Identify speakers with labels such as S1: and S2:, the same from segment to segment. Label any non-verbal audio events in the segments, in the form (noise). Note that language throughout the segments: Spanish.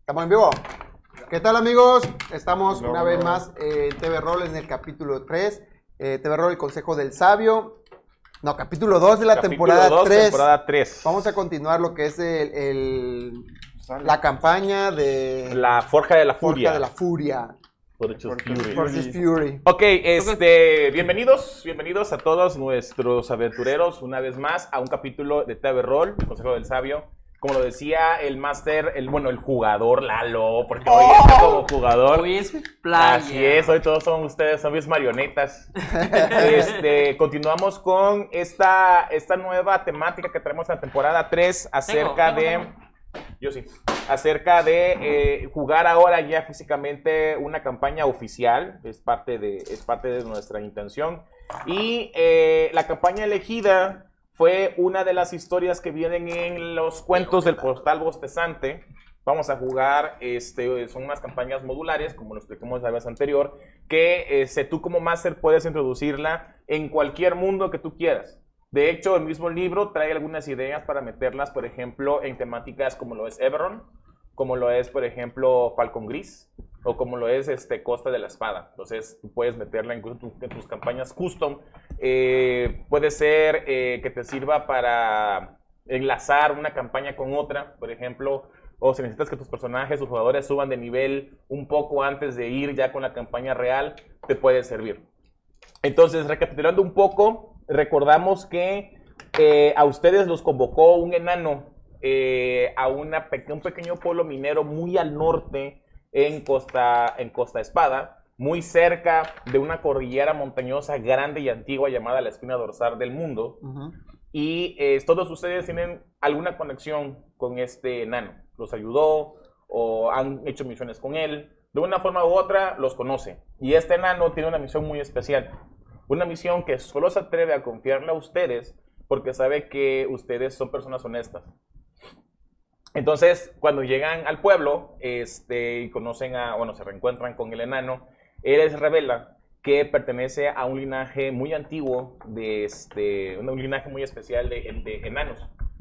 S1: Estamos en vivo. ¿Qué tal amigos? Estamos
S2: Hola,
S1: una
S2: hola.
S1: vez más eh, en TV Roll en el capítulo 3. Eh, TV Roll, el Consejo del Sabio. No, capítulo 2 de la
S2: Capítulo
S1: temporada
S2: dos,
S1: 3.
S2: Temporada 3.
S1: Vamos a continuar lo que es el- el-
S3: Sale.
S1: la campaña de
S2: Eh, La Forja de la
S1: Forja
S2: Furia.
S1: de la Furia.
S2: Fortress
S3: Fortress
S2: Fury.
S3: Fury.
S1: Versus Fury.
S2: Ok, este, bienvenidos, bienvenidos a todos nuestros aventureros una vez más a un capítulo de TV Roll, Consejo del Sabio. Como lo decía el máster, el bueno, el jugador Lalo, porque hoy está como jugador.
S4: Oh. Hoy es playa.
S2: Así es, hoy todos son ustedes, son mis marionetas. Este, continuamos con esta, esta nueva temática que traemos en la temporada 3 acerca
S4: Tengo, tengo,
S2: de. Yo sí. Acerca de eh, jugar ahora ya físicamente una campaña oficial. Es parte de, es parte de nuestra intención. Y eh, la campaña elegida fue una de las historias que vienen en los cuentos del portal bostezante. Vamos a jugar, este, son unas campañas modulares, como lo explicamos la vez anterior, que este, tú como máster puedes introducirla en cualquier mundo que tú quieras. De hecho, el mismo libro trae algunas ideas para meterlas, por ejemplo, en temáticas como lo es Everon, como lo es, por ejemplo, Falcon Gris, o como lo es este, Costa de la Espada. Entonces, tú puedes meterla en, tu- en tus campañas custom. Eh, puede ser eh, que te sirva para enlazar una campaña con otra, por ejemplo, o si necesitas que tus personajes, tus jugadores suban de nivel un poco antes de ir ya con la campaña real, te puede servir. Entonces, recapitulando un poco, recordamos que eh, a ustedes los convocó un enano eh, a una pe- un pequeño pueblo minero muy al norte en Costa, en Costa Espada, muy cerca de una cordillera montañosa grande y antigua llamada la espina dorsal del mundo.
S1: Ujú.
S2: Y eh, todos ustedes tienen alguna conexión con este enano. Los ayudó o han hecho misiones con él. De una forma u otra los conoce. Y este enano tiene una misión muy especial. Una misión que solo se atreve a confiarle a ustedes porque sabe que ustedes son personas honestas. Entonces, cuando llegan al pueblo este, y conocen a, bueno, se reencuentran con el enano, él les revela que pertenece a un linaje muy antiguo, de este, un, un linaje muy especial de, de enanos.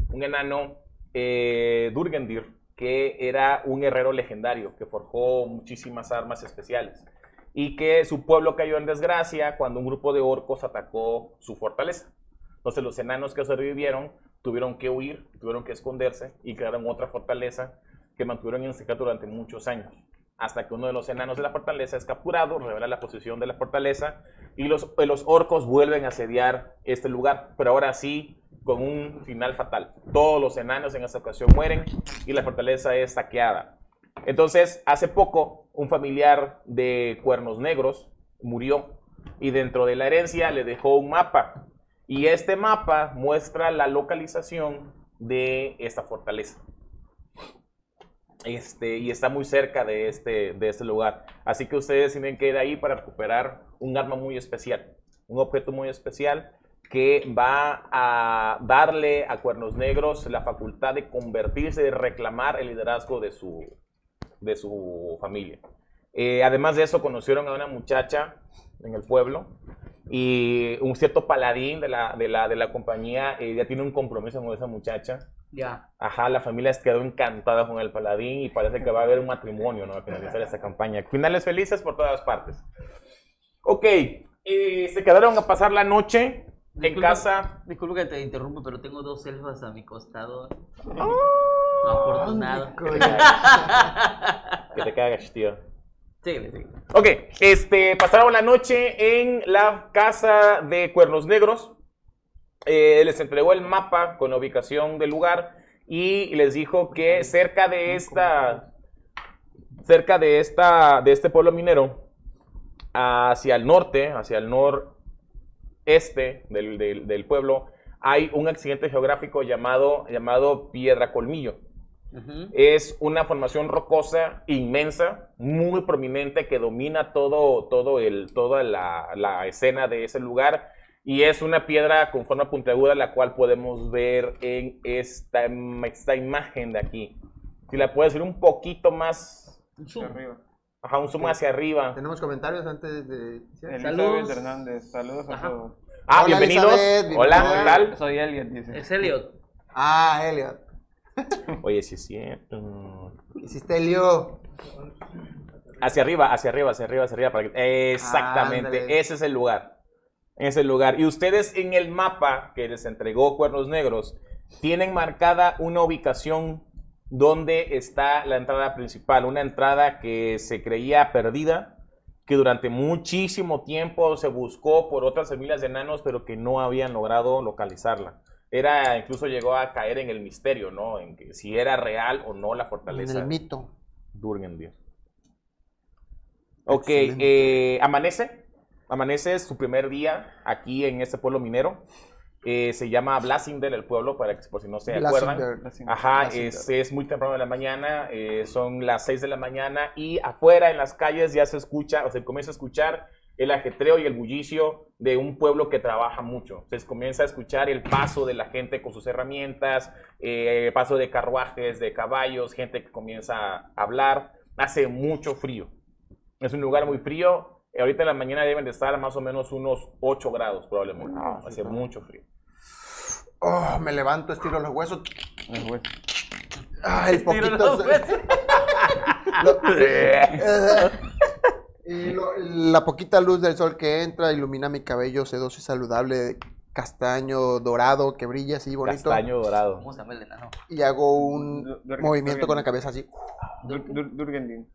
S2: Un enano, eh, Durgendir, que era un herrero legendario, que forjó muchísimas armas especiales. Y que su pueblo cayó en desgracia cuando un grupo de orcos atacó su fortaleza. Entonces los enanos que sobrevivieron tuvieron que huir, tuvieron que esconderse y crearon otra fortaleza que mantuvieron en secreto durante muchos años. Hasta que uno de los enanos de la fortaleza es capturado, revela la posición de la fortaleza y los, eh, los orcos vuelven a asediar este lugar, pero ahora sí con un final fatal. Todos los enanos en esta ocasión mueren y la fortaleza es saqueada. Entonces, hace poco, un familiar de Cuernos Negros murió y dentro de la herencia le dejó un mapa. Y este mapa muestra la localización de esta fortaleza. Este, y está muy cerca de este, de este lugar. Así que ustedes tienen que ir ahí para recuperar un arma muy especial, un objeto muy especial que va a darle a Cuernos Negros la facultad de convertirse, de reclamar el liderazgo de su, de su familia. Eh, además de eso, conocieron a una muchacha en el pueblo y un cierto paladín de la, de la, de la compañía eh, ya tiene un compromiso con esa muchacha.
S4: Ya.
S2: Ajá, la familia se quedó encantada con el paladín y parece que va a haber un matrimonio, ¿no? Al finalizar esta campaña. Finales felices por todas partes. Ok, eh, se quedaron a pasar la noche en
S4: Disculpa. (laughs)
S2: casa.
S4: Disculpa que te interrumpo, pero tengo dos elfas a mi costado. No, afortunado.
S1: Ay, mi
S2: Que te cagas, tío.
S4: Sígueme, sígueme.
S2: Ok, este, pasaron la noche en la casa de Cuernos Negros. Eh, les entregó el mapa con la ubicación del lugar y les dijo que cerca de esta, cerca de esta, de este pueblo minero, hacia el norte, hacia el noreste del, del- del pueblo, hay un accidente geográfico llamado, llamado Piedra Colmillo.
S4: Ujú.
S2: Es una formación rocosa inmensa, muy prominente, que domina todo, todo el, toda la, la escena de ese lugar. Y es una piedra con forma puntiaguda, la cual podemos ver en esta, im- esta imagen de aquí. Si la puedes ir un poquito más,
S4: Un zoom.
S3: Arriba.
S2: ajá, un zoom hacia arriba.
S1: Tenemos comentarios antes de... ¿sí?
S3: Elizabeth
S4: Saludos.
S3: Hernández, saludos
S4: Ajá.
S3: a todos.
S2: Ah,
S1: Hola,
S2: bienvenidos.
S1: Elizabeth,
S2: Hola, ¿qué
S1: bienvenida.
S2: tal?
S3: Soy Elliot, dice.
S4: Es Elliot.
S1: Ah, Elliot.
S2: Oye, sí es cierto.
S1: Hiciste lío.
S2: Hacia arriba, hacia arriba, hacia arriba, hacia arriba. Para que- Exactamente,
S1: Ándale.
S2: ese es el lugar. Ese es el lugar. Y ustedes en el mapa que les entregó Cuernos Negros tienen marcada una ubicación donde está la entrada principal. Una entrada que se creía perdida, que durante muchísimo tiempo se buscó por otras familias de enanos, pero que no habían logrado localizarla. Era, incluso llegó a caer en el misterio, ¿no? En que si era real o no la
S1: En
S2: fortaleza.
S1: el mito.
S2: Durgen Dios. Ok,
S1: Excelente.
S2: eh, amanece. Amanece es su primer día aquí en este pueblo minero. Eh, se llama Blasingdel el pueblo, para que por si no se acuerdan.
S1: Blasinger.
S2: Ajá, es, es muy temprano de la mañana, eh, son las 6 de la mañana y afuera en las calles ya se escucha, o se comienza a escuchar el ajetreo y el bullicio de un pueblo que trabaja mucho. Se comienza a escuchar el paso de la gente con sus herramientas, eh, paso de carruajes, de caballos, gente que comienza a hablar. Hace mucho frío. Es un lugar muy frío. Eh, Ahorita en la mañana deben de estar más o menos unos 8 grados probablemente.
S3: Ah, sí,
S2: Hace
S3: está.
S2: mucho
S3: (laughs)
S2: frío.
S1: Oh, me levanto, estiro los huesos.
S3: El hueso.
S1: Ah, el
S4: Tiro
S1: poquito.
S4: los huesos.
S1: lo- eh, (laughs) y lo- la poquita luz del sol que entra ilumina mi cabello sedoso y saludable, castaño, dorado, que brilla así bonito.
S2: Castaño Mm, dorado.
S4: ¿Cómo se llama el enano?
S1: Y hago un
S3: Dur- Durgen-
S1: movimiento con la
S3: Durgen-
S1: cabeza así.
S3: Dur- Dur- Durgendin.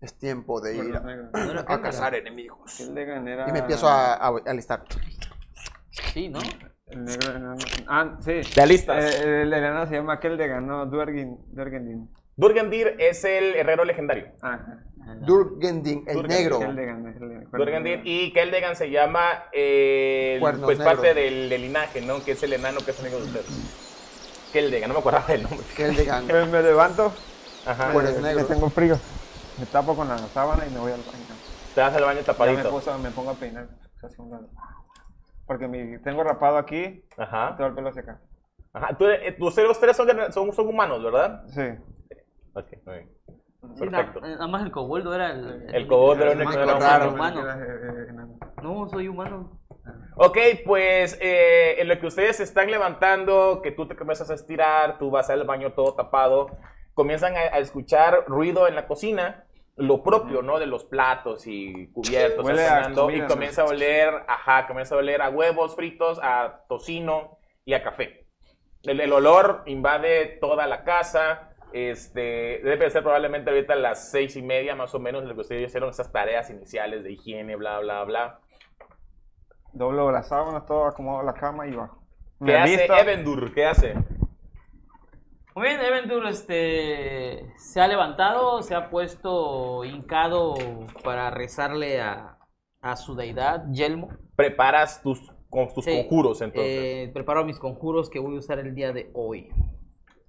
S1: Es tiempo de ir
S3: Cuernos
S1: a,
S3: negros.
S4: ¿No era
S1: a
S4: Pendragon?
S1: cazar enemigos.
S3: El Legan era-
S1: Y me empiezo a, a- a alistar.
S4: Sí, ¿no?
S3: El negro enano. Ah, sí.
S2: ¿Te alistas?
S3: Eh, el enano se llama Keldegan, no, Duergin, Durgendin.
S2: Durgendir es el herrero legendario.
S3: Ajá.
S1: Durgendin, el
S2: Durgendin,
S1: negro.
S3: Keldegan es el cuerno
S2: Durgendir
S3: negro.
S2: y Keldegan se llama eh, el-
S1: Cuernos
S2: pues
S1: negros.
S2: parte del, del linaje, ¿no? Que es el enano que es amigo de ustedes. Keldegan, no me acordaba del nombre.
S1: Keldegan.
S2: (laughs)
S3: Eh, Me levanto,
S2: Ajá.
S1: Cuernos
S3: eh,
S1: negros.
S3: que tengo frío. Me tapo con la sábana y me voy al baño.
S2: Te vas al baño
S3: Ya me,
S2: tapadito.
S3: puso- me pongo a peinar. hacia un lado. Porque mi, tengo rapado aquí,
S2: Ajá.
S3: todo el pelo se cae.
S2: Ajá. Tú, eh, tú- ustedes tres son, de- son, son humanos, ¿verdad?
S3: Sí.
S2: Ok, muy bien.
S4: Sí, na-
S2: Perfecto.
S4: Nada más el coboldo era el.
S2: El kobold era
S1: el único que
S4: era
S1: era humano.
S4: humano.
S3: Era, eh, eh, enano.
S4: No, soy humano.
S2: Ok, pues eh, en lo que ustedes se están levantando, que tú te comienzas a estirar, tú vas al baño todo tapado, comienzan a, a escuchar ruido en la cocina, lo propio, ¿no? De los platos y cubiertos,
S3: Huele a
S2: sonando,
S3: comida,
S2: y
S3: ¿no?
S2: comienza a oler, ajá, comienza a oler a huevos fritos, a tocino y a café. El, el olor invade toda la casa. Este, debe ser probablemente ahorita a las seis y media más o menos lo que ustedes hicieron, esas tareas iniciales de higiene, bla, bla, bla.
S3: Doblo las sábanas, todo acomodo la cama y bajo.
S2: ¿Qué hace Evendur? ¿Qué hace?
S4: Muy bien, Eventur este, se ha levantado, se ha puesto hincado para rezarle a, a su deidad, Yelmo.
S2: preparas tus, con, tus
S4: Sí,
S2: conjuros entonces.
S4: Eh, preparo mis conjuros que voy a usar el día de hoy.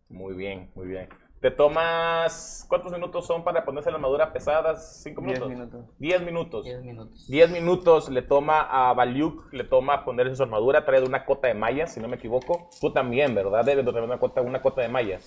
S2: Muy bien, muy bien. Te tomas. ¿Cuántos minutos son para ponerse la armadura pesada? ¿Cinco
S3: Diez
S2: minutos?
S3: minutos.
S2: Diez minutos.
S4: 10 minutos.
S2: Diez minutos le toma a Baliuk, le toma ponerse su armadura, trae de una cota de mallas, si no me equivoco. Tú también, ¿verdad? Debes de tener una cota, una cota de mallas.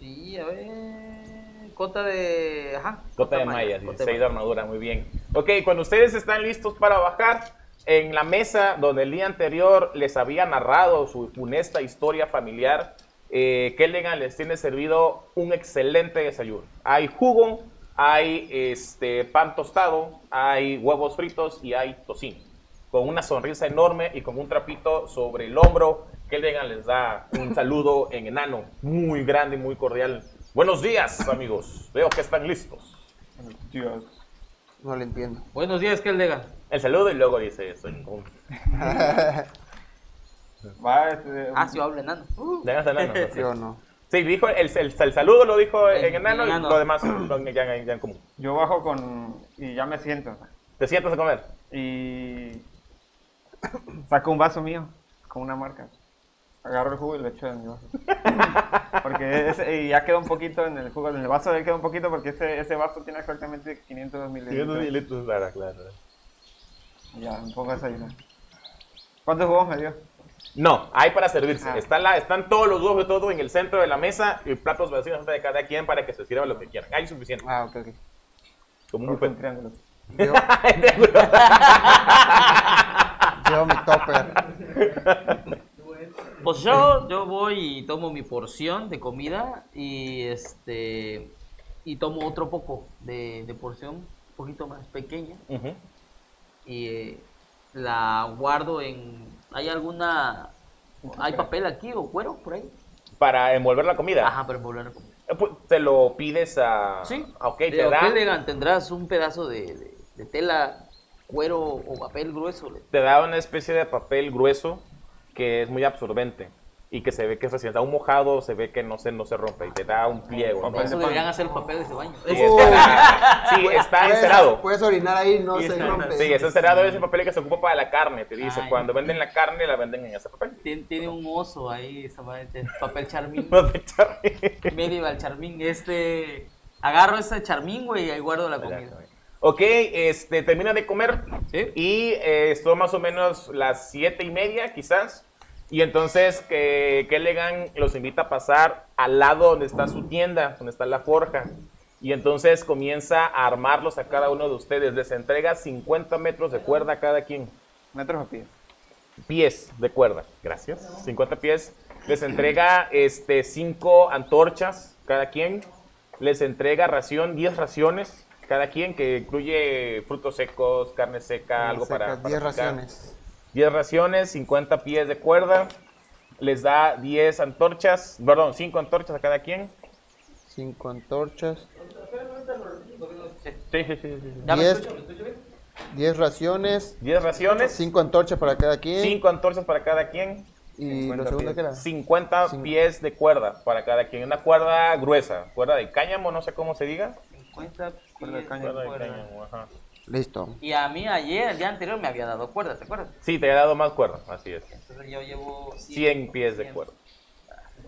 S4: Sí, a ver. Cota de. Ajá.
S2: Cota de mallas,
S4: cota de
S2: 16 de
S4: malla.
S2: armadura, muy bien. Ok, cuando ustedes están listos para bajar, en la mesa donde el día anterior les había narrado su funesta historia familiar, eh, Kellegan les tiene servido un excelente desayuno. Hay jugo, hay este, pan tostado, hay huevos fritos y hay tocino. Con una sonrisa enorme y con un trapito sobre el hombro, Kellegan les da un saludo en enano, muy grande y muy cordial. Buenos días, amigos. Veo que están listos.
S3: Dios.
S1: No le entiendo.
S4: Buenos días, Keldega.
S2: El saludo y luego dice, soy un...
S3: Va, este,
S4: Ah, sí, habla enano. Uh,
S2: Ya no, no, no,
S1: ¿Sí
S2: (laughs)
S1: o no?
S2: Sí, dijo el, el- el saludo lo dijo en
S4: En
S2: enano y
S4: enano.
S2: lo demás lo- ya, ya- ya en común.
S3: yo bajo con. y ya me siento.
S2: ¿Te sientas a comer?
S3: Y. saco un vaso mío con una marca. Agarro el jugo y lo echo en mi vaso. Porque ese, y ya queda un poquito en el jugo, en el vaso de él queda un poquito porque ese, ese vaso tiene exactamente 500 mililitros.
S2: claro, claro.
S3: Ya, me pongo a desayunar. ¿Cuántos jugos me dio?
S2: No, hay para servirse.
S3: Ah.
S2: Está la, están todos los huevos y todo en el centro de la mesa y platos vacíos enfrente de cada quien para que se sirva lo que quieran. Hay suficiente.
S1: Ah, ok, ok.
S2: Como un
S3: Corto en
S2: buffet.
S3: triángulo.
S1: Llevo,
S2: (laughs)
S1: llevo mi topper.
S4: Pues yo, yo voy y tomo mi porción de comida y este. y tomo otro poco de, de porción un poquito más pequeña
S2: Ujú.
S4: y eh, la guardo en... ¿Hay alguna... ¿Hay papel aquí o cuero por ahí?
S2: Para envolver la comida.
S4: Ajá, pero volver a comer.
S2: Eh, pues, Te lo pides a.
S4: Sí.
S2: Ah, Ok,
S4: Digo,
S2: te da,
S4: ¿qué le- tendrás un pedazo de, de- de tela, cuero o papel grueso. le-
S2: te da una especie de papel grueso que es muy absorbente y que se ve que recién da un mojado, se ve que no se, no se rompe y te da un pliego. ¿no?
S4: Eso deberían hacer papel de ese baño.
S2: Sí, está, sí, está
S1: Puedes-
S2: encerado.
S1: Puedes orinar ahí, Pues, no
S3: Y
S1: se
S3: está-
S1: rompe.
S2: Sí, está encerado ese papel que se ocupa para la carne, te dice.
S4: Ay.
S2: Cuando venden la carne, la venden en ese papel.
S4: Tien- tiene un oso ahí, esa madre, tiene
S2: (laughs)
S4: papel charmín.
S2: No te charles.
S4: medieval charmín. Este. Agarro ese charmín, güey, y ahí guardo la comida.
S2: Ok, este, termina de comer
S4: Sí.
S2: y eh, son más o menos las siete y media, quizás. Y entonces que Kellegan los invita a pasar al lado donde está su tienda, donde está la forja. Y entonces comienza a armarlos a cada uno de ustedes. Les entrega 50 metros de cuerda a cada quien.
S3: Metros o pies.
S2: Pies de cuerda. Gracias. 50 pies. Les entrega este, 5 antorchas cada quien. Les entrega ración, 10 raciones cada quien, que incluye frutos secos, carne seca, algo para.
S1: Sacas
S2: para
S1: 10
S2: picar.
S1: raciones.
S2: 10 raciones, 50 pies de cuerda. Les da 10 antorchas, perdón, 5 antorchas a cada quien.
S1: 5 antorchas.
S2: Sí, sí, sí. sí, sí.
S4: ¿Ya me
S1: Diez.
S4: escucho? ¿Me escucho bien?
S1: 10 raciones.
S2: 10 raciones,
S1: 5 antorchas para cada quien.
S2: 5 antorchas para cada quien.
S1: Y lo
S3: 50
S1: segundo que era.
S2: 50
S1: Cinco.
S2: pies de cuerda para cada quien. Una cuerda gruesa, cuerda de cáñamo, no sé cómo se diga.
S4: 50 pies
S3: Cuerda de caña.
S4: de
S2: Cuerda de
S4: cuerda.
S2: cáñamo, ajá.
S1: Listo.
S4: Y a mí ayer, el día anterior, me había dado cuerda, ¿te acuerdas?
S2: Sí, te he dado más cuerda, así es.
S4: Entonces yo llevo
S2: 100 pies de
S4: 100.
S2: cuerda.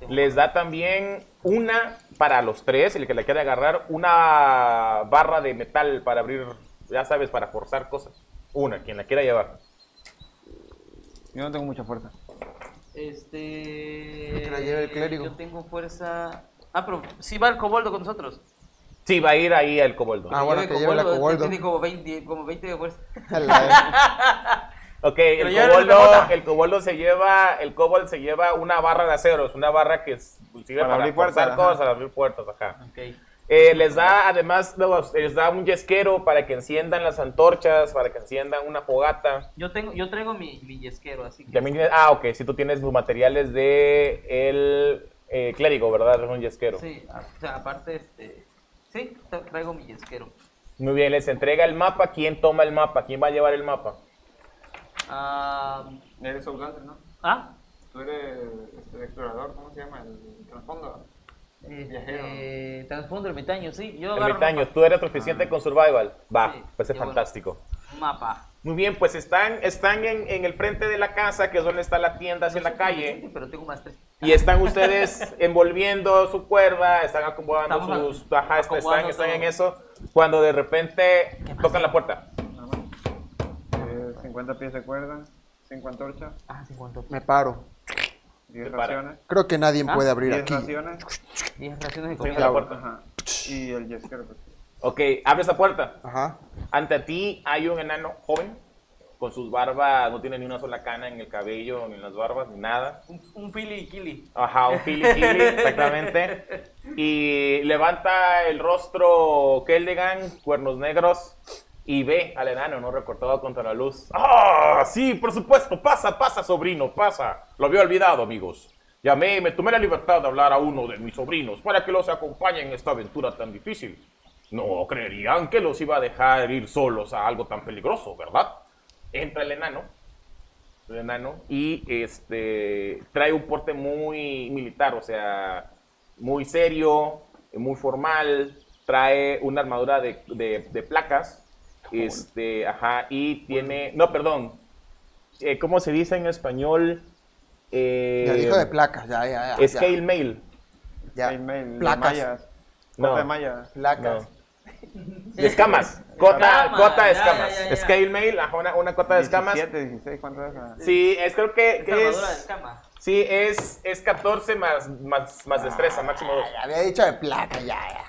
S2: Les da también una para los tres, el que la quiera agarrar, una barra de metal para abrir, ya sabes, para forzar cosas. Una, quien la quiera llevar.
S3: Yo no tengo mucha fuerza.
S4: Este.
S1: Que la lleve el clérigo.
S4: Yo tengo fuerza. Ah, pero sí va el coboldo con nosotros.
S2: Sí, va a ir ahí el coboldo.
S1: Ah, bueno, que lleve la coboldo.
S4: Tiene como 20, como 20 de fuerza.
S1: (laughs) La-
S2: ok,
S4: Pero
S2: el
S4: ya no
S2: coboldo,
S4: te bota.
S2: el coboldo se lleva, el cobold se lleva una barra de acero, es una barra que sirve
S3: Para
S2: para,
S3: abrir
S2: forzar
S3: puertas, ajá.
S2: cosas, abrir puertas, ajá.
S4: Ok.
S2: Eh, les da además, no, les da un yesquero para que enciendan las antorchas, para que enciendan una fogata.
S4: Yo, tengo, yo traigo mi, mi yesquero, así que.
S2: También tienes- ah, ok, si tú tienes tus materiales de el eh, clérigo, ¿verdad? Es un yesquero.
S4: Sí, a- o sea, aparte, este. Sí, tra- traigo mi yesquero.
S2: Muy bien, les entrega el mapa. ¿Quién toma el mapa? ¿Quién va a llevar el mapa?
S4: Ah,
S3: Eres Outlander, ¿no?
S4: ah,
S3: Tú eres este, explorador, ¿cómo se llama? El trasfondo. Viajero.
S4: este, transfondo ermitaño, sí. Yo agarro Ah.
S2: Ermitaño, tú eres suficiente con survival. Va,
S4: Sí,
S2: pues es
S4: qué bueno.
S2: fantástico.
S4: un mapa.
S2: Muy bien, pues están, están en, en el frente de la casa, que es donde está la tienda hacia la
S4: Sí,
S2: calle.
S4: Pero tengo más tres.
S2: Y están ustedes envolviendo su cuerda, están acomodando
S4: Estamos
S2: sus... Ajá, están,
S4: acomodando
S2: están en
S4: todo.
S2: eso. Cuando de repente
S4: pasa?
S2: tocan la puerta.
S3: Nada más. Eh, 50 pies de cuerda, 5 antorchas,
S4: Ah, 50.
S1: Me paro.
S3: 10
S2: Te para.
S3: raciones.
S1: Creo que nadie
S4: ¿Ah?
S1: puede abrir
S3: 10
S1: aquí.
S3: raciones.
S4: 10 raciones de
S2: Tocan
S4: comida.
S2: la puerta.
S3: Ajá. Y el yesquero. pues.
S2: Ok, abre esa puerta.
S1: Ajá.
S2: Ante ti hay un enano joven, con sus barbas, no tiene ni una sola cana en el cabello, ni en las barbas, ni nada.
S4: Un, un fili y kili.
S2: Ajá, un fili fili, exactamente. Y levanta el rostro Keldegan, cuernos negros, y ve al enano, ¿no? Recortado contra la luz. ¡Ah! Sí, por supuesto, pasa, pasa, sobrino, pasa. Lo había olvidado, amigos. Llamé y me tomé la libertad de hablar a uno de mis sobrinos para que los acompañen en esta aventura tan difícil. No creerían que los iba a dejar ir solos a algo tan peligroso, ¿verdad? Entra el enano, el enano, y este trae un porte muy militar, o sea, muy serio, muy formal, trae una armadura de, de- de placas, este, ajá, y tiene, no, perdón, eh, ¿cómo se dice en español? Eh,
S1: Ya dijo de placas, ya, ya, ya.
S2: Scale mail.
S1: ya, ya.
S3: El mail, de
S1: Placas.
S3: mallas.
S2: No.
S3: Corte de mallas.
S1: Placas.
S2: No. De escamas. Cota,
S4: Escamas,
S2: cota de
S4: ya,
S2: escamas.
S4: ya, ya, ya.
S2: Scale mail, ajá, una, una cota de escamas.
S3: 17, 16, ¿cuánto es? Ah,
S2: Sí, es creo que,
S4: Esta
S2: que
S4: armadura de
S2: es. (laughs)
S4: escama.
S2: Sí, es, es 14 más, más, más destreza, máximo dos.
S1: Había dicho de placas, ya, ya.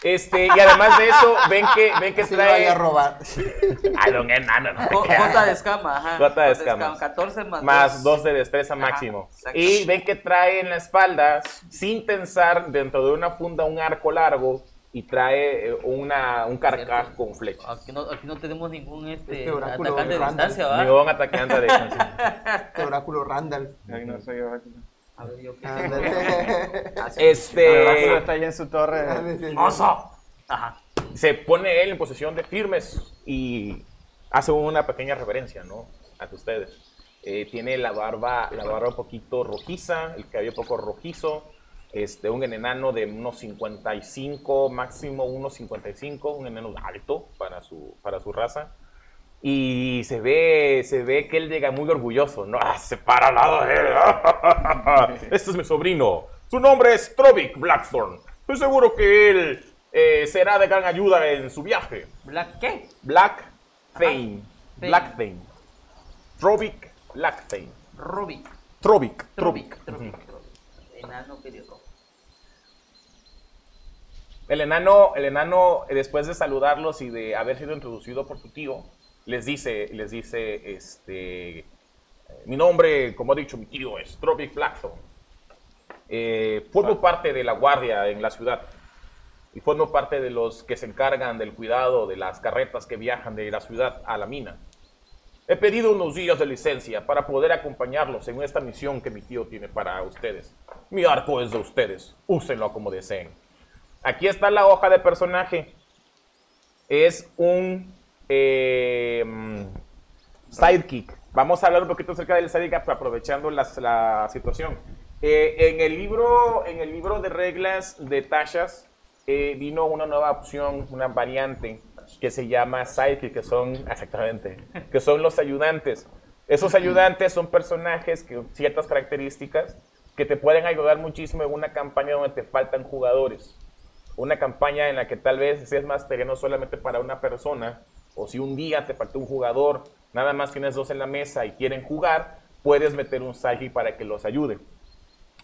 S2: Este, y además de eso, ven que, ven que
S1: Así lo voy
S2: trae.
S1: a robar. (laughs)
S2: Ay, don Hernán, no te
S4: Co-
S2: creas.
S4: Cota de escama, ajá.
S2: Cota de escama.
S4: 14
S2: (laughs)
S4: más,
S2: Más
S4: dos.
S2: 2 de destreza máximo.
S4: exacto.
S2: Y ven que trae en la espalda, sin tensar, dentro de una funda un arco largo y trae eh, una, un carcaj con flecha.
S4: Aquí no, aquí no tenemos ningún este,
S1: Este oráculo
S4: atacante de
S1: de Randall.
S4: distancia,
S2: Ni
S4: ¿va?
S2: un atacante a distancia.
S1: Este oráculo Randall.
S3: Ay, no soy oráculo.
S4: A ver, yo qué.
S1: Ándale. (laughs) Eh.
S3: El oráculo
S2: Este
S3: está ahí en su torre.
S4: ¡Oso! Ajá.
S2: se pone él en posesión de firmes y hace una pequeña reverencia, ¿no? Ante ustedes. Eh, tiene la barba, la barba un poquito rojiza, el cabello un poco rojizo. Este, un enano de unos 55, máximo unos 55, un enano alto para su, para su raza. Y se ve, se ve que él llega muy orgulloso, ¿no? Ah, se para al lado de
S4: (laughs)
S2: él. este es mi sobrino. Su nombre es Trovic Blackthorn. Estoy seguro que él eh, será de gran ayuda en su viaje.
S4: ¿Black qué?
S2: Black Thane.
S4: Ah, Thane.
S2: Black Thane. Trovic Blackthane.
S4: Ruby.
S2: Trovic.
S4: Tropic.
S2: Trovic.
S4: Tropic. Tropic. Enano pelirrojo.
S2: El enano, el enano, eh, después de saludarlos y de haber sido introducido por su tío, les dice, les dice, este, eh, mi nombre, como ha dicho mi tío, es Tropic Blackthorn. Eh, formo parte de la guardia en la ciudad y formo parte de los que se encargan del cuidado de las carretas que viajan de la ciudad a la mina. He pedido unos días de licencia para poder acompañarlos en esta misión que mi tío tiene para ustedes. Mi arco es de ustedes, úsenlo como deseen. Aquí está la hoja de personaje. Es un eh, mm, sidekick. Vamos a hablar un poquito acerca del sidekick ap- aprovechando las- la situación. Eh, en, el libro, en el libro de reglas de Tashas eh, vino una nueva opción, una variante que se llama sidekick, que son (laughs) exactamente, que son los ayudantes. Esos ayudantes son personajes que ciertas características que te pueden ayudar muchísimo en una campaña donde te faltan jugadores una campaña en la que tal vez es más terreno solamente para una persona, o si un día te faltó un jugador, nada más tienes dos en la mesa y quieren jugar, puedes meter un sidekick para que los ayude.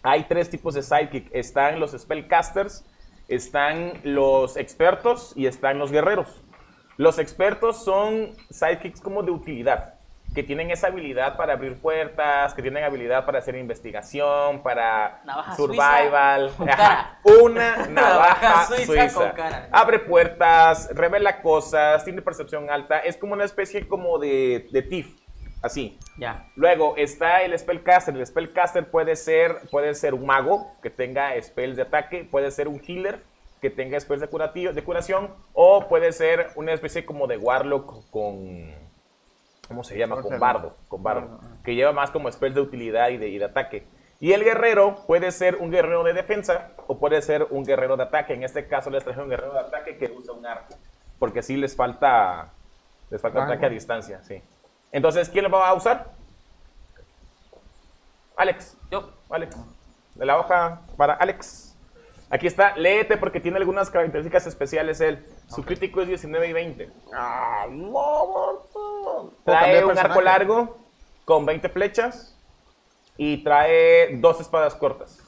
S2: Hay tres tipos de sidekick. Están los spellcasters, están los expertos y están los guerreros. Los expertos son sidekicks como de utilidad, que tienen esa habilidad para abrir puertas, que tienen habilidad para hacer investigación, para
S4: Navaja
S2: survival.
S4: suiza con
S2: Ajá.
S4: cara.
S2: Una (laughs) navaja
S4: Navaja
S2: suiza.
S4: suiza con cara.
S2: Abre puertas, revela cosas, tiene percepción alta. Es como una especie como de, de thief, así.
S4: Ya.
S2: Luego está el spellcaster. El spellcaster puede ser, puede ser un mago que tenga spells de ataque, puede ser un healer que tenga spells de, curativo, de curación, o puede ser una especie como de warlock con... ¿Cómo se llama? Con
S3: Sorcerer.
S2: bardo. Con bardo.
S3: Bardo, ah.
S2: Que lleva más como spells de utilidad y de, y de ataque. Y el guerrero puede ser un guerrero de defensa o puede ser un guerrero de ataque. En este caso les traje un guerrero de ataque que usa un arco. Porque sí les falta... Les falta
S1: Rango.
S2: ataque a distancia, sí. Entonces, ¿quién lo va a usar? Alex,
S4: Yo.
S2: Alex. De la hoja para Alex. Aquí está, léete porque tiene algunas características especiales él. Su crítico es 19 y 20. ¡Ah, no,
S1: cambiar
S2: Trae un arco
S1: personaje.
S2: largo con 20 flechas y trae dos espadas cortas.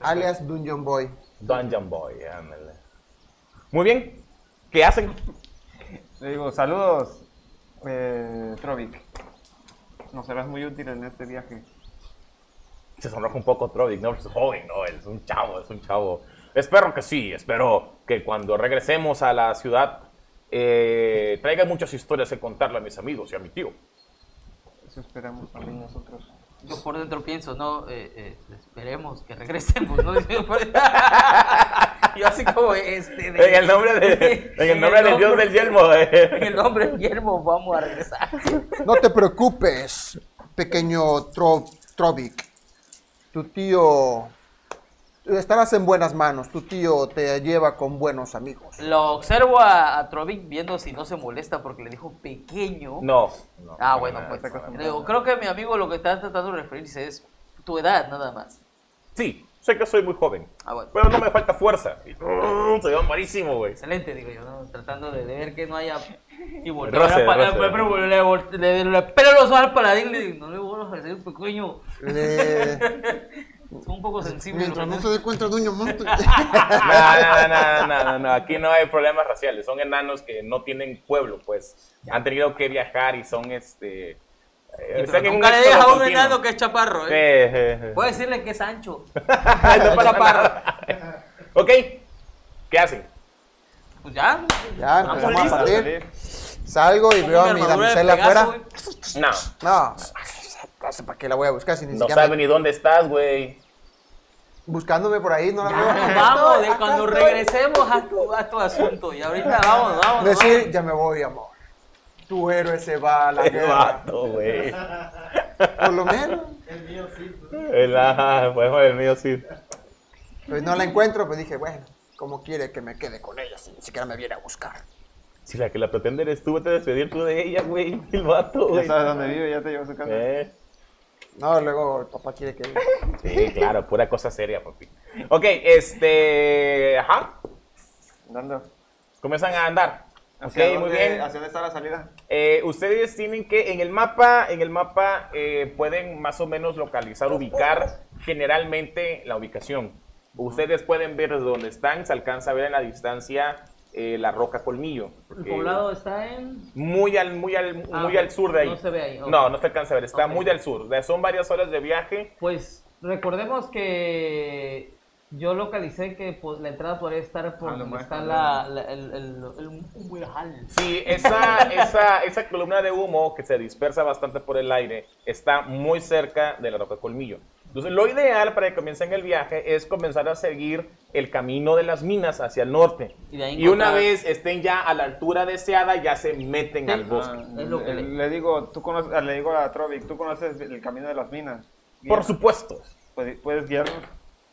S1: Alias Dungeon Boy.
S2: Dungeon Boy, ándale. Muy bien, ¿qué hacen?
S3: Le digo, saludos, eh, Trovic. Nos serás muy útil en este viaje.
S2: se sonroja un poco Trovic, ¿no? Es joven, ¿no? Es un chavo, es un chavo. Espero que sí, espero que cuando regresemos a la ciudad eh, traiga muchas historias que contarle a mis amigos y a mi tío.
S3: Eso esperamos también nosotros.
S4: Yo por dentro pienso, no, eh, eh, esperemos que regresemos, ¿no? (laughs) Yo por- Yo así como este... de-
S2: En el nombre
S4: (laughs)
S2: de, en el nombre del dios del yelmo.
S4: En
S2: eh.
S4: el nombre del yermo vamos a regresar.
S1: No te preocupes, pequeño Tro- Trovic. Tu tío. Estarás en buenas manos. Tu tío te lleva con buenos amigos.
S4: Lo observo a, a Trovic viendo si no se molesta porque le dijo pequeño.
S2: No, no.
S4: Ah, bueno,
S2: no,
S4: pues.
S2: no, no, no.
S4: le digo, creo que mi amigo lo que está tratando de referirse es tu edad, nada más.
S2: Sí, sé que soy muy joven,
S4: Ah, bueno.
S2: pero no me falta fuerza. Y, uh, se ve malísimo,
S4: (laughs)
S2: güey.
S4: Excelente, digo yo, ¿no? Tratando de, de ver que no haya.
S2: Roce,
S4: Y volver para
S2: roce.
S4: pero le, vol- le, le pelo los ojos al paladín le digo, no le vuelvo a ofrecer un pequeño. (laughs)
S1: Eh,
S4: Es un poco sensible.
S1: mientras
S4: ¿no?
S1: no se dé cuenta Dungeon
S4: (laughs)
S1: Monster.
S2: No, no, no, no, no, no, no, aquí no hay problemas raciales, son enanos que no tienen pueblo, pues han tenido que viajar y son este... eh,
S4: Sí,
S2: están
S4: pero
S2: en
S4: nunca le
S2: éxodo
S4: dejas a un
S2: continuo.
S4: enano que es chaparro,
S2: (laughs) Sí,
S4: ¿eh?
S2: sí, sí.
S4: Puedo decirle que es ancho.
S2: Ay, no pasa nada. Ok, ¿Qué hacen?
S4: Pues ya.
S1: Ya,
S4: Vamos
S1: empezamos a
S4: listos.
S1: partir. Salgo y
S4: Pongo
S1: veo
S4: mi
S1: a mi
S4: armadura de
S1: damisela
S4: Pegaso,
S1: afuera.
S4: güey.
S1: (laughs)
S2: No.
S1: No, no sé para qué la voy a buscar si ni
S2: No
S1: siquiera
S2: sabe
S1: me-
S2: ni dónde estás, güey.
S1: buscándome por ahí, no la veo.
S4: Ya,
S1: Acá
S4: (laughs) vamos,
S1: estoy,
S4: de
S1: acá
S4: cuando
S1: estoy.
S4: regresemos a tu, a tu asunto. Y ahorita vamos, vamos.
S1: Decir, ya me voy, amor. Tu héroe se va
S2: (laughs)
S1: a la
S2: El
S1: guerra.
S2: vato, güey.
S1: Por lo menos.
S2: El, ah, bueno, el mío sí.
S1: Pues no la encuentro, pues dije, bueno, como quiere que me quede con ella si ni siquiera me viene a buscar?
S2: Si la que la pretende eres tú, vete a despedir tú de ella, güey. (laughs) El vato,
S3: Ya
S2: güey.
S3: sabes dónde vive, ya te llevo a su casa.
S2: Eh,
S1: No, luego el papá quiere
S2: (laughs)
S1: que...
S2: Sí, claro, pura cosa seria, papi. Ok, este. Ajá.
S3: Andando.
S2: Comienzan a andar. Ok,
S3: Hacia
S2: muy
S3: dónde-
S2: bien.
S3: ¿Hacia dónde está la salida?
S2: Eh, ustedes tienen que en el mapa, en el mapa eh, pueden más o menos localizar, ubicar generalmente la ubicación. Ustedes pueden ver desde dónde están, se alcanza a ver en la distancia eh, la roca colmillo.
S4: El
S2: porque
S4: poblado está en.
S2: Muy al, muy al,
S4: Ah,
S2: muy al sur de ahí.
S4: no se ve ahí, ok.
S2: No, no se alcanza a ver, está
S4: Ok.
S2: muy al sur. De- Son varias horas de viaje.
S4: Pues recordemos que yo localicé que pues, la entrada podría estar por
S3: Ah, lo
S4: donde
S3: más
S4: está
S3: cabrón.
S4: la, la- el, el, el humedal.
S2: Sí, esa, (laughs) esa, esa columna de humo que se dispersa bastante por el aire está muy cerca de la roca colmillo. Entonces, lo ideal para que comiencen el viaje es comenzar a seguir el camino de las minas hacia el norte.
S4: Y de ahí
S2: Y una
S4: encontrar-
S2: vez estén ya a la altura deseada, ya se meten
S4: Sí.
S2: al bosque.
S3: Ah,
S4: es lo que
S3: le,
S4: le-
S3: le digo, tú conoces, le digo a Trovic, tú conoces el camino de las minas.
S2: Por
S3: Guía,
S2: supuesto,
S3: ¿Puedes, puedes guiarnos?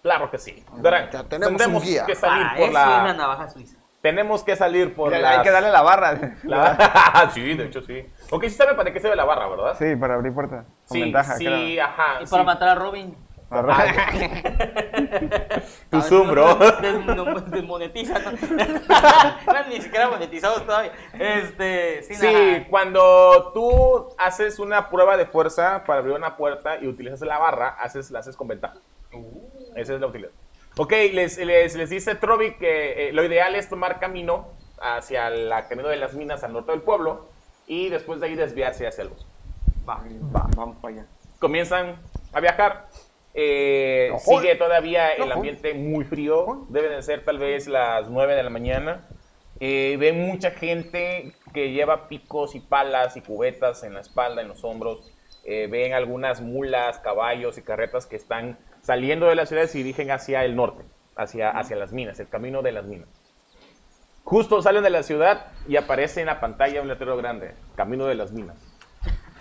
S2: claro que sí. Darán,
S1: Ya tenemos un guía.
S2: que salir
S4: Ah,
S2: por
S4: eso es la
S2: la.
S4: navaja suiza.
S2: Tenemos que salir por
S3: Le-
S2: la.
S3: Hay que darle la barra.
S2: La- (laughs) sí, de hecho sí. Ok, sí saben para qué sirve la barra, ¿verdad?
S3: Sí, para abrir puertas. Con
S2: sí,
S3: ventaja,
S2: sí,
S3: claro.
S2: ajá.
S4: Y para
S2: Ah, sí.
S4: matar a Robin.
S3: La roja.
S2: Tu
S4: a ver,
S2: zoom,
S4: no-
S2: (laughs) bro.
S4: des- no- Desmonetiza. no. (laughs) Eran Ni siquiera monetizados todavía. Este. Sí,
S2: Sí, cuando tú haces una prueba de fuerza para abrir una puerta y utilizas la barra, haces, la haces con ventaja.
S4: Uh.
S2: Esa es la utilidad. Ok, les, les, les dice Trovi que eh, lo ideal es tomar camino hacia el camino de las minas al norte del pueblo y después de ahí desviarse hacia el bosque.
S4: nada.
S3: Va, vamos para allá.
S2: Comienzan a viajar. Eh,
S1: Ojo.
S2: sigue todavía el
S1: Ojo.
S2: ambiente muy frío. Deben de ser tal vez las 9 de la mañana. Eh, ven mucha gente que lleva picos y palas y cubetas en la espalda, en los hombros. Eh, ven algunas mulas, caballos y carretas que están saliendo de la ciudad y se dirigen hacia el norte, hacia, hacia las minas, el camino de las minas. Justo salen de la ciudad y aparece en la pantalla un letrero grande, Camino de las Minas.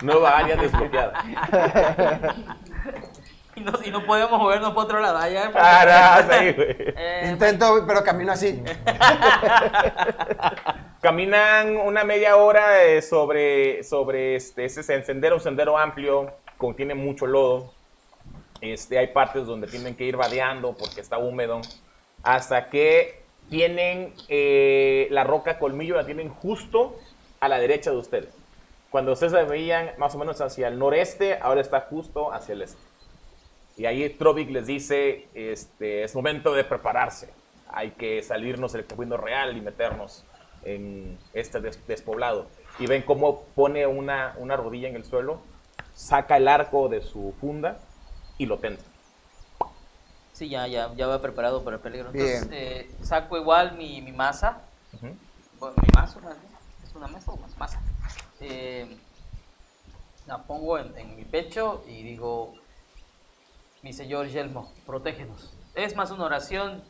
S2: Nueva área desbloqueada.
S4: Y no, y no podemos movernos para otro lado. allá, porque-
S2: Ah, no, sí, güey.
S4: Eh,
S1: Intento, pero camino así.
S2: Caminan una media hora eh, sobre, sobre este, ese sendero, un sendero amplio, contiene mucho lodo. Este, hay partes donde tienen que ir vadeando porque está húmedo. Hasta que tienen eh, la roca colmillo, la tienen justo a la derecha de ustedes. Cuando ustedes la veían más o menos hacia el noreste, ahora está justo hacia el este. Y ahí Trovic les dice, este, es momento de prepararse. Hay que salirnos del camino real y meternos en este des- despoblado. Y ven cómo pone una, una rodilla en el suelo, saca el arco de su funda y lo tenta.
S4: Sí, ya, ya, ya va preparado para el peligro. Entonces,
S1: Bien.
S4: eh, saco igual mi, mi masa.
S2: Ujú.
S4: Bueno, mi mazo, más bien. ¿Es una masa o más masa? Eh, la pongo en, en mi pecho y digo, mi señor Yelmo, protégenos. Es más una oración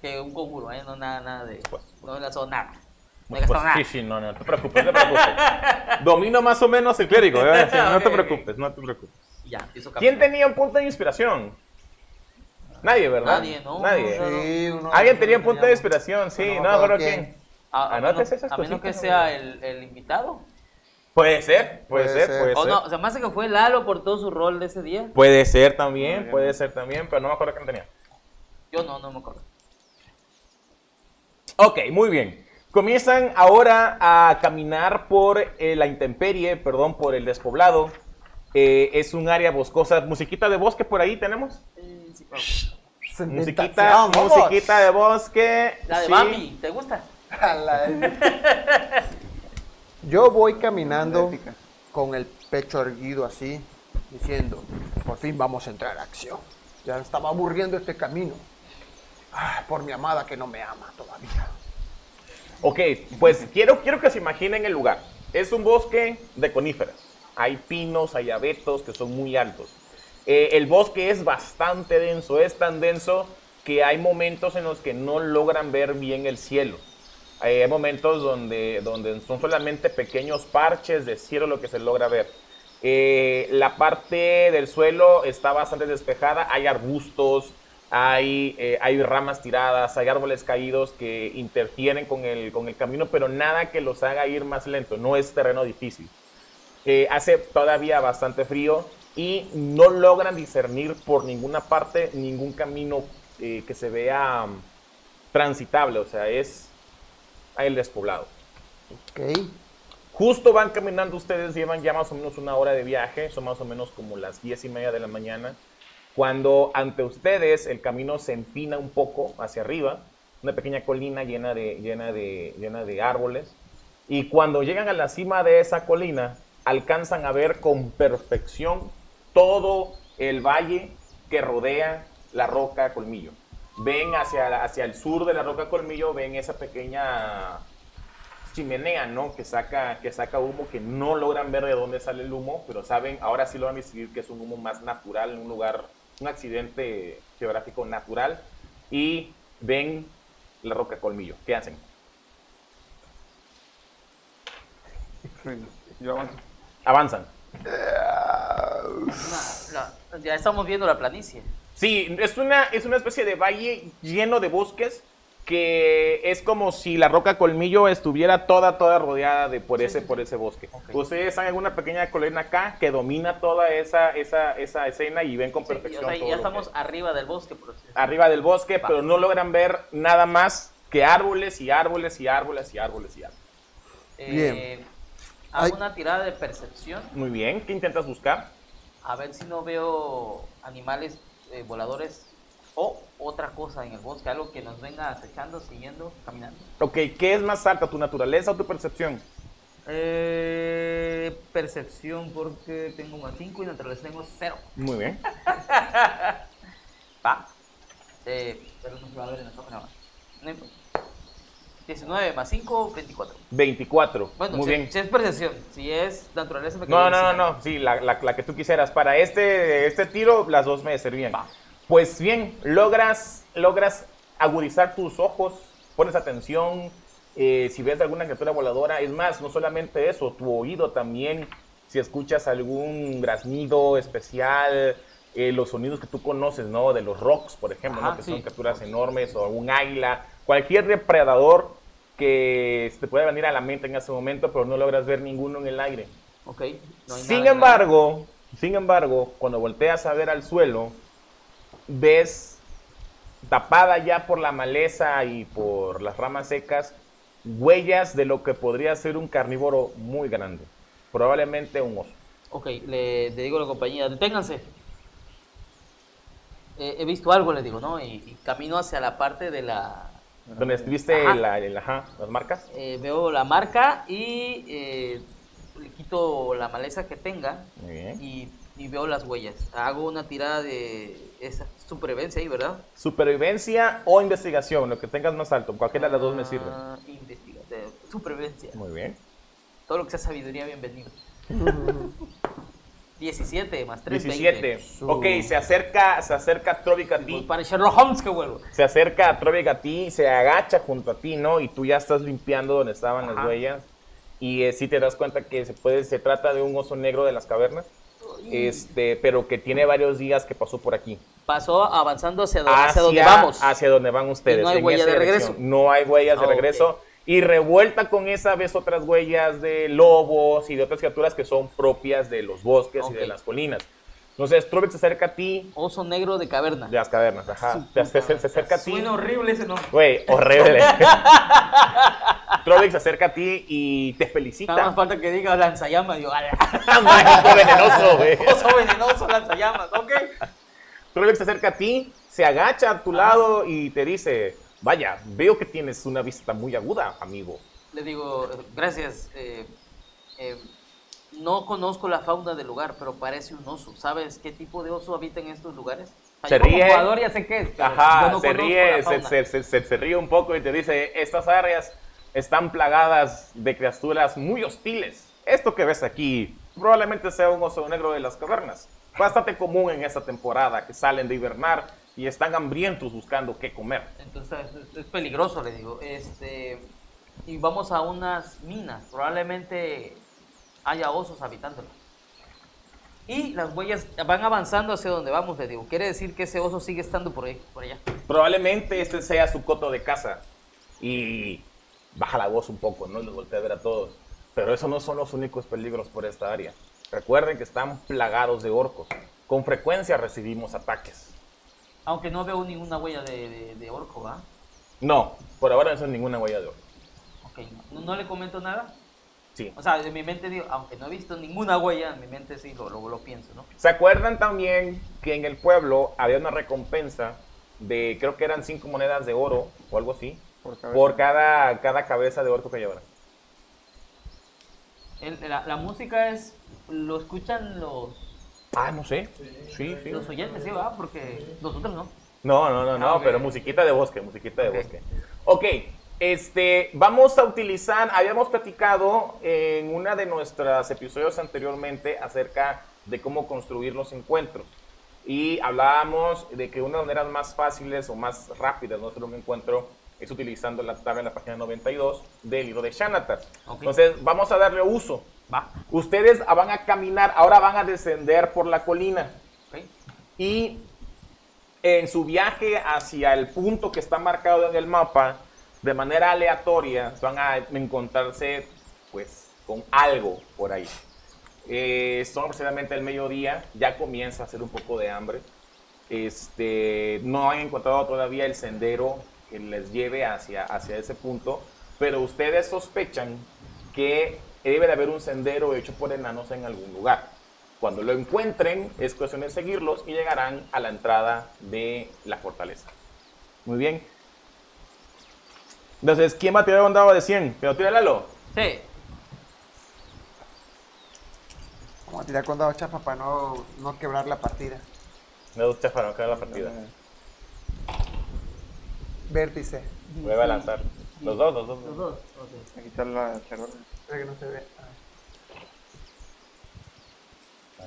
S4: que un conjuro, ¿eh? No nada, nada de...
S2: Pues.
S4: no he lanzado nada. No
S2: Pues,
S4: he gastado nada.
S2: sí, sí, no, no te preocupes, no te
S4: (laughs)
S2: preocupes. Domino más o menos el clérigo, ¿eh? Sí, no te
S4: Ok, ok.
S2: preocupes, no te preocupes.
S4: Y Ya, empiezo a
S2: ¿Quién
S4: caminar.
S2: tenía un punto de inspiración? Nadie, ¿verdad?
S4: Nadie, no,
S2: Nadie.
S4: no, no.
S1: Sí, uno-
S2: Alguien tenía un punto de inspiración, sí,
S1: No,
S2: no,
S1: no
S2: no
S1: me acuerdo
S2: pero
S1: quién.
S2: quién.
S4: A, a
S2: Anotas
S4: menos,
S2: esas
S4: a menos que
S2: cositas,
S4: sea
S2: güey.
S4: el, el invitado.
S2: Puede ser, puede,
S1: Puede
S2: ser,
S1: ser.
S2: puede
S4: O
S2: ser.
S4: no, o sea, más que fue Lalo por todo su rol de ese día.
S2: Puede ser también,
S3: Muy
S2: puede
S3: bien.
S2: ser también, pero no me acuerdo quién tenía.
S4: Yo no, no me acuerdo.
S2: Ok, muy bien. Comienzan ahora a caminar por eh, la intemperie, perdón, por el despoblado. Eh, es un área boscosa. ¿Musiquita de bosque por ahí tenemos?
S4: Eh, sí, vamos.
S2: Musiquita,
S1: Vamos.
S2: musiquita de bosque.
S4: La de
S2: sí.
S4: Bambi, ¿te gusta?
S1: A la de- Yo voy caminando
S3: Épica.
S1: con el pecho erguido así, diciendo, por fin vamos a entrar a acción. Ya estaba aburriendo este camino. Ah, por mi amada que no me ama todavía.
S2: Ok, pues quiero, quiero que se imaginen el lugar. Es un bosque de coníferas. Hay pinos, hay abetos que son muy altos. Eh, el bosque es bastante denso, es tan denso que hay momentos en los que no logran ver bien el cielo. Eh, hay momentos donde, donde son solamente pequeños parches de cielo lo que se logra ver. Eh, la parte del suelo está bastante despejada, hay arbustos, hay, eh, hay ramas tiradas, hay árboles caídos que interfieren con el, con el camino, pero nada que los haga ir más lento, no es terreno difícil. Eh, hace todavía bastante frío y no logran discernir por ninguna parte ningún camino eh, que se vea mm, transitable, o sea, es el despoblado.
S1: Ok.
S2: Justo van caminando ustedes, llevan ya más o menos una hora de viaje, son más o menos como las diez y media de la mañana, cuando ante ustedes el camino se empina un poco hacia arriba, una pequeña colina llena de, llena de, llena de árboles, y cuando llegan a la cima de esa colina, alcanzan a ver con perfección todo el valle que rodea la roca Colmillo. Ven hacia, hacia el sur de la roca Colmillo, ven esa pequeña chimenea, ¿no? Que saca, que saca humo, que no logran ver de dónde sale el humo, pero saben, ahora sí lo van a decidir que es un humo más natural, un lugar, un accidente geográfico natural. Y ven la roca colmillo. ¿Qué hacen?
S3: Sí, yo avanzo.
S2: Avanzan.
S4: Una- la- ya estamos viendo la planicie.
S2: Sí, es una, es una especie de valle lleno de bosques que es como si la roca colmillo estuviera toda, toda rodeada de por ese, por ese bosque. Ustedes están en una pequeña colina acá que domina toda esa, esa, esa escena y ven con
S4: Sí, y, o
S2: perfección. todo
S4: sea, ya
S2: lo que Ah,
S4: estamos arriba del bosque. Por así decirlo.
S2: arriba del bosque,
S4: Va.
S2: pero no logran ver nada más que árboles y árboles y árboles y árboles y árboles.
S4: Eh,
S1: Bien.
S4: Hago
S1: Ay.
S4: una tirada de percepción
S2: Muy bien, ¿qué intentas buscar?
S4: a ver si no veo animales eh, voladores o otra cosa en el bosque, algo que nos venga acechando, siguiendo, caminando.
S2: Ok, ¿qué es más alta, tu naturaleza o tu percepción?
S4: Eh, percepción porque tengo más 5 y naturaleza tengo 0.
S2: Muy bien.
S4: Va. Eh, pero es un jugador en la cámara, va. No importa. 19 más 5, 24.
S2: 24.
S4: Bueno,
S2: Muy
S4: si,
S2: bien.
S4: si es percepción, si es naturaleza me
S2: No, no,
S4: quedo
S2: no,
S4: sin nada.
S2: no. Sí, la, la- la que tú quisieras. Para este, este tiro, las dos me servían.
S4: Va.
S2: Pues bien, logras, logras agudizar tus ojos, pones atención. eh, si ves alguna criatura voladora, es más, no solamente eso, tu oído también. Si escuchas algún graznido especial, eh, los sonidos que tú conoces, ¿no? De los rocks, por ejemplo, ¿no?
S4: Ajá,
S2: que
S4: sí.
S2: son criaturas enormes o algún águila, cualquier depredador que se te pueda venir a la mente en ese momento, pero no logras ver ninguno en el aire.
S4: Ok. no hay nada
S2: Sin
S4: de nada.
S2: embargo, sin embargo, cuando volteas a ver al suelo, ves tapada ya por la maleza y por las ramas secas, huellas de lo que podría ser un carnívoro muy grande, probablemente un oso.
S4: Ok, le, le digo a la compañía, deténganse. Eh, he visto algo, le digo, ¿no? Y, y camino hacia la parte de la...
S2: Donde viste
S4: Ajá.
S2: la- el- ajá, las marcas.
S4: eh, veo la marca y eh, le quito la maleza que tenga
S2: Muy bien.
S4: y, y veo las huellas. Hago una tirada de esa supervivencia ahí, ¿verdad?
S2: Supervivencia o investigación, lo que tengas más alto, cualquiera de las dos me sirve.
S4: Ah, investiga- de supervivencia.
S2: Muy bien.
S4: Todo lo que sea sabiduría, bienvenido.
S2: (laughs)
S4: 17 más 3,
S2: 17.
S4: 20.
S2: Ok, se acerca, se acerca Trovic a ti.
S4: Voy para Sherlock Holmes que vuelvo.
S2: Se acerca a Trovic a ti, se agacha junto a ti, ¿no? Y tú ya estás limpiando donde estaban las
S4: Ajá.
S2: huellas. Y eh, sí te das cuenta que se, puede, se trata de un oso negro de las cavernas, este, pero que tiene varios días que pasó por aquí.
S4: Pasó avanzando hacia, do- hacia donde vamos.
S2: Hacia donde van ustedes.
S4: Y no hay
S2: en
S4: huella
S2: esa
S4: de regreso.
S2: dirección. No hay huellas de
S4: Ah, ok.
S2: regreso. Y revuelta con esa ves otras huellas de lobos y de otras criaturas que son propias de los bosques y de
S4: Ok.
S2: las colinas. Entonces, Trovic se acerca a ti
S4: Oso negro de caverna.
S2: de las cavernas. Ajá. Te- se- se- se acerca a ti.
S4: Suena horrible ese nombre.
S2: Güey, horrible.
S4: (laughs)
S2: Trollex se acerca a ti y te
S4: Nada más
S2: (laughs) felicita.
S4: falta que diga lanzallamas. Yo, ala. (laughs)
S2: Mágico venenoso, güey.
S4: Oso venenoso, lanzallamas, ok.
S2: Trollex se acerca a ti, se agacha a tu lado y te dice: Vaya, veo que tienes una vista muy aguda, amigo.
S4: Le digo, eh, gracias. eh, eh, no conozco la fauna del lugar, pero parece un oso. ¿Sabes qué tipo de oso habita en estos lugares?
S2: Se
S4: sea, yo como
S2: ríe.
S4: jugador ya sé qué es. pero
S2: Ajá,
S4: yo no
S2: se
S4: conozco
S2: ríe,
S4: la
S2: se,
S4: fauna.
S2: se- se- se- se ríe un poco y te dice, estas áreas están plagadas de criaturas muy hostiles. Esto que ves aquí probablemente sea un oso negro de las cavernas. Bastante común en esta temporada que salen de hibernar y están hambrientos buscando qué comer.
S4: Entonces es- es peligroso, le digo. Este, y vamos a unas minas. Probablemente haya osos habitándolas. Y las huellas van avanzando hacia donde vamos, le digo. Quiere decir que ese oso sigue estando por ahí, por allá.
S2: Probablemente este sea su coto de casa. Y baja la voz un poco, ¿no? Y los voltea a ver a todos. Pero esos no son los únicos peligros por esta área. Recuerden que están plagados de orcos. Con frecuencia recibimos ataques.
S4: Aunque no veo ninguna huella de, de- de orco, ¿va?
S2: No, por ahora no son ninguna huella de orco.
S4: Ok, no, no le comento nada.
S2: Sí.
S4: O sea, en mi mente digo, aunque no he visto ninguna huella, en mi mente sí lo, lo, lo pienso, ¿no?
S2: ¿Se acuerdan también que en el pueblo había una recompensa de, creo que eran cinco monedas de oro o algo así,
S3: Por cabeza.
S2: por cada, cada cabeza de orco que llevaran?
S4: El- la, la música es, lo escuchan los,
S2: Ah, no sé. Sí, sí.
S4: los oyentes, ¿sí, va? Porque nosotros no.
S2: No, no, no, no,
S4: Ah, ok.
S2: pero musiquita de bosque, musiquita de
S4: Ok.
S2: bosque. Ok, este, vamos a utilizar, habíamos platicado en una de nuestros episodios anteriormente acerca de cómo construir los encuentros. Y hablábamos de que una de las maneras más fáciles o más rápidas de hacer un encuentro es utilizando la tabla en la página 92 del libro de Xanatar.
S4: Ok.
S2: Entonces, vamos a darle uso.
S4: Va,
S2: Ustedes van a caminar, ahora van a descender por la colina.
S4: ok.
S2: Y en su viaje hacia el punto que está marcado en el mapa, de manera aleatoria, van a encontrarse pues con algo por ahí. Eh, son aproximadamente el mediodía, ya comienza a hacer un poco de hambre. Este, no han encontrado todavía el sendero que les lleve hacia, hacia ese punto, pero ustedes sospechan que debe de haber un sendero hecho por enanos en algún lugar. Cuando lo encuentren, es cuestión de seguirlos y llegarán a la entrada de la fortaleza. Muy bien. Entonces, ¿quién va a tirar un dado de 100? Pero tíralo.
S4: Sí,
S1: Vamos a tirar con dado chapa para no, no quebrar la partida.
S2: No es chafa, no queda la partida.
S4: Ah,
S1: Vértice.
S2: Voy a lanzar. Los dos, los dos.
S4: los dos. ok.
S3: A quitar la charola.
S1: Espera que no se ve. Ah.
S2: Ah.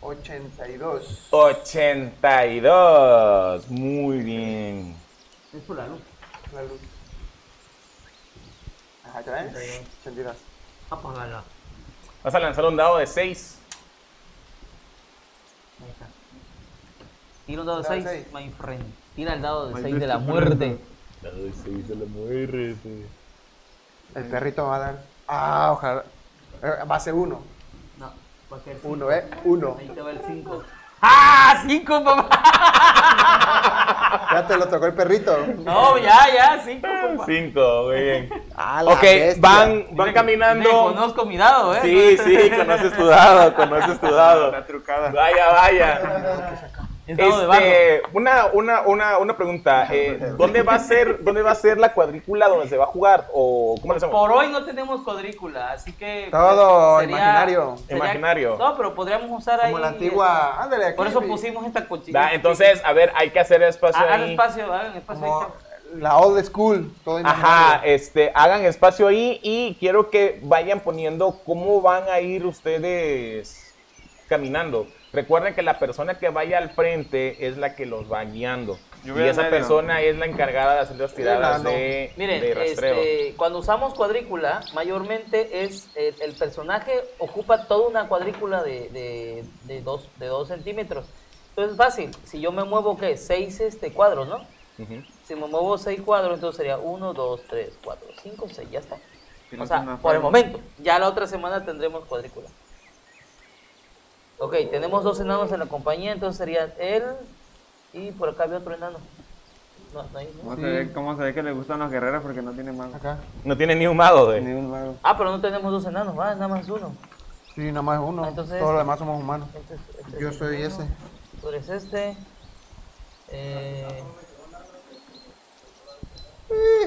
S1: 82.
S2: 82. Muy bien.
S4: Es por la luz.
S1: La luz. Ajá, ¿ya ves? 82.
S4: Apágala.
S2: Vas a lanzar un dado de 6.
S4: Ahí está. Tira un dado de
S1: Dado de
S4: 6,
S1: seis.
S4: my friend. Tira el dado de
S3: My
S4: 6 de
S3: best
S4: la
S3: friend.
S4: muerte.
S2: Dado de 6 se lo muere.
S1: El perrito va a dar. Ah, ojalá. Eh, Va a ser uno.
S4: No, va a ser cinco.
S1: Uno, ¿eh? Uno.
S4: Ahí te va el 5. ¡Ah! ¡Cinco, (laughs) papá!
S1: Ya te lo tocó el perrito.
S4: No, ya, ya, cinco,
S2: Eh,
S4: papá.
S2: 5, muy bien.
S1: Ah, la
S2: Ok,
S1: bestia.
S2: van, van
S4: Me
S2: caminando.
S4: conozco mi dado, ¿eh?
S2: Sí, sí, conoces tu dado, conoces tu dado.
S3: Está trucada.
S2: Vaya, vaya.
S4: Es dado de barro.
S2: Este, una, una, una, una pregunta. eh, ¿dónde, va a ser, ¿Dónde va a ser la cuadrícula donde se va a jugar? ¿O cómo lo hacemos?
S4: Por hoy no tenemos cuadrícula, así que...
S1: Todo imaginario.
S2: Imaginario.
S4: No, pero podríamos usar ahí... eh,
S1: Como la antigua. Ándale, aquí.
S4: Por eso
S1: mi-
S4: pusimos esta cochina.
S2: Da, entonces, a ver, hay que hacer espacio
S4: Ah, Hagan
S2: ahí.
S4: espacio, hagan espacio. ahí,
S1: Como
S4: chao.
S1: la old school. Todo
S2: Ajá,
S1: imaginario.
S2: este, hagan espacio ahí y quiero que vayan poniendo cómo van a ir ustedes caminando. Recuerden que la persona que vaya al frente es la que los va guiando.
S3: Yo
S2: Y
S3: voy al
S2: esa
S3: medio.
S2: persona es la encargada de hacer las tiradas
S1: no.
S2: de,
S4: Miren,
S2: de rastreo.
S4: este, cuando usamos cuadrícula, mayormente es eh, el personaje ocupa toda una cuadrícula de, de, de dos, de dos centímetros. Entonces es fácil, si yo me muevo, ¿qué? Seis este, cuadros, ¿no?
S2: Ujú.
S4: Si me muevo seis cuadros, entonces sería uno, dos, tres, cuatro, cinco, seis, ya está.
S3: Pero
S4: O
S3: es
S4: sea,
S3: una
S4: por el
S3: forma.
S4: momento. Ya la otra semana tendremos cuadrícula. Ok, tenemos dos enanos en la compañía, entonces sería él y por acá había otro enano. No, no hay, ¿no?
S3: ¿Cómo, se ve, cómo se ve que le gustan los guerreros porque no tiene mago?
S1: Acá.
S2: No tiene ni un mago, güey.
S3: Ni un mago.
S4: Ah, pero no tenemos dos enanos, va, nada más uno.
S1: Sí, nada más uno.
S4: Ah, entonces-
S1: Todos los demás somos humanos.
S4: Entonces, este
S1: Yo
S4: es
S1: soy
S4: uno,
S1: ese.
S4: Tú eres este. Eh,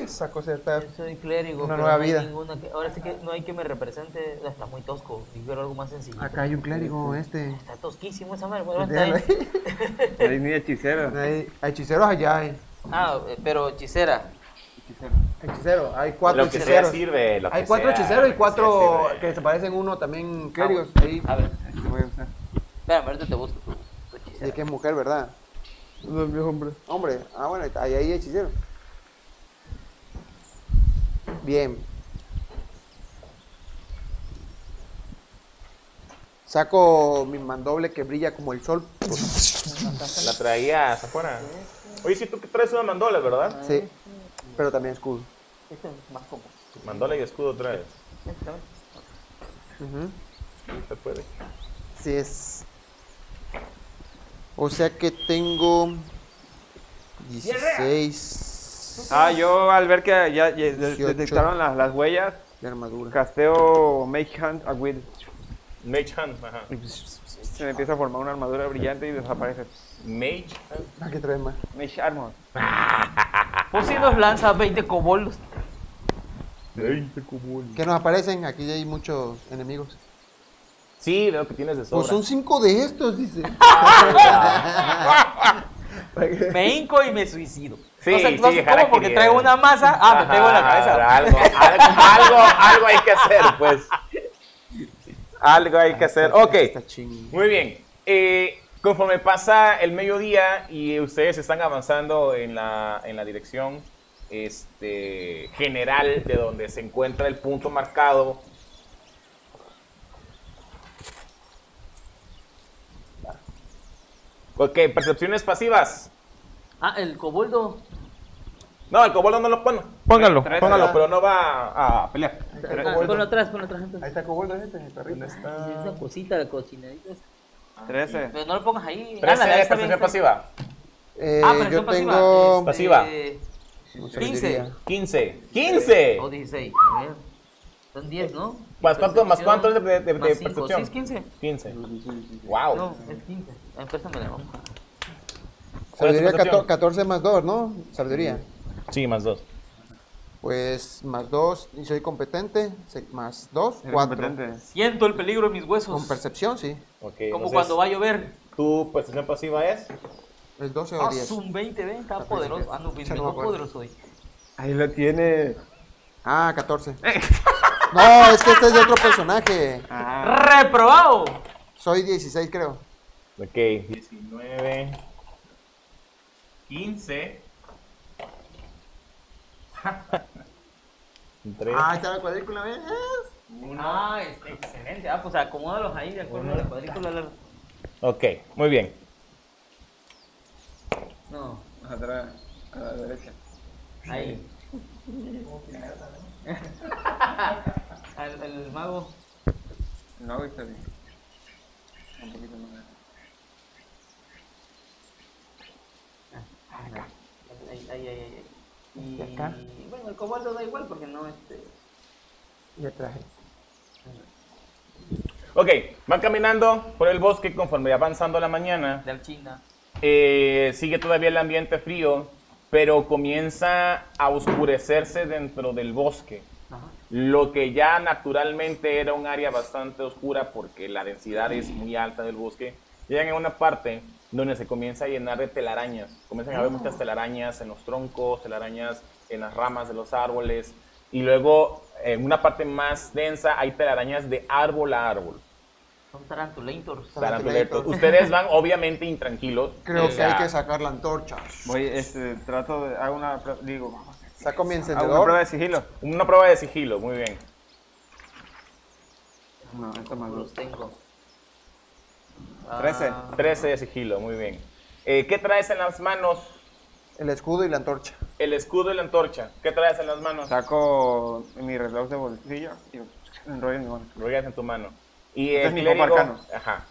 S1: Esa cosa está.
S4: Soy clérigo.
S1: Ah. Una
S4: pero
S1: nueva
S4: no hay
S1: vida.
S4: ninguna que- ahora sí que no hay que me represente. Está muy tosco. Yo quiero algo más sencillo.
S1: Acá hay un clérigo, este.
S4: Está tosquísimo esa madre. Bueno, está ahí.
S1: Hay
S3: Ahí ni hechicero.
S1: hechiceros allá, hay.
S4: (laughs) Ah, eh, pero hechicera.
S3: Hechicero.
S1: Hechicero, hay cuatro
S2: Lo que sea
S1: hechiceros.
S2: sirve. lo
S1: Hay
S2: que
S1: cuatro
S2: sea,
S1: hechiceros
S2: lo
S1: y
S2: que
S1: cuatro
S2: sea sirve. Ah,
S1: que se parecen uno también clérigos. Ahí.
S4: A ver,
S3: Te voy a usar.
S4: espérame, ahorita te busco. tu- tu hechicera.
S1: Y que es mujer, ¿verdad?
S5: No, mi hombre.
S1: Hombre, ah, bueno, ahí hay hechicero. Bien. Saco mi mandoble que brilla como el sol.
S2: La traías afuera. Oye, sí, tú que traes una mandola,
S5: Ah.
S2: ¿verdad?
S1: Sí, pero también escudo.
S4: Este es más cómodo.
S2: Mandola y escudo traes.
S4: Este también.
S1: Ujú.
S2: Se puede.
S1: Sí es. O sea que tengo 16
S3: Ah, yo al ver que ya, ya de-
S1: 18.
S3: detectaron las, las huellas,
S1: de armadura.
S3: casteo Make Hand a Will.
S2: Mage Hand, ajá.
S3: Se me empieza a formar una armadura brillante y desaparece.
S2: Mage
S1: Ah, ¿qué traes más?
S3: Mage Armor.
S2: Ah.
S4: Pues si nos lanza 20 cobolos.
S1: ¿Qué nos aparecen? Aquí hay muchos enemigos.
S2: Sí, veo que tienes de sobra.
S1: Pues son 5 de estos, (laughs) dice.
S4: Me hinco y me suicido.
S2: Sí,
S4: no sé, no
S2: sí,
S4: sé
S2: jala
S4: cómo porque
S2: que-
S4: traigo una masa. Ah, me pego en la
S2: Ajá,
S4: cabeza.
S2: Algo, algo, algo, algo hay que hacer, pues. Algo hay que hacer. Ok.
S1: Está ching.
S2: Muy bien. Eh, conforme pasa el mediodía y ustedes están avanzando en la, en la dirección este, general de donde se encuentra el punto marcado. Ok, percepciones pasivas.
S4: Ah, el coboldo.
S2: No, el coboldo no lo pone.
S3: Póngalo.
S2: Póngalo, Póngalo, pero no va a, a pelear.
S4: Ah, ponlo atrás, ponlo atrás. entonces.
S1: Ahí está Coboldo, este, el perrito.
S4: Es una cosita, la cocinadita.
S3: 13.
S4: Pero no lo pongas ahí.
S2: Trece,
S4: Álala, está bien,
S2: percepción
S4: está bien.
S2: pasiva.
S1: Eh,
S4: Ah, pero
S1: yo
S4: pasiva.
S1: tengo.
S2: Pasiva.
S4: Este,
S1: no sé,
S4: 15.
S1: diría.
S2: 15. 15.
S4: O 16. A ver. Son 10, ¿no?
S2: ¿Más cuánto, más
S4: Percepción,
S2: cuánto es de, de- de
S4: más cinco.
S2: percepción?
S4: Sí, es 15.
S2: 15. Wow.
S4: No, es 15. Ah, préstamela, vamos.
S2: ¿Cuál es tu
S1: Sabiduría
S2: percepción?
S1: 14, 14 más 2, ¿no? Sabiduría.
S2: Sí, más dos.
S1: Pues más 2, y soy competente, se- más 2,
S3: Eres
S1: 4.
S3: competente.
S4: Siento el peligro en mis huesos.
S1: Con percepción, sí.
S2: Ok.
S4: Como
S2: entonces,
S4: cuando va a llover.
S2: ¿Tu percepción pasiva es?
S1: El 12 o
S4: Ah,
S1: 10.
S4: un 20, ¿ven? Está poderoso. Ah,
S1: Ya
S4: no,
S1: no
S4: bien,
S1: me acuerdo.
S4: poderoso hoy.
S3: Ahí lo tiene.
S1: Ah, 14. (laughs) No, es que este es de otro personaje.
S3: Ah,
S4: ¡Reprobado!
S1: Soy 16, creo.
S2: Ok. 19. (laughs) 15. 3.
S1: Ah, está la cuadrícula, ¿ves?
S4: Ah, es- excelente. Ah, pues acomódalos ahí de acuerdo a la cuadrícula. la-
S2: Ok, muy bien.
S4: No,
S3: (laughs) atrás, a la derecha.
S4: ahí. (laughs) Al, al mago.
S3: No, está bien. Un poquito más.
S4: Ah, Ahí, ahí, ahí. ahí. Y, bueno, el cobalto da igual porque no este.
S1: Ya traje.
S2: Ok, van caminando por el bosque conforme avanzando la mañana.
S4: De Alchina.
S2: Eh, sigue todavía el ambiente frío, pero comienza a oscurecerse dentro del bosque.
S4: Ajá.
S2: Lo que ya naturalmente era un área bastante oscura porque la densidad es muy alta del bosque, llegan a una parte donde se comienza a llenar de telarañas. Comienzan a haber muchas
S1: Ah.
S2: telarañas en los troncos, telarañas en las ramas de los árboles. Y luego, en una parte más densa, hay telarañas de árbol a árbol.
S4: Son tarantulentors.
S1: (laughs)
S2: Tarantuletos. Ustedes van obviamente intranquilos.
S1: Creo
S2: o
S1: que
S2: sea,
S1: hay que sacar la antorcha.
S3: Voy, este, trato de. Hago una. prueba- Digo, vamos.
S1: Saco mi
S3: Hago una
S1: encendedor.
S3: prueba de sigilo.
S2: Una prueba de sigilo, muy bien.
S3: No, esto más
S4: Los
S3: dos.
S4: tengo.
S3: Trece.
S4: Ah,
S2: 13 de sigilo, muy bien. Eh, ¿Qué traes en las manos?
S1: El escudo y la antorcha.
S2: El escudo y la antorcha. ¿Qué traes en las manos?
S3: Saco mi reloj de bolsillo y lo enrollo en mi mano.
S2: Ruegas en tu mano. Y
S3: Este
S2: el
S3: es mi
S2: clérigo-
S3: copa arcano.
S2: Ajá.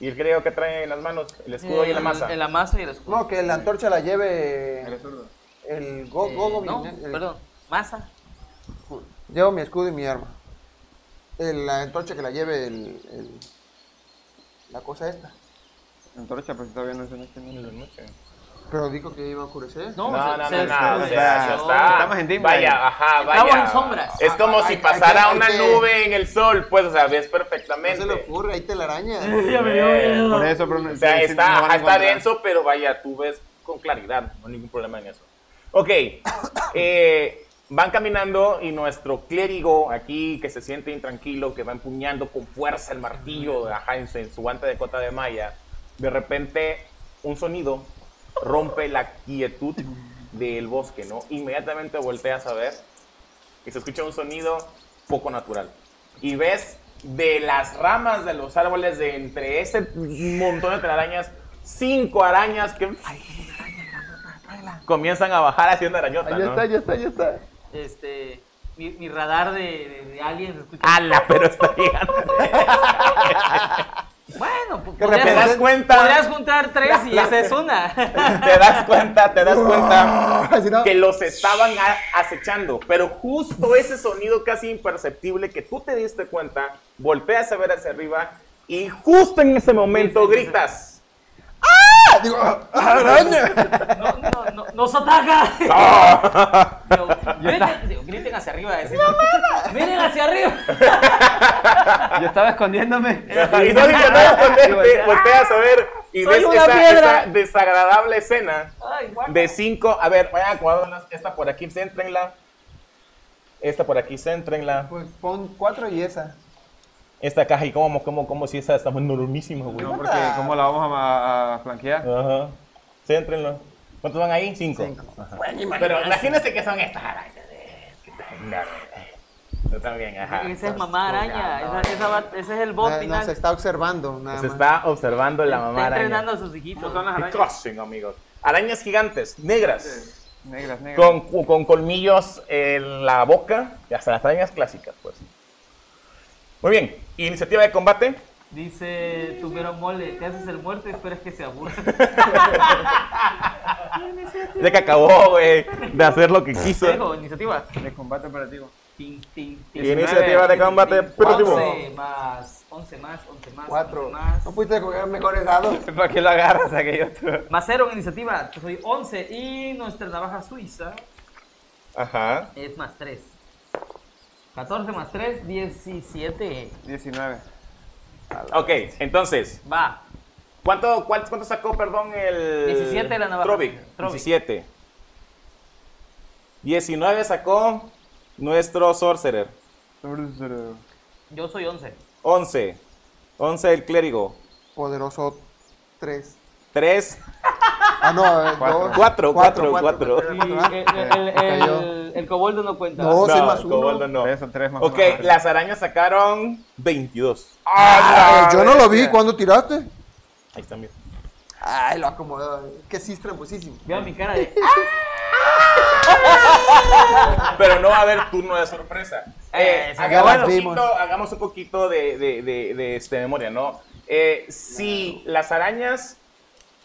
S2: ¿Y el clérigo que trae en las manos? El escudo y la masa.
S4: El, el amasa y el escudo.
S1: No, que la antorcha la lleve
S3: zurdo?
S1: el go,
S4: Eh,
S1: go, go-
S4: no,
S1: el-
S4: perdón. Masa.
S1: Llevo mi escudo y mi arma. El- la antorcha que la lleve el, el- la cosa esta.
S3: Antorcha, pues todavía no se me
S2: En
S3: tiene.
S2: la noche.
S1: Pero dijo que iba a oscurecer.
S2: No,
S4: No,
S2: no,
S4: se- Este,
S2: no, no,
S4: se-
S2: o
S4: se-
S2: sea,
S4: se-
S2: ya está.
S3: Estamos en Disney.
S2: Vaya, ajá, vaya.
S4: Estamos en sombras.
S2: Es como
S1: Ah,
S2: si
S1: hay-
S2: pasara
S1: hay que-
S2: una
S1: hay que-
S2: nube en el sol, pues, o sea, ves
S1: No se le
S2: perfectamente.
S1: ocurre, ahí te la araña.
S4: Ya me dio miedo.
S3: Por eso, pero no-
S2: O sea,
S3: sí, no
S2: está,
S3: van a
S2: ajá, está
S3: encontrar.
S2: denso, pero vaya, tú ves con claridad, no hay ningún problema en eso.
S3: (coughs)
S2: Ok, eh, van caminando y nuestro clérigo aquí, que se siente intranquilo, que va empuñando con fuerza el martillo ajá, en, su, en su guante de cota de malla, de repente un sonido rompe la quietud del bosque, ¿no? Inmediatamente volteas a ver y se escucha un sonido poco natural. Y ves de las ramas de los árboles, de entre ese montón de telarañas, cinco arañas que comienzan a bajar haciendo arañota,
S1: Ahí
S2: Ah, ¿no?
S1: está, ya está, ya está.
S4: Este, mi, mi radar de, de, de aliens escucha.
S1: Ah.
S2: ¡Hala! Pero está llegando.
S4: Bueno, pues,
S1: Que te
S2: das cuenta.
S4: Podrías juntar tres y esa
S1: (laughs)
S4: es una.
S2: Te das cuenta, te das cuenta
S4: Ah,
S1: Así no.
S2: que los estaban a- acechando, pero justo ese sonido casi imperceptible que tú te diste cuenta, volteas a ver hacia arriba y justo en ese momento
S4: Sí, sí, sí.
S2: gritas.
S1: Ah, digo, ah, araña.
S4: No, no, no, nos ataca.
S2: ¡Ah!
S4: Digo, griten, digo, griten hacia arriba. decimos. Miren hacia arriba.
S3: Yo estaba escondiéndome.
S2: (laughs) y no intentas esconderte, volteas a ver y
S4: Soy
S2: ves
S4: una
S2: esa,
S4: piedra.
S2: esa desagradable escena
S4: Ay, guaca.
S2: de cinco. A ver, vayan acomodarlas. Esta por aquí, céntrenla. Esta por aquí, céntrenla.
S1: Pues pon cuatro y esa.
S2: Esta caja, y cómo, cómo, cómo, si esa está muy enormísima, güey.
S3: No, porque ¿cómo la vamos a, a flanquear?
S2: Ajá. Céntrenlo. ¿Cuántos van ahí? Cinco. Ajá. Pero imagínense que son estas arañas. eh, que están- Yo también, ajá.
S4: Esa es mamá araña. Esa, esa va- ese es el bot
S1: No, no,
S4: final.
S1: se está observando, nada
S2: Se
S1: más.
S2: está observando la mamá
S4: Está
S2: araña.
S4: entrenando a sus hijitos.
S2: Crossing, amigos. Arañas gigantes, negras,
S3: Negras, negras.
S2: con, con colmillos en la boca, y hasta las arañas clásicas, pues. Muy bien, iniciativa de combate.
S4: Dice, tuvieron mole, te haces el muerto y esperas que
S2: (laughs)
S4: se aburra.
S2: Ya que acabó, güey, de hacer lo que quiso.
S4: Digo, iniciativa.
S3: De combate operativo.
S4: Tin, tin, tin.
S2: Iniciativa de combate, pero tipo.
S4: 11 más, 11 más, 11 más,
S1: Cuatro.
S4: 11 más.
S1: No pudiste jugar mejores dados.
S3: ¿Para qué lo agarras aquello tú?
S4: Más cero en iniciativa, yo soy 11 y nuestra navaja suiza
S2: Ajá.
S4: es más 3. 14 más 3, 17.
S3: 19.
S2: Ok, entonces,
S4: Va.
S2: ¿Cuánto, cuál- cuánto sacó, perdón, el.
S4: 17 la navaja.
S2: Trovic,
S4: Trovic.
S2: 17. 19 sacó nuestro Sorcerer.
S4: Yo soy 11.
S2: 11. 11 el Clérigo.
S1: Poderoso tres.
S2: 3.
S1: Ah, no, a ver,
S3: Cuatro.
S1: dos.
S2: (laughs) Cuatro, cuatro, cuatro.
S4: Y
S1: cuatro,
S4: el,
S1: ¿verdad?
S4: el, el-
S1: cayó.
S4: el- el koboldo no cuenta.
S1: No. 12 más
S2: el
S1: uno.
S2: Koboldo no.
S3: Eso, 3 más
S2: Ok,
S3: uno.
S2: las arañas sacaron 22.
S1: Ah, yo no lo vi, ¿cuándo tiraste?
S2: Ahí están bien.
S1: Ay, lo acomodó. Que sí, es tramposísimo.
S4: Veo mi cara de.
S2: Pero no va a haber turno de sorpresa. Eh,
S4: Eh, sí,
S1: ya
S2: hagamos,
S1: las
S2: un
S1: vimos.
S2: poquito, hagamos un poquito de, de- de- de, este, memoria, ¿no? Eh, si las arañas.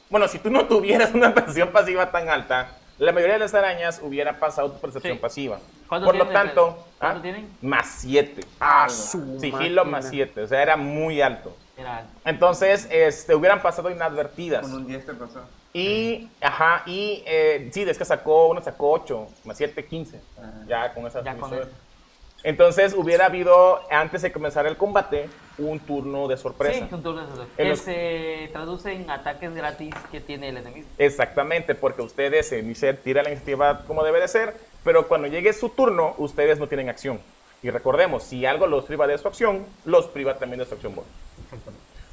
S2: Bueno, si tú no tuvieras (laughs) una presión pasiva tan alta, la mayoría de las arañas hubiera pasado tu percepción
S4: Sí.
S2: pasiva.
S4: ¿Cuánto
S2: Por lo
S4: tienen,
S2: tanto,
S4: Pedro? ¿Cuánto
S2: ¿ah?
S4: tienen?
S2: más 7.
S1: su
S2: Sigilo
S1: máquina.
S2: más 7. O sea, era muy alto.
S4: Era-
S2: Entonces, este, hubieran pasado inadvertidas.
S3: Con un 10 te pasó.
S2: Y, ajá, y eh, sí, es que sacó, uno sacó 8, más 7, 15.
S3: Ajá.
S2: Ya con esas
S4: Ya con
S2: emisoras.
S4: eso.
S2: Entonces hubiera habido, antes de comenzar el combate, un turno de
S4: Sí,
S2: sorpresa.
S4: un turno de esos.
S2: En
S4: Que
S2: los-
S4: se traduce en ataques gratis que tiene el enemigo.
S2: Exactamente, porque ustedes, eh, Michelle, tira la iniciativa como debe de ser, pero cuando llegue su turno, ustedes no tienen acción. Y recordemos, si algo los priva de su acción, los priva también de su acción bonus.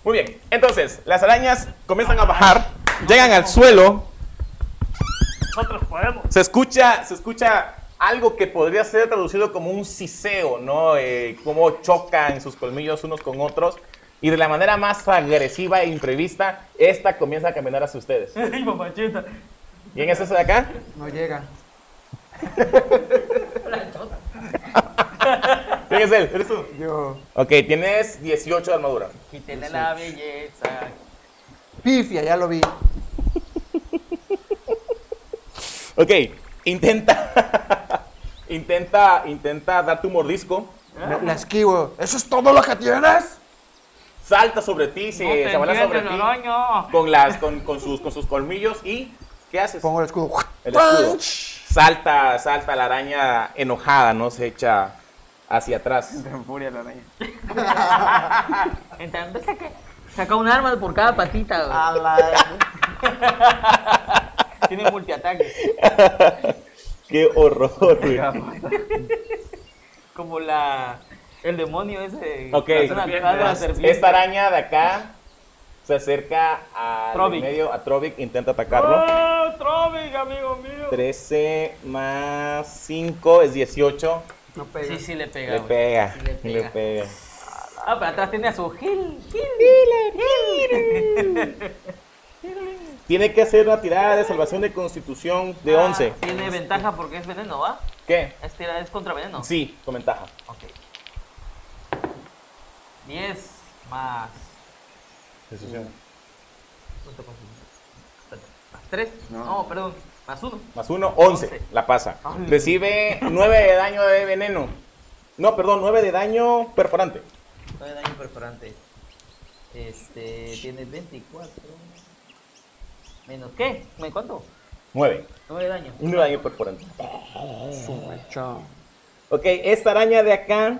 S2: Muy bien, entonces, las arañas comienzan a bajar, llegan al suelo,
S4: Nosotros
S3: (laughs)
S4: podemos.
S2: Se escucha, se escucha algo que podría ser traducido como un siseo, ¿no? Eh, cómo chocan sus colmillos unos con otros. Y de la manera más agresiva e imprevista, esta comienza a caminar hacia ustedes.
S4: Ay, mamachita.
S2: ¿Y en es eso de acá?
S1: No llega.
S2: ¿Quién es él? ¿Eres tú?
S1: Yo.
S2: Ok, tienes 18 de armadura.
S4: Quítenle la belleza.
S1: Pifia, ya lo vi.
S2: Ok, intenta. (laughs) intenta, intenta darte un mordisco.
S1: La, la esquivo. ¿Eso es todo lo que tienes?
S2: Salta sobre ti, se,
S4: No te
S2: se abalanza sobre
S4: entiendes,
S2: ti.
S4: Noroño.
S2: con las con, con sus con sus colmillos y ¿Qué haces?
S1: Pongo el escudo.
S2: El escudo. Salta, salta la araña enojada, ¿no? Se echa hacia atrás.
S3: Entra en furia la araña.
S4: Entonces saca, saca un arma por cada patita, güey.
S5: A la...
S4: (laughs) Tiene multiataque.
S2: ¡Qué horror, güey!
S4: Como la. El demonio ese.
S2: Ok,
S4: la zona
S3: serpiente.
S4: alejada de la serpiente.
S2: esta araña de acá se acerca al
S4: Trovic.
S2: medio, a Trovic, intenta atacarlo.
S3: ¡Oh, Trovic, amigo mío!
S2: 13 más 5 es 18.
S1: No pega.
S4: Sí, sí, le pega.
S2: Le
S4: güey.
S2: pega,
S4: Sí, le
S2: y
S4: pega.
S2: le pega.
S4: Ah, pero atrás tiene a su Gil. Gil. (laughs)
S2: Tiene que hacer una tirada de salvación de constitución de
S4: Ah,
S2: 11.
S4: Tiene ventaja porque es veneno, ¿va?
S2: ¿Qué?
S4: Es, tira- es contra veneno.
S2: Sí, con ventaja.
S4: Ok. 10 más. ¿Cuánto pasó? Más 3. No.
S3: No.
S4: perdón. Más 1.
S2: Más 1, 11.
S4: Once.
S2: La pasa.
S4: Ay.
S2: Recibe 9 de daño de veneno. No, perdón, 9 de daño perforante.
S4: de daño perforante. Este. Tiene 24. ¿Menos qué? ¿Me cuánto?
S2: 9.
S4: 9 de daño.
S2: 9 de daño perforante. Ok, esta araña de acá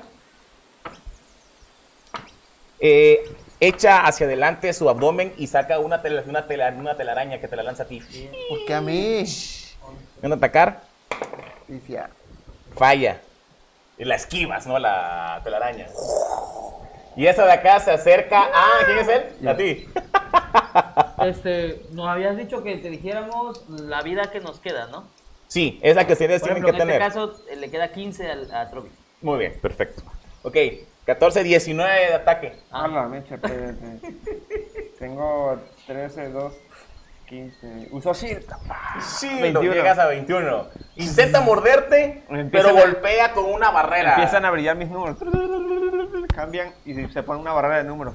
S2: eh, echa hacia adelante su abdomen y saca una, tela- una, tela- una telaraña que te la lanza a ti.
S1: ¿Por qué a mí?
S2: Van a atacar,
S1: Pifia.
S2: falla. Y la esquivas, ¿no? La telaraña. Y esa de acá se acerca a... ¿Quién es él? A ti.
S4: Este. Nos habías dicho que te dijéramos la vida que nos queda, ¿no?
S2: Sí, es la que ustedes
S4: Por
S2: tienen
S4: ejemplo,
S2: que
S4: en este
S2: tener.
S4: caso eh, le queda 15 al, a Trovi.
S2: Muy bien, perfecto. Ok, 14, 19 de ataque.
S3: A Ah, la mecha, espérate. Tengo 13, 2, 15. Uso shield. (laughs)
S2: Sí,
S3: 21.
S2: llegas a 21. Intenta morderte,
S3: Empiezan
S2: pero
S3: a-
S2: golpea con una barrera.
S3: Empiezan a brillar mis números. Cambian y se pone una barrera de números.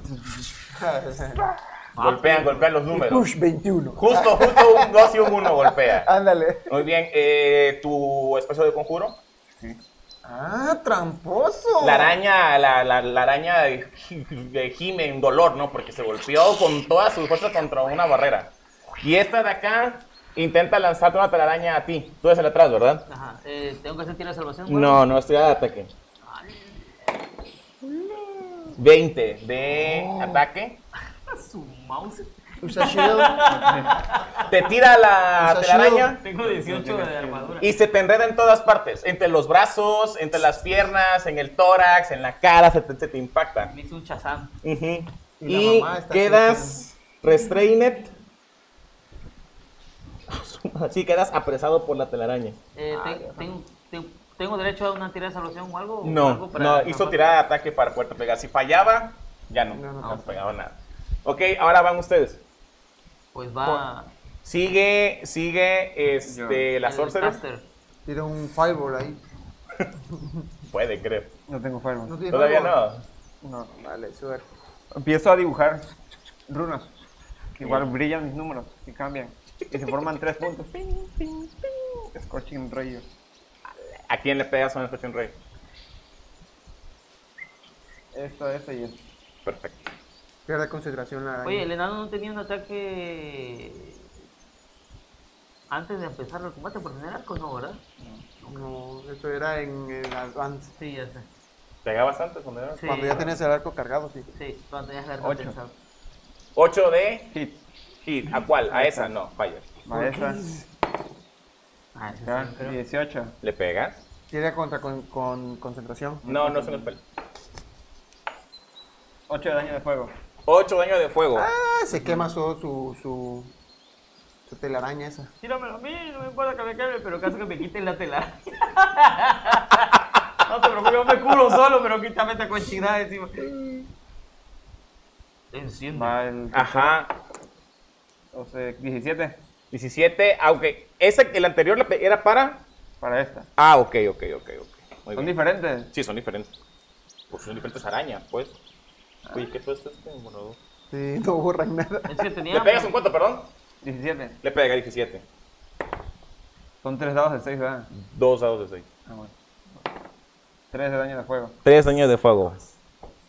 S2: Golpean, golpean los números.
S1: Push 21.
S2: Justo, justo un 2 y un 1 golpea.
S1: Ándale.
S2: Muy bien, eh, tu espacio de conjuro.
S3: Sí.
S1: Ah, tramposo.
S2: La araña, la, la- la araña de- de gime en dolor, ¿no? Porque se golpeó con todas sus fuerzas contra una barrera. Y esta de acá intenta lanzarte una telaraña a ti. Tú eres el atrás, ¿verdad?
S4: Ajá. Eh, ¿Tengo que hacer tiro de salvación? Bueno,
S2: No, no, estoy de ataque. 20 de ataque.
S4: Su mouse.
S1: Usa shield.
S2: Te tira la
S1: Usa
S2: telaraña
S4: Tengo 18 de armadura.
S2: y se te enreda en todas partes. Entre los brazos, entre las piernas, en el tórax, en la cara, se te, se te impacta.
S4: Me hice un chazán.
S2: Ujú.
S1: Y la
S2: Y,
S1: mamá está
S2: quedas restrained. (laughs) Sí, quedas apresado por la telaraña.
S4: Eh, te- tengo, tengo, tengo derecho a una tirada de salvación o algo? o
S2: No,
S4: algo para-
S2: no,
S4: para-
S2: hizo tirada de ataque para poder pegar. Si fallaba, ya no,
S1: No, no
S2: no pegaba nada. Ok, ahora van ustedes.
S4: Pues va.
S2: Sigue, sigue, este, la
S4: el
S2: sorceress.
S4: caster.
S1: Tira un fireball ahí.
S2: Puede, creo.
S3: No tengo fuego.
S1: ¿No tiene
S2: Todavía
S1: fireball?
S2: no.
S3: No.
S1: Vale, suerte.
S3: Empiezo a dibujar runas. Igual brillan mis números y cambian. Y se forman tres puntos. Ping, ping, ping. Scorching Rayos.
S2: ¿A quién le pegas una estación rey?
S3: Esto, esto y esto.
S2: Perfecto.
S1: Pierde concentración la araña.
S4: Oye, el enano no tenía un ataque. Antes de empezar el combate por tener arco, ¿no, verdad?
S1: No, eso era en el advance.
S4: Sí, ya sé.
S2: ¿Pegabas antes cuando eras?
S4: Sí,
S1: Cuando ya tenías el arco cargado, sí.
S4: Sí, cuando tenías el arco
S3: Ocho.
S4: pensado.
S2: 8 de
S3: Hit.
S2: hit. ¿A cuál? A esa, no, falla.
S3: Maestra.
S4: Ah, ese sí,
S3: Ya,
S4: creo.
S3: 18.
S2: ¿Le pegas?
S1: Tira contra con, con concentración.
S2: No, no es un spell.
S3: 8 de daño de fuego.
S2: 8 daño de fuego.
S1: Ah, se quema su, su, su, su telaraña esa.
S4: Tíramelo a mí, no me importa que me quebre, pero caso que me quiten
S2: (laughs)
S4: la tela. no te preocupes, yo me curo solo, pero quítame esta cochina encima. Enciende.
S3: Va el.
S2: Ajá.
S3: O sea, 17
S2: 17, ah, ok. Ese, el anterior le pe- era para.
S3: para esta.
S2: Ah, ok, ok, ok, ok. Muy
S3: Son
S2: bien.
S3: diferentes.
S2: Sí, son diferentes. Pues son diferentes arañas, pues. Uy, ¿qué todo esto es como no?
S1: Sí, (laughs) no borran nada.
S4: Es que tenía.
S2: ¿Le pegas un cuánto, perdón?
S3: 17.
S2: Le pega 17.
S3: Son 3 dados de 6 ¿verdad?
S2: Dos dados de 6.
S3: Ah, bueno. 3 de daño de fuego.
S2: 3 daños de fuego.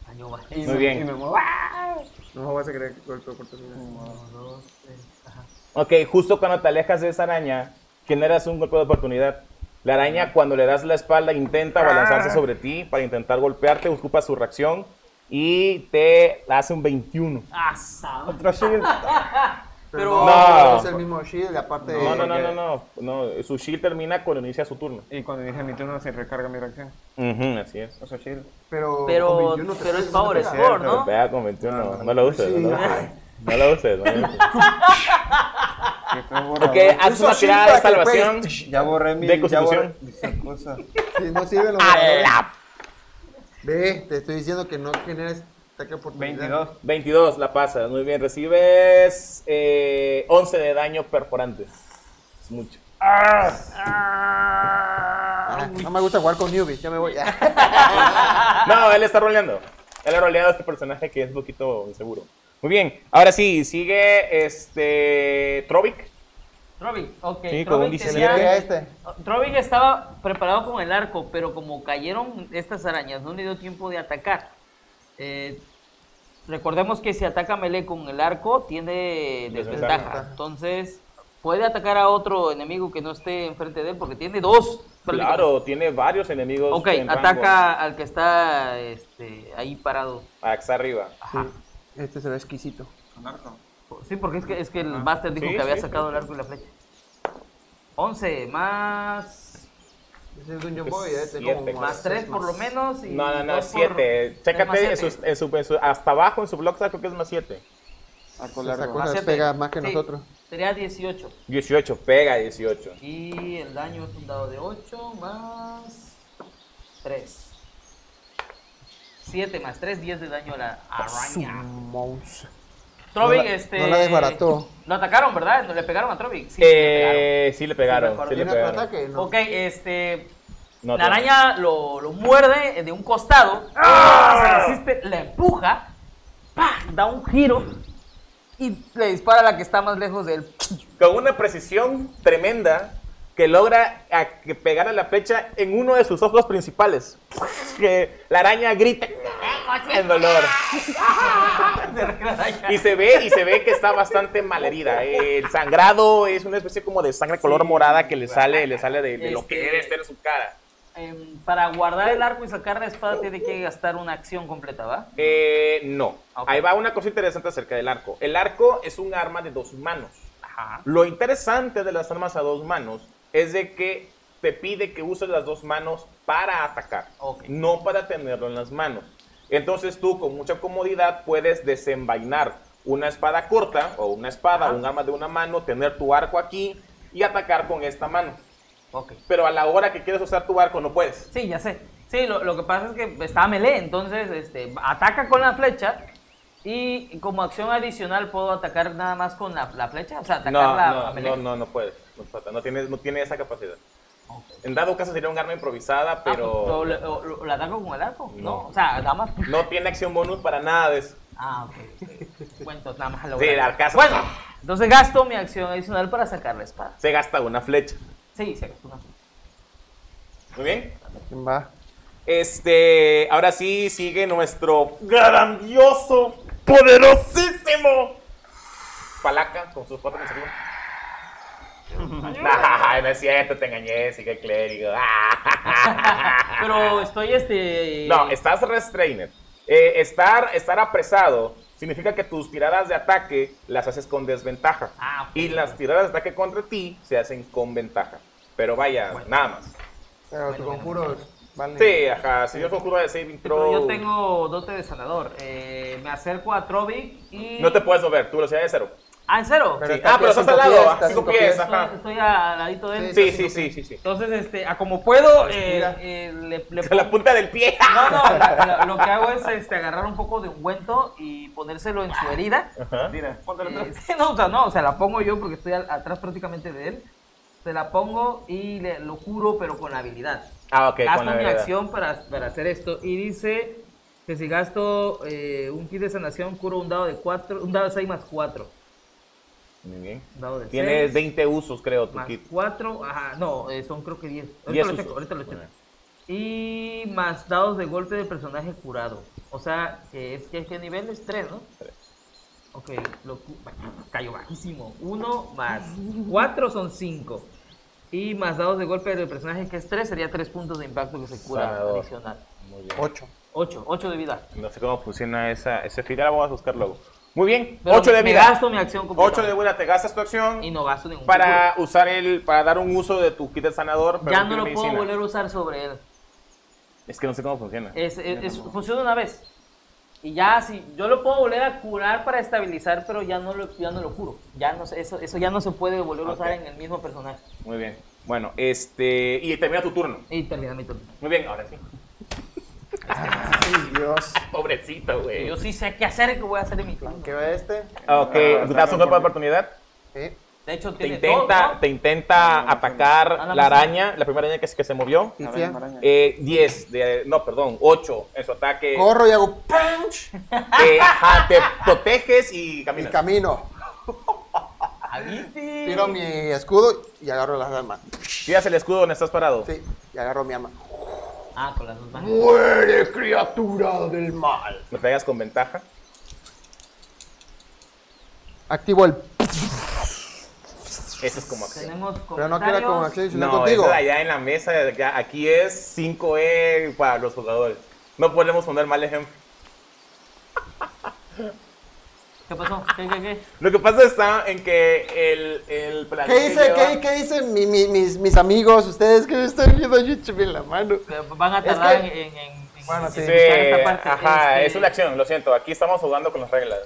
S4: Año bajé.
S2: Muy bien.
S1: No vas a creer que golpe de oportunidad.
S4: Uno, dos, tres. Ajá.
S2: Ok, justo cuando te alejas de esa araña, generas un golpe de oportunidad. La araña, cuando le das la espalda, intenta balanzarse
S1: Ah.
S2: sobre ti para intentar golpearte, ocupa su reacción y te hace un 21.
S4: Ah, sab-
S3: Otro shield.
S1: Pero
S4: Pero-
S1: no,
S2: No.
S1: es el mismo shield, aparte.
S2: No, no, no, no, no, no, Su shield termina cuando inicia su turno.
S3: Y cuando dije mi turno se recarga mi reacción.
S2: Ujú, así es.
S3: Otro shield.
S1: Pero,
S4: Pero-
S1: con 21 te
S4: pero es
S1: sales, no te
S4: power
S1: pega.
S4: score, ¿no?
S2: Vea con
S1: Ah,
S2: 21. No lo uses. No lo uses. No lo uses. no
S1: (laughs)
S2: lo uses.
S3: Que esto es
S2: Ok, ah,
S3: borrador.
S2: haz
S1: Uso
S2: una
S1: shield
S2: tirada de
S1: para que le
S2: salvación.
S1: pegues.
S3: Ya borré mi.
S2: de
S3: ya borré
S2: constitución.
S3: mis excusas.
S1: Si no sirve, lo
S2: (laughs) A
S1: borras.
S2: la
S1: Ve, te estoy diciendo que no generes ataque oportunidad.
S3: 22.
S2: 22, la pasas. Muy bien, recibes eh, 11 de daño perforante. Es mucho.
S1: Ah, no me gusta jugar con newbies, ya me
S4: (laughs)
S1: voy.
S2: No, él está roleando. Él ha roleado a este personaje que es un poquito inseguro. Muy bien, ahora sí, sigue este. Trovic.
S4: Trovic, ok.
S2: Sí,
S4: Trovic
S2: con un
S1: Se le
S4: tenía-
S1: pega a este.
S4: Trovic estaba preparado con el arco, pero como cayeron estas arañas, no le dio tiempo de atacar. Eh, recordemos que si ataca melee con el arco, tiene
S2: Desventaja.
S4: desventaja. Entonces, puede atacar a otro enemigo que no esté enfrente de él, porque tiene dos. prácticamente.
S2: Claro, tiene varios enemigos.
S4: Ok,
S2: en rango.
S4: ataca al que está este, ahí parado.
S2: Axa arriba.
S1: Sí, este se ve exquisito.
S3: Con arco.
S4: Sí, porque es que, es que el Master dijo
S2: Sí,
S4: que había
S2: sí,
S4: sacado el arco y la flecha. 11 más
S1: Ese es Dungeon Boy,
S2: Pues
S1: este
S2: siete,
S1: como
S2: Más
S4: Más tres por lo menos. y
S2: No, no, no,
S4: dos
S2: es
S4: por-
S2: 7.
S4: es más
S2: Chécate, en
S4: siete.
S2: su- en su- en su- hasta abajo en su blog creo que es más 7.
S3: Arco
S1: Esa
S3: largo.
S1: cosa
S4: siete.
S1: pega más que
S4: Sí,
S1: nosotros.
S4: Sería 18.
S2: 18, pega 18.
S4: Y el daño es un dado de 8 más 3. 7 más 3, 10 de daño a la araña.
S1: Mouse.
S4: Trovic,
S1: No la-
S4: este.
S1: no la desbarató.
S4: Lo atacaron, ¿verdad? ¿No le pegaron a Trovic? Sí,
S2: Eh, sí le pegaron.
S4: Sí,
S2: Sí le
S1: ¿Tiene otro
S2: pegaron.
S1: ataque? No.
S4: Ok, este.
S2: No,
S4: la
S2: no.
S4: araña lo, lo muerde eh, de un costado, se resiste, la empuja, ¡pah! da un giro y le dispara a la que está más lejos (laughs) de él.
S2: Con una precisión tremenda que logra a- que pegar a la flecha en uno de sus ojos principales. (laughs) Que la araña grita en dolor. Y se ve, y se ve que está bastante malherida. El sangrado es una especie como de sangre color morada que le sale, le sale de, de lo que
S4: Este-
S2: debe estar en su cara.
S4: Em, para guardar el arco y sacar la espada tiene que gastar una acción completa, ¿va?
S2: Eh, no.
S4: Ok.
S2: Ahí va una cosa interesante acerca del arco. El arco es un arma de dos manos.
S4: Ajá.
S2: Lo interesante de las armas a dos manos es de que te pide que uses las dos manos para atacar,
S4: Ok.
S2: no para tenerlo en las manos. Entonces tú con mucha comodidad puedes desenvainar una espada corta o una espada,
S4: Ajá.
S2: un arma de una mano, tener tu arco aquí y atacar con esta mano.
S4: Ok.
S2: Pero a la hora que quieres usar tu arco no puedes.
S4: Sí, ya sé. Sí, lo, lo que pasa es que está melee, entonces este, ataca con la flecha y como acción adicional puedo atacar nada más con la, la flecha, o sea, atacar
S2: No,
S4: la
S2: no,
S4: a melee.
S2: no, no, no puedes. No, puedes, no tienes, no tiene esa capacidad.
S4: Ok.
S2: En dado caso sería un arma improvisada,
S4: Ah,
S2: pero
S4: pues, ¿lo, lo- lo ataco con el arco? No.
S2: No.
S4: O sea, nada más.
S2: no tiene acción bonus para nada de eso.
S4: Ah, (laughs) ok. Bueno, entonces nada más lo
S2: Sí, el arcazo.
S4: Bueno, entonces gasto mi acción adicional para sacar la espada.
S2: Se gasta una flecha.
S4: Sí, se gastó una.
S2: Muy bien.
S1: ¿Quién va?
S2: Este, ahora sí sigue nuestro grandioso, poderosísimo Palaca con sus cuatro consecutivos. (laughs) Ay, no es cierto, te engañé, sigue clérigo. (laughs)
S4: Pero estoy este.
S2: Ah. No, estás restrained. Eh, estar, estar apresado significa que tus tiradas de ataque las haces con desventaja.
S4: Ah, ok.
S2: Y las tiradas de ataque contra ti se hacen con ventaja. Pero vaya, nada más.
S1: Pero tu conjuro vale.
S2: Sí, ajá, si yo conjuro de saving
S4: Sí, pero
S2: throw,
S4: yo tengo dote de sanador. Eh, me acerco a Trovic y.
S2: no te puedes mover, tu velocidad es cero.
S4: Ah, en cero.
S1: Pero
S2: Sí.
S1: está
S2: Ah, pero
S1: aquí a
S2: estás
S1: cinco
S2: al lado,
S1: pies,
S2: a
S1: está a
S2: cinco
S1: cinco
S2: pies,
S1: pies.
S4: Estoy,
S2: ajá.
S4: estoy al ladito de él.
S2: Sí, sí, sí, sí, sí.
S4: Entonces, este, a como puedo, eh,
S1: Respira.
S4: eh, le, le
S2: Con (laughs) la punta del pie.
S4: No, no, lo- lo, lo que hago es este, agarrar un poco de ungüento y ponérselo en su herida.
S2: Ajá.
S3: Tira, póntelo
S4: Eh,
S3: atrás.
S4: sí, no, o sea, no, o sea, la pongo yo porque estoy al- atrás prácticamente de él. Se la pongo y le- lo curo, pero con habilidad.
S2: Ah, ok,
S4: gasto
S2: con la
S4: mi
S2: verdad.
S4: acción para, para hacer esto. Y dice que si gasto eh, un kit de sanación, curo un dado de 4, un dado de 6 más 4.
S2: Muy bien.
S4: Un dado de
S2: Tienes
S4: 6
S2: 20 usos, creo, tu
S4: más
S2: kit.
S4: 4, ajá, no, eh, son creo que 10. Ahorita
S2: 10
S4: lo
S2: usos.
S4: checo, ahorita lo checo.
S2: Bueno.
S4: Y más dados de golpe de personaje curado. O sea, que es que este nivel es 3, ¿no? Ok, lo, cu- cayó bajísimo. Uno más cuatro son cinco. Y más dados de golpe del personaje, que es tres, sería tres puntos de impacto que se cura
S2: Sanador.
S4: adicional.
S2: Muy bien.
S1: 8.
S4: Ocho, ocho de vida.
S2: No sé cómo funciona esa, ese feed, ahora vamos a buscar luego. Muy bien,
S4: Pero
S2: 8 de
S4: me
S2: vida.
S4: gasto mi acción completa.
S2: 8 de vida, te gastas tu acción
S4: Y no gasto ningún
S2: para usar el, para dar un uso de tu kit de sanador.
S4: punto.
S2: pero
S4: Ya
S2: no
S4: no lo
S2: tiene
S4: puedo
S2: medicina.
S4: volver Eh. a usar sobre él.
S2: Es que no sé cómo funciona.
S4: Es- es- es- funciona una vez. Y ya, si yo lo puedo volver a curar para estabilizar, pero ya no lo, ya no lo curo. Ya no, se- eso, eso ya no se puede volver a usar
S2: Ok.
S4: en el mismo personaje.
S2: Muy bien. Bueno, este, y termina tu turno.
S4: Y termina mi turno.
S2: Muy bien, ahora sí.
S1: Dios.
S2: Pobrecito, güey.
S4: Eh, Yo sí sé qué hacer y qué voy a hacer en mi turno.
S1: ¿Qué va este?
S2: Ok,
S3: Ah,
S2: ¿das un golpe de
S3: por-
S2: oportunidad?
S1: Sí.
S4: De hecho,
S2: Te
S4: tiene
S2: intenta,
S4: dos, ¿no?
S2: te intenta
S4: Ah,
S2: atacar
S4: la
S2: la
S4: misma.
S2: araña, la primera araña que, se- que se movió.
S1: Y
S3: Araña,
S1: fia-
S3: araña.
S2: Eh, 10, de- no, perdón, 8 en su ataque.
S1: Corro y hago punch
S2: Eh, ajá, te proteges y
S1: y
S2: caminas.
S1: camino. Tiro mi escudo y agarro las armas.
S2: Tiras el escudo donde estás parado.
S1: Sí, y agarro mi arma.
S4: Ah, con las dos manos.
S1: ¡Muere, criatura del mal!
S2: Me pegas con ventaja.
S1: Activo el.
S2: Eso es como acción.
S4: Tenemos
S1: Pero no quiero con
S4: comentarios.
S1: acción, sino
S2: No, es
S1: contigo.
S2: allá en la mesa. acá- Aquí es 5E para los jugadores. No podemos poner mal ejemplo.
S4: ¿Qué pasó? ¿Qué, qué, qué?
S2: Lo que pasa está en que el, el platillo
S1: ¿Qué hice?
S2: lleva-
S1: ¿Qué, qué hice? Mi- mi- mis, mis amigos, ustedes que me están viendo (laughs) yo écheme la mano.
S4: Pero Van a tardar
S1: que-
S4: en, en, en-
S1: Bueno,
S4: en
S1: sí.
S2: Sí,
S4: explicar esta parte.
S2: ajá,
S4: Este,
S2: es una acción, lo siento. Aquí estamos jugando con las reglas.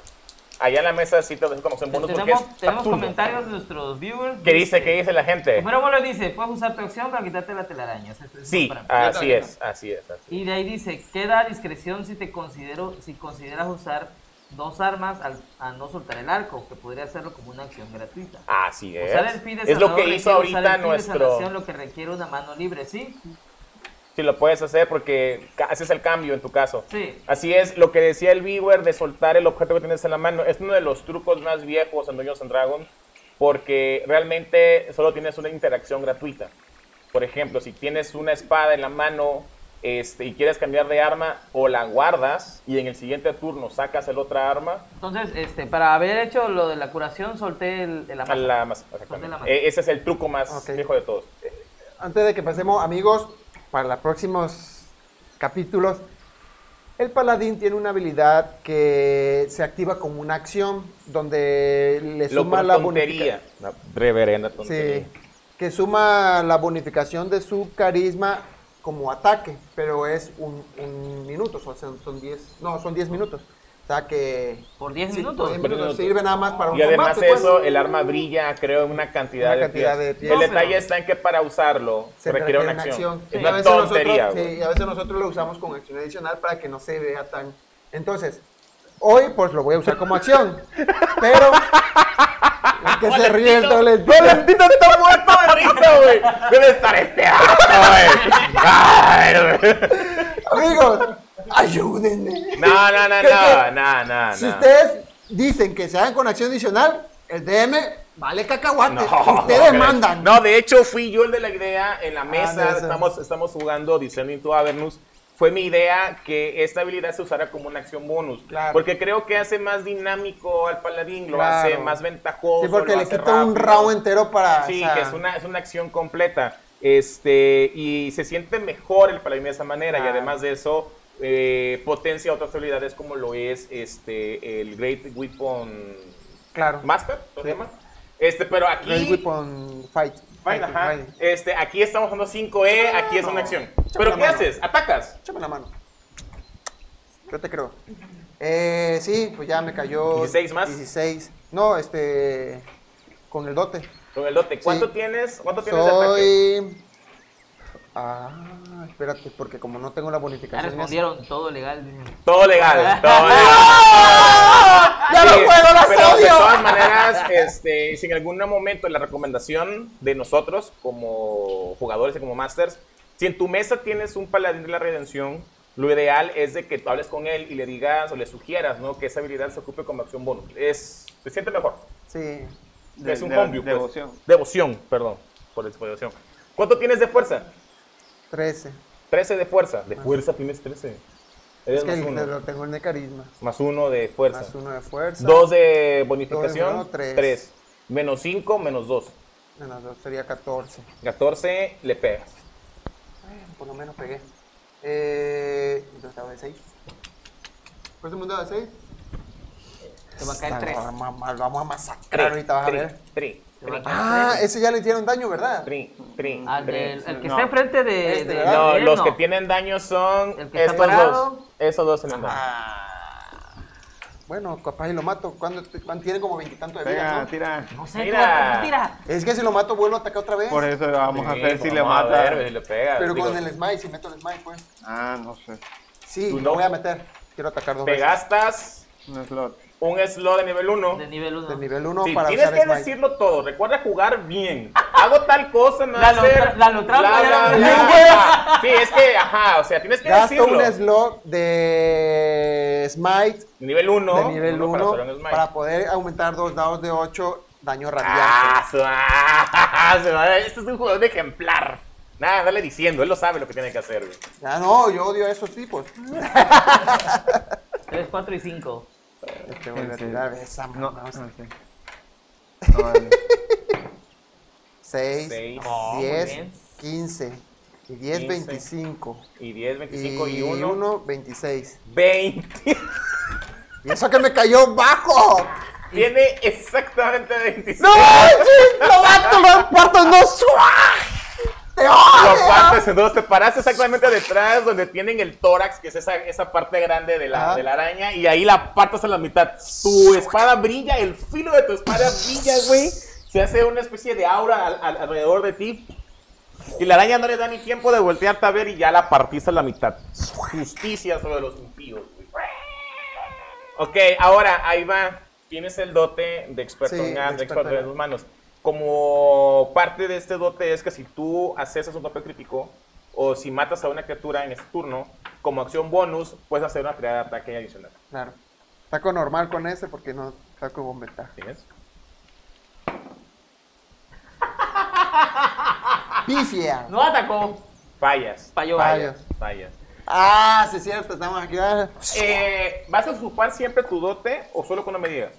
S2: Allá en la mesa sí te dejo como acción bonus porque
S4: este, Tenemos,
S2: es
S4: tenemos
S2: absurdo.
S4: comentarios de nuestros viewers.
S2: ¿Qué dice? ¿Qué dice la gente?
S4: Primero vos lo dice, puedes usar tu acción para quitarte la telaraña. O sea, esto es
S2: Sí, ah.
S4: para mí.
S2: así es, así es. así
S4: Y de ahí dice, queda a discreción si te considero, si consideras usar dos armas al, a no soltar el arco, que podría hacerlo como una acción gratuita.
S2: Así es.
S4: Usar el feed de
S2: Es lo
S4: sanador
S2: que hizo
S4: requiere usar el
S2: ahorita
S4: feed de sanación,
S2: nuestro.
S4: lo que requiere una mano libre, ¿sí?
S2: Si lo puedes hacer porque ca- haces el cambio en tu caso.
S4: Sí.
S2: Así es, lo que decía el viewer de soltar el objeto que tienes en la mano es uno de los trucos más viejos en Dungeons and Dragons porque realmente solo tienes una interacción gratuita. Por ejemplo, si tienes una espada en la mano este, y quieres cambiar de arma o la guardas y en el siguiente turno sacas el otra arma,
S4: Entonces, este, para haber hecho lo de la curación, solté el, el
S2: a
S4: amazo.
S2: la más.
S4: Suelta la mano.
S2: Eh, Ese es el truco más
S1: Ok.
S2: viejo de todos.
S1: Antes de que pasemos, amigos, para los próximos capítulos, el paladín tiene una habilidad que se activa como una acción donde le
S2: Lo
S1: suma
S2: cual
S1: la
S2: tontería.
S1: bonificación.
S2: Una reverenda tontería.
S1: Sí, que suma la bonificación de su carisma como ataque, pero es un, un minuto, son- son son 10, no, son 10 minutos. O sea que
S4: Por 10
S1: Sí,
S4: minutos.
S1: en
S2: por
S1: minutos,
S2: minuto.
S1: sirve nada más para un
S2: Y además
S1: combate,
S2: de
S1: pues.
S2: eso, el arma brilla, creo, en una cantidad,
S1: Una
S2: de,
S1: cantidad
S2: piezas.
S1: de piezas.
S2: El
S4: No,
S2: detalle
S4: pero-
S2: está en que para usarlo se requiere una acción.
S1: Sí,
S2: Es
S1: a
S2: una
S1: veces nosotros-
S2: tontería,
S1: sí,
S2: güey.
S1: y a veces nosotros lo usamos con acción adicional para que no se vea tan. Entonces, hoy pues lo voy a usar como
S2: (laughs)
S1: acción. Pero. Es que se ríe el doble.
S2: Valentino está muerto de risa, güey. Debe estar este güey.
S1: Amigos, ayúdenme.
S2: No, no, no,
S1: ¿Qué,
S2: no,
S1: qué?
S2: no, no.
S1: Si
S2: no.
S1: ustedes dicen que se hagan con acción adicional, el DM vale cacahuate.
S2: No,
S1: (laughs) ustedes
S2: no,
S1: mandan. Ah,
S2: No, de hecho fui yo el de la idea en la mesa.
S1: no, eso.
S2: estamos, estamos jugando Descending to Avernus. Fue mi idea que esta habilidad se usara como una acción bonus.
S1: Claro.
S2: Porque creo que hace más dinámico al paladín, lo
S1: Claro.
S2: hace más ventajoso.
S1: Sí, porque
S2: lo
S1: le
S2: hace
S1: quita un
S2: rápido.
S1: round entero para.
S2: Sí,
S1: o sea,
S2: que es una, es una acción completa. Este, y se siente mejor el paladín de esa manera. Y
S1: Claro.
S2: además de eso, eh, potencia otras habilidades como lo es este el Great Weapon
S1: Claro.
S2: Master, ¿lo
S1: Sí.
S2: llama? Este, pero aquí.
S1: Red Weapon Fight.
S2: Fine, ajá.
S1: Fight.
S2: Este, aquí estamos usando 5E, aquí es una acción. ¿Pero
S1: la
S2: qué
S1: mano.
S2: haces? ¿Atacas?
S1: Échame la mano. Yo te creo. Eh, sí, pues ya me cayó.
S2: 16 más.
S1: 16. No, este. Con el dote.
S2: Con el dote. ¿Cuánto
S1: Sí.
S2: tienes? ¿Cuánto tienes de ataque?
S1: Soy. Ah, espérate, porque como no tengo la
S4: Ya
S1: bonificación. es-
S4: respondieron todo legal. dicen.
S2: Todo
S1: (laughs)
S2: legal, todo legal.
S1: ¡Ya
S2: Sí,
S1: lo puedo, las
S2: pero De
S1: (laughs)
S2: todas
S1: odio!
S2: maneras, este, si en algún momento la recomendación de nosotros como jugadores y como masters, si en tu mesa tienes un paladín de la redención, lo ideal es de que tú hables con él y le digas o le sugieras, ¿no? Que esa habilidad se ocupe como acción bonus. Es, se siente mejor.
S1: Sí.
S3: De-
S2: es un
S3: de-
S2: combio, pues.
S3: Devoción.
S2: Devoción, perdón, por eso, por devoción. ¿Cuánto tienes de fuerza?
S1: 13.
S2: 13 de fuerza. De fuerza tienes 13. Eres
S1: Ah. Es que
S2: más
S1: el-
S2: uno.
S1: lo tengo el de carisma.
S2: Más uno de fuerza.
S1: Más uno de fuerza.
S2: Dos de
S1: Dos
S2: bonificación.
S1: de bueno, tres.
S2: tres. Menos cinco, menos dos.
S1: Menos dos sería 14.
S2: 14, le pegas.
S1: Bueno, por lo menos pegué. Eh, entonces dado de 6. ¿Por eso me dado de 6?
S4: Te va a caer tres.
S1: Lo vamos a masacrar
S2: Tri,
S1: Ah, ahorita, vas a
S2: tri,
S1: ver.
S2: tri,
S4: Te va a
S2: tri,
S4: caer
S1: Ah,
S4: tres.
S1: ese ya le hicieron daño, ¿verdad?
S2: tri, tri,
S4: Al
S2: tri.
S4: del- el que
S3: No.
S4: está enfrente de.
S1: Este,
S4: de-
S1: ¿verdad?
S2: No,
S4: de él,
S2: los
S4: Ah, no.
S2: que tienen daño son
S4: El que está
S2: estos
S4: parado.
S2: dos. Esos dos se le han dado.
S1: Ah, bueno, capaz y lo mato. ¿Cuándo te- cuán- tiene como veintitantos de vida?
S3: Venga,
S1: ¿no?
S3: tira.
S4: No sé,
S2: Mira.
S4: tira, tira.
S1: Es que si lo mato, vuelvo a atacar otra vez.
S3: Por eso vamos a
S2: Sí, pues
S3: hacer si le
S2: vamos a
S3: mata.
S2: ver, si le pega.
S1: Pero
S2: Digo,
S1: con el smite, si meto el smite, pues.
S3: Ah, no sé.
S1: Sí,
S2: Tú
S1: lo
S2: no.
S1: voy a meter. Quiero atacar dos
S2: Te gastas
S3: Un slot.
S2: un slot de nivel 1.
S4: De nivel
S1: veces. Del
S4: 1.
S1: nivel 1
S2: Sí,
S1: para
S2: tienes
S1: usar
S2: que
S1: smite.
S2: decirlo todo. Recuerda jugar bien. Hago tal cosa, me va a
S4: Lalo,
S2: hacer.
S4: Lalo, Trump
S2: bla,
S4: era-
S2: bla, bla. (laughs) Sí, es que, ajá, o sea, tienes que
S1: Gasto
S2: decirlo.
S1: un slot de smite
S2: Nivel 1.
S1: de nivel 1
S2: para hacer un
S1: para,
S2: smite.
S1: poder aumentar dos dados de 8 daño radiante.
S2: Ah, su- (laughs) ah, se va- Este es un jugador ejemplar. Nada, dale diciendo, él lo sabe lo que tiene que hacer. güey.
S1: Ya no, yo odio a esos tipos.
S4: 3, 4 y 5.
S1: Este voy a tirar esa
S3: No,
S1: mano.
S3: Ah, no sé.
S2: (laughs)
S3: No, vale.
S1: 6,
S2: Seis.
S4: No, muy
S1: 10,
S4: bien.
S1: 15 y 10,
S2: Quince.
S1: 25.
S2: Y 10, 25 y
S1: Y
S2: 1.
S1: 1, 26.
S2: 20.
S1: Y eso que me cayó bajo.
S2: (laughs) Tiene exactamente 25.
S1: ¡No! sí, ¡Lo mato! ¡Lo parto! ¡No! ¡Suah! ¡Te
S2: Lo
S1: odio!
S2: partes en dos, te paraste exactamente detrás donde tienen el tórax, que es esa, esa parte grande de la,
S1: Ajá.
S2: de la araña, y ahí la partes a la mitad. Tu espada brilla, el filo de tu espada brilla, güey. Se hace una especie de aura al- al- alrededor de ti. Y la araña no le da ni tiempo de voltearte a ver y ya la partiste a la mitad. Justicia sobre los impíos, güey. Ok, ahora, ahí va. Tienes el dote de experto
S1: Sí,
S2: en
S1: de
S2: armas, de
S1: experto
S2: experto en
S1: en-
S2: manos. Como parte de este dote es que si tú haces un tope crítico o si matas a una criatura en este turno, como acción bonus, puedes hacer una tirada de ataque adicional.
S1: Claro. Saco normal con ese porque no saco con ventaja.
S2: ¿Tienes?
S1: ¡Pifia!
S4: No atacó.
S2: Fallas.
S4: Falló.
S2: Fallas. Fallas.
S1: Ah, sí es cierto, estamos aquí. ah.
S2: Eh, ¿Vas a ocupar siempre tu dote o solo cuando me digas?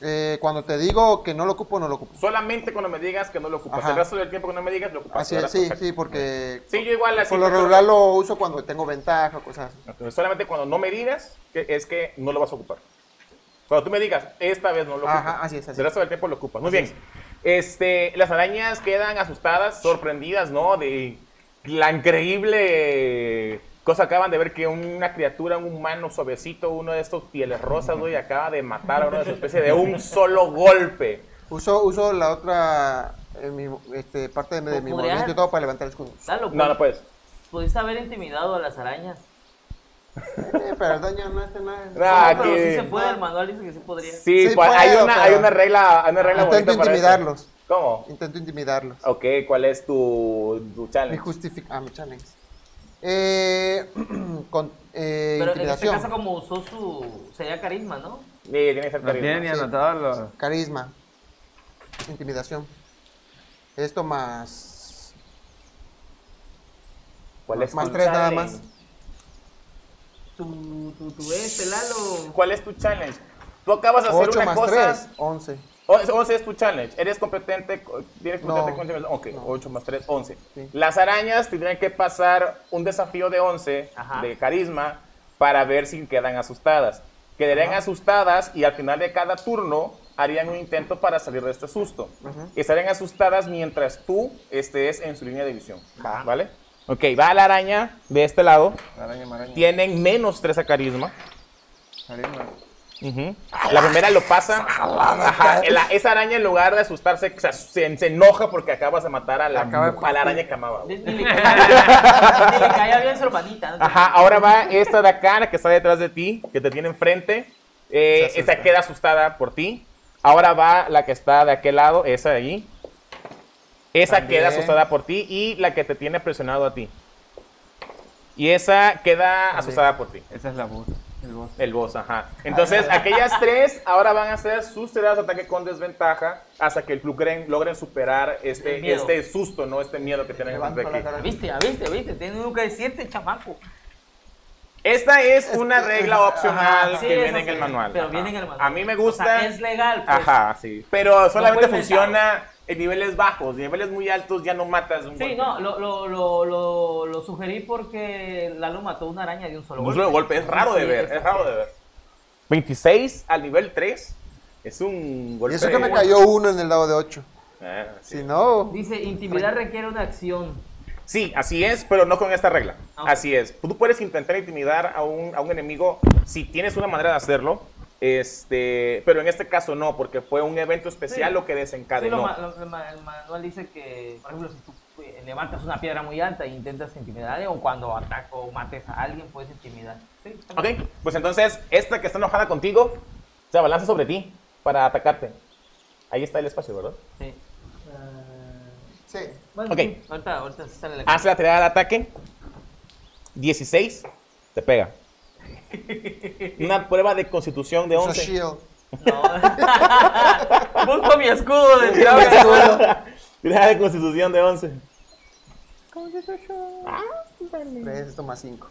S1: Eh, cuando te digo que no lo ocupo, no lo ocupo.
S2: Solamente cuando me digas que no lo ocupas.
S1: Ajá.
S2: El resto del tiempo que no me digas, lo ocupas.
S1: Así
S2: ¿verdad?
S1: es, sí,
S2: Perfecto.
S1: sí, porque
S2: Sí, yo igual así.
S1: por lo
S2: pero-
S1: regular lo uso cuando tengo ventaja, cosas así.
S2: Entonces, solamente cuando no me digas, que- es que no lo vas a ocupar. Cuando tú me digas, esta vez no lo ocupas.
S1: Ajá, así es, así
S2: El resto del tiempo lo ocupas. Muy bien. Este, las arañas quedan asustadas, sorprendidas, ¿no? De la increíble cosa acaban de ver que una criatura, un humano suavecito, uno de estos pieles rosas, güey, acaba de matar a una de su especie de un solo golpe.
S1: Uso, uso la otra eh, mi- este, parte de, mi- de mi
S4: ¿Podrías?
S1: movimiento y todo para levantar el escudo.
S4: Lalo,
S2: No, no puedes.
S4: Pudiste haber intimidado a las arañas.
S1: Eh, pero el daño no es
S2: (laughs)
S1: nada.
S2: Ah,
S4: No, pero
S2: que-
S4: sí se puede, el manual dice que sí podría.
S2: Sí,
S1: Sí
S2: pues, hay,
S1: puedo,
S2: una,
S1: pero-
S2: hay una regla, hay una regla
S1: Intento
S2: bonita para eso.
S1: intimidarlos.
S2: ¿Cómo?
S1: Intento intimidarlos.
S2: Ok, ¿cuál es tu, tu
S1: Mi
S2: challenge?
S1: justific... Ah, mi challenge. Eh, (clears throat) con eh,
S4: Pero en este
S1: intimidación.
S4: caso, como usó su. Sería carisma, ¿no?
S2: Sí, tiene que ser
S3: No
S2: carisma.
S3: tienen ni
S1: sí.
S3: anotado los.
S1: Carisma. Intimidación. Esto más.
S2: ¿Cuál es
S1: Más
S2: tu
S1: tres nada
S2: challenge?
S1: más.
S4: Tu, tu, tu este, Lalo.
S2: ¿Cuál es tu challenge? Tú acabas de hacer
S1: 8
S2: una
S1: más
S2: cosa.
S1: 3, 11.
S2: 11 es tu challenge. Eres competente. co- Tienes competente
S1: No.
S2: con intimidación. Ok,
S1: No.
S2: 8 más 3, 11.
S1: Sí.
S2: Las arañas tendrían que pasar un desafío de 11
S4: Ajá.
S2: de carisma para ver si quedan asustadas. Quedarían asustadas y al final de cada turno harían un intento para salir de este susto. Estarían asustadas mientras tú estés en su línea de visión. ¿Vale? Ok, va la araña de este lado.
S3: Araña, maraña.
S2: Tienen menos 3 a carisma.
S3: Carisma.
S2: Ujú. La primera lo pasa. Ajá, la- esa araña, en lugar de asustarse, se, se- se enoja porque acabas de matar a la,
S1: Acaba de-
S2: a la araña que amaba.
S4: Ni, ni le caía, ni le caía bien su hermanita. ¿no?
S2: Ajá, ahora va esta de acá, la que está detrás de ti, que te tiene enfrente. Eh,
S1: Se asusta.
S2: esa queda asustada por ti. Ahora va la que está de aquel lado, esa de allí. Esa
S1: También.
S2: queda asustada por ti y la que te tiene presionado a ti. Y esa queda asustada por ti.
S3: Esa es la voz. El boss.
S2: El boss, ajá. Entonces, aquellas tres ahora van a hacer sus tiradas de ataque con desventaja hasta que logren, logren superar
S4: El
S2: este,
S4: miedo.
S2: este susto, ¿no? Este miedo que tienen
S1: Levanto
S2: enfrente
S1: la
S2: aquí.
S1: cara.
S4: ¿Viste? ¿Viste? ¿Viste? Tiene un que siete, chamaco.
S2: Esta es una regla opcional
S4: Ajá, sí,
S2: que
S4: eso
S2: viene en
S4: sí,
S2: el manual.
S4: Pero
S2: Ajá.
S4: viene en el manual.
S2: A mí me
S4: O
S2: gusta.
S4: sea, es legal. pues.
S2: Ajá, sí. Pero solamente
S4: fue inventado.
S2: funciona en niveles bajos. Niveles muy altos ya no matas de un
S4: Sí,
S2: golpe.
S4: no, lo, lo, lo, lo, lo sugerí porque Lalo mató una araña de un solo
S2: Un
S4: golpe.
S2: solo golpe. Es raro de
S4: Sí,
S2: ver.
S4: es
S2: Es raro de ver. 26 al nivel 3 es un golpe.
S1: Y eso que me
S2: de-
S1: cayó uno en el lado de 8.
S2: Ah, sí.
S1: Si no,
S5: Dice, intimidar requiere una acción.
S2: Sí, así es, pero no con esta regla.
S5: Ah, ok.
S2: Así es. Tú puedes intentar intimidar a un, a un enemigo si tienes una manera de hacerlo. Este, pero en este caso no, porque fue un evento especial
S4: Sí.
S2: lo que
S4: Sí, lo
S2: desencadenó.
S4: ma- lo- lo ma- el manual dice que, por ejemplo, si tú eh, levantas una piedra muy alta e intentas intimidar a alguien, o cuando ataco o mates a alguien, puedes intimidar. Sí, está
S2: ok,
S4: bien.
S2: pues entonces esta que está enojada contigo se abalanza sobre ti para atacarte. Ahí está el espacio, ¿verdad?
S4: Sí.
S1: sí.
S4: Eh, Bueno,
S2: Ok. Ah.
S4: sí, ahorita, ahorita sí sale la
S2: Hace la tirada de ataque. 16. Te pega. Una prueba de constitución de
S1: usa
S2: 11.
S1: shield.
S4: (laughs) No. (laughs) Busco mi escudo de
S2: (laughs)
S4: tirarme al suelo.
S2: Tirada de constitución de 11.
S1: Tres, esto más 5.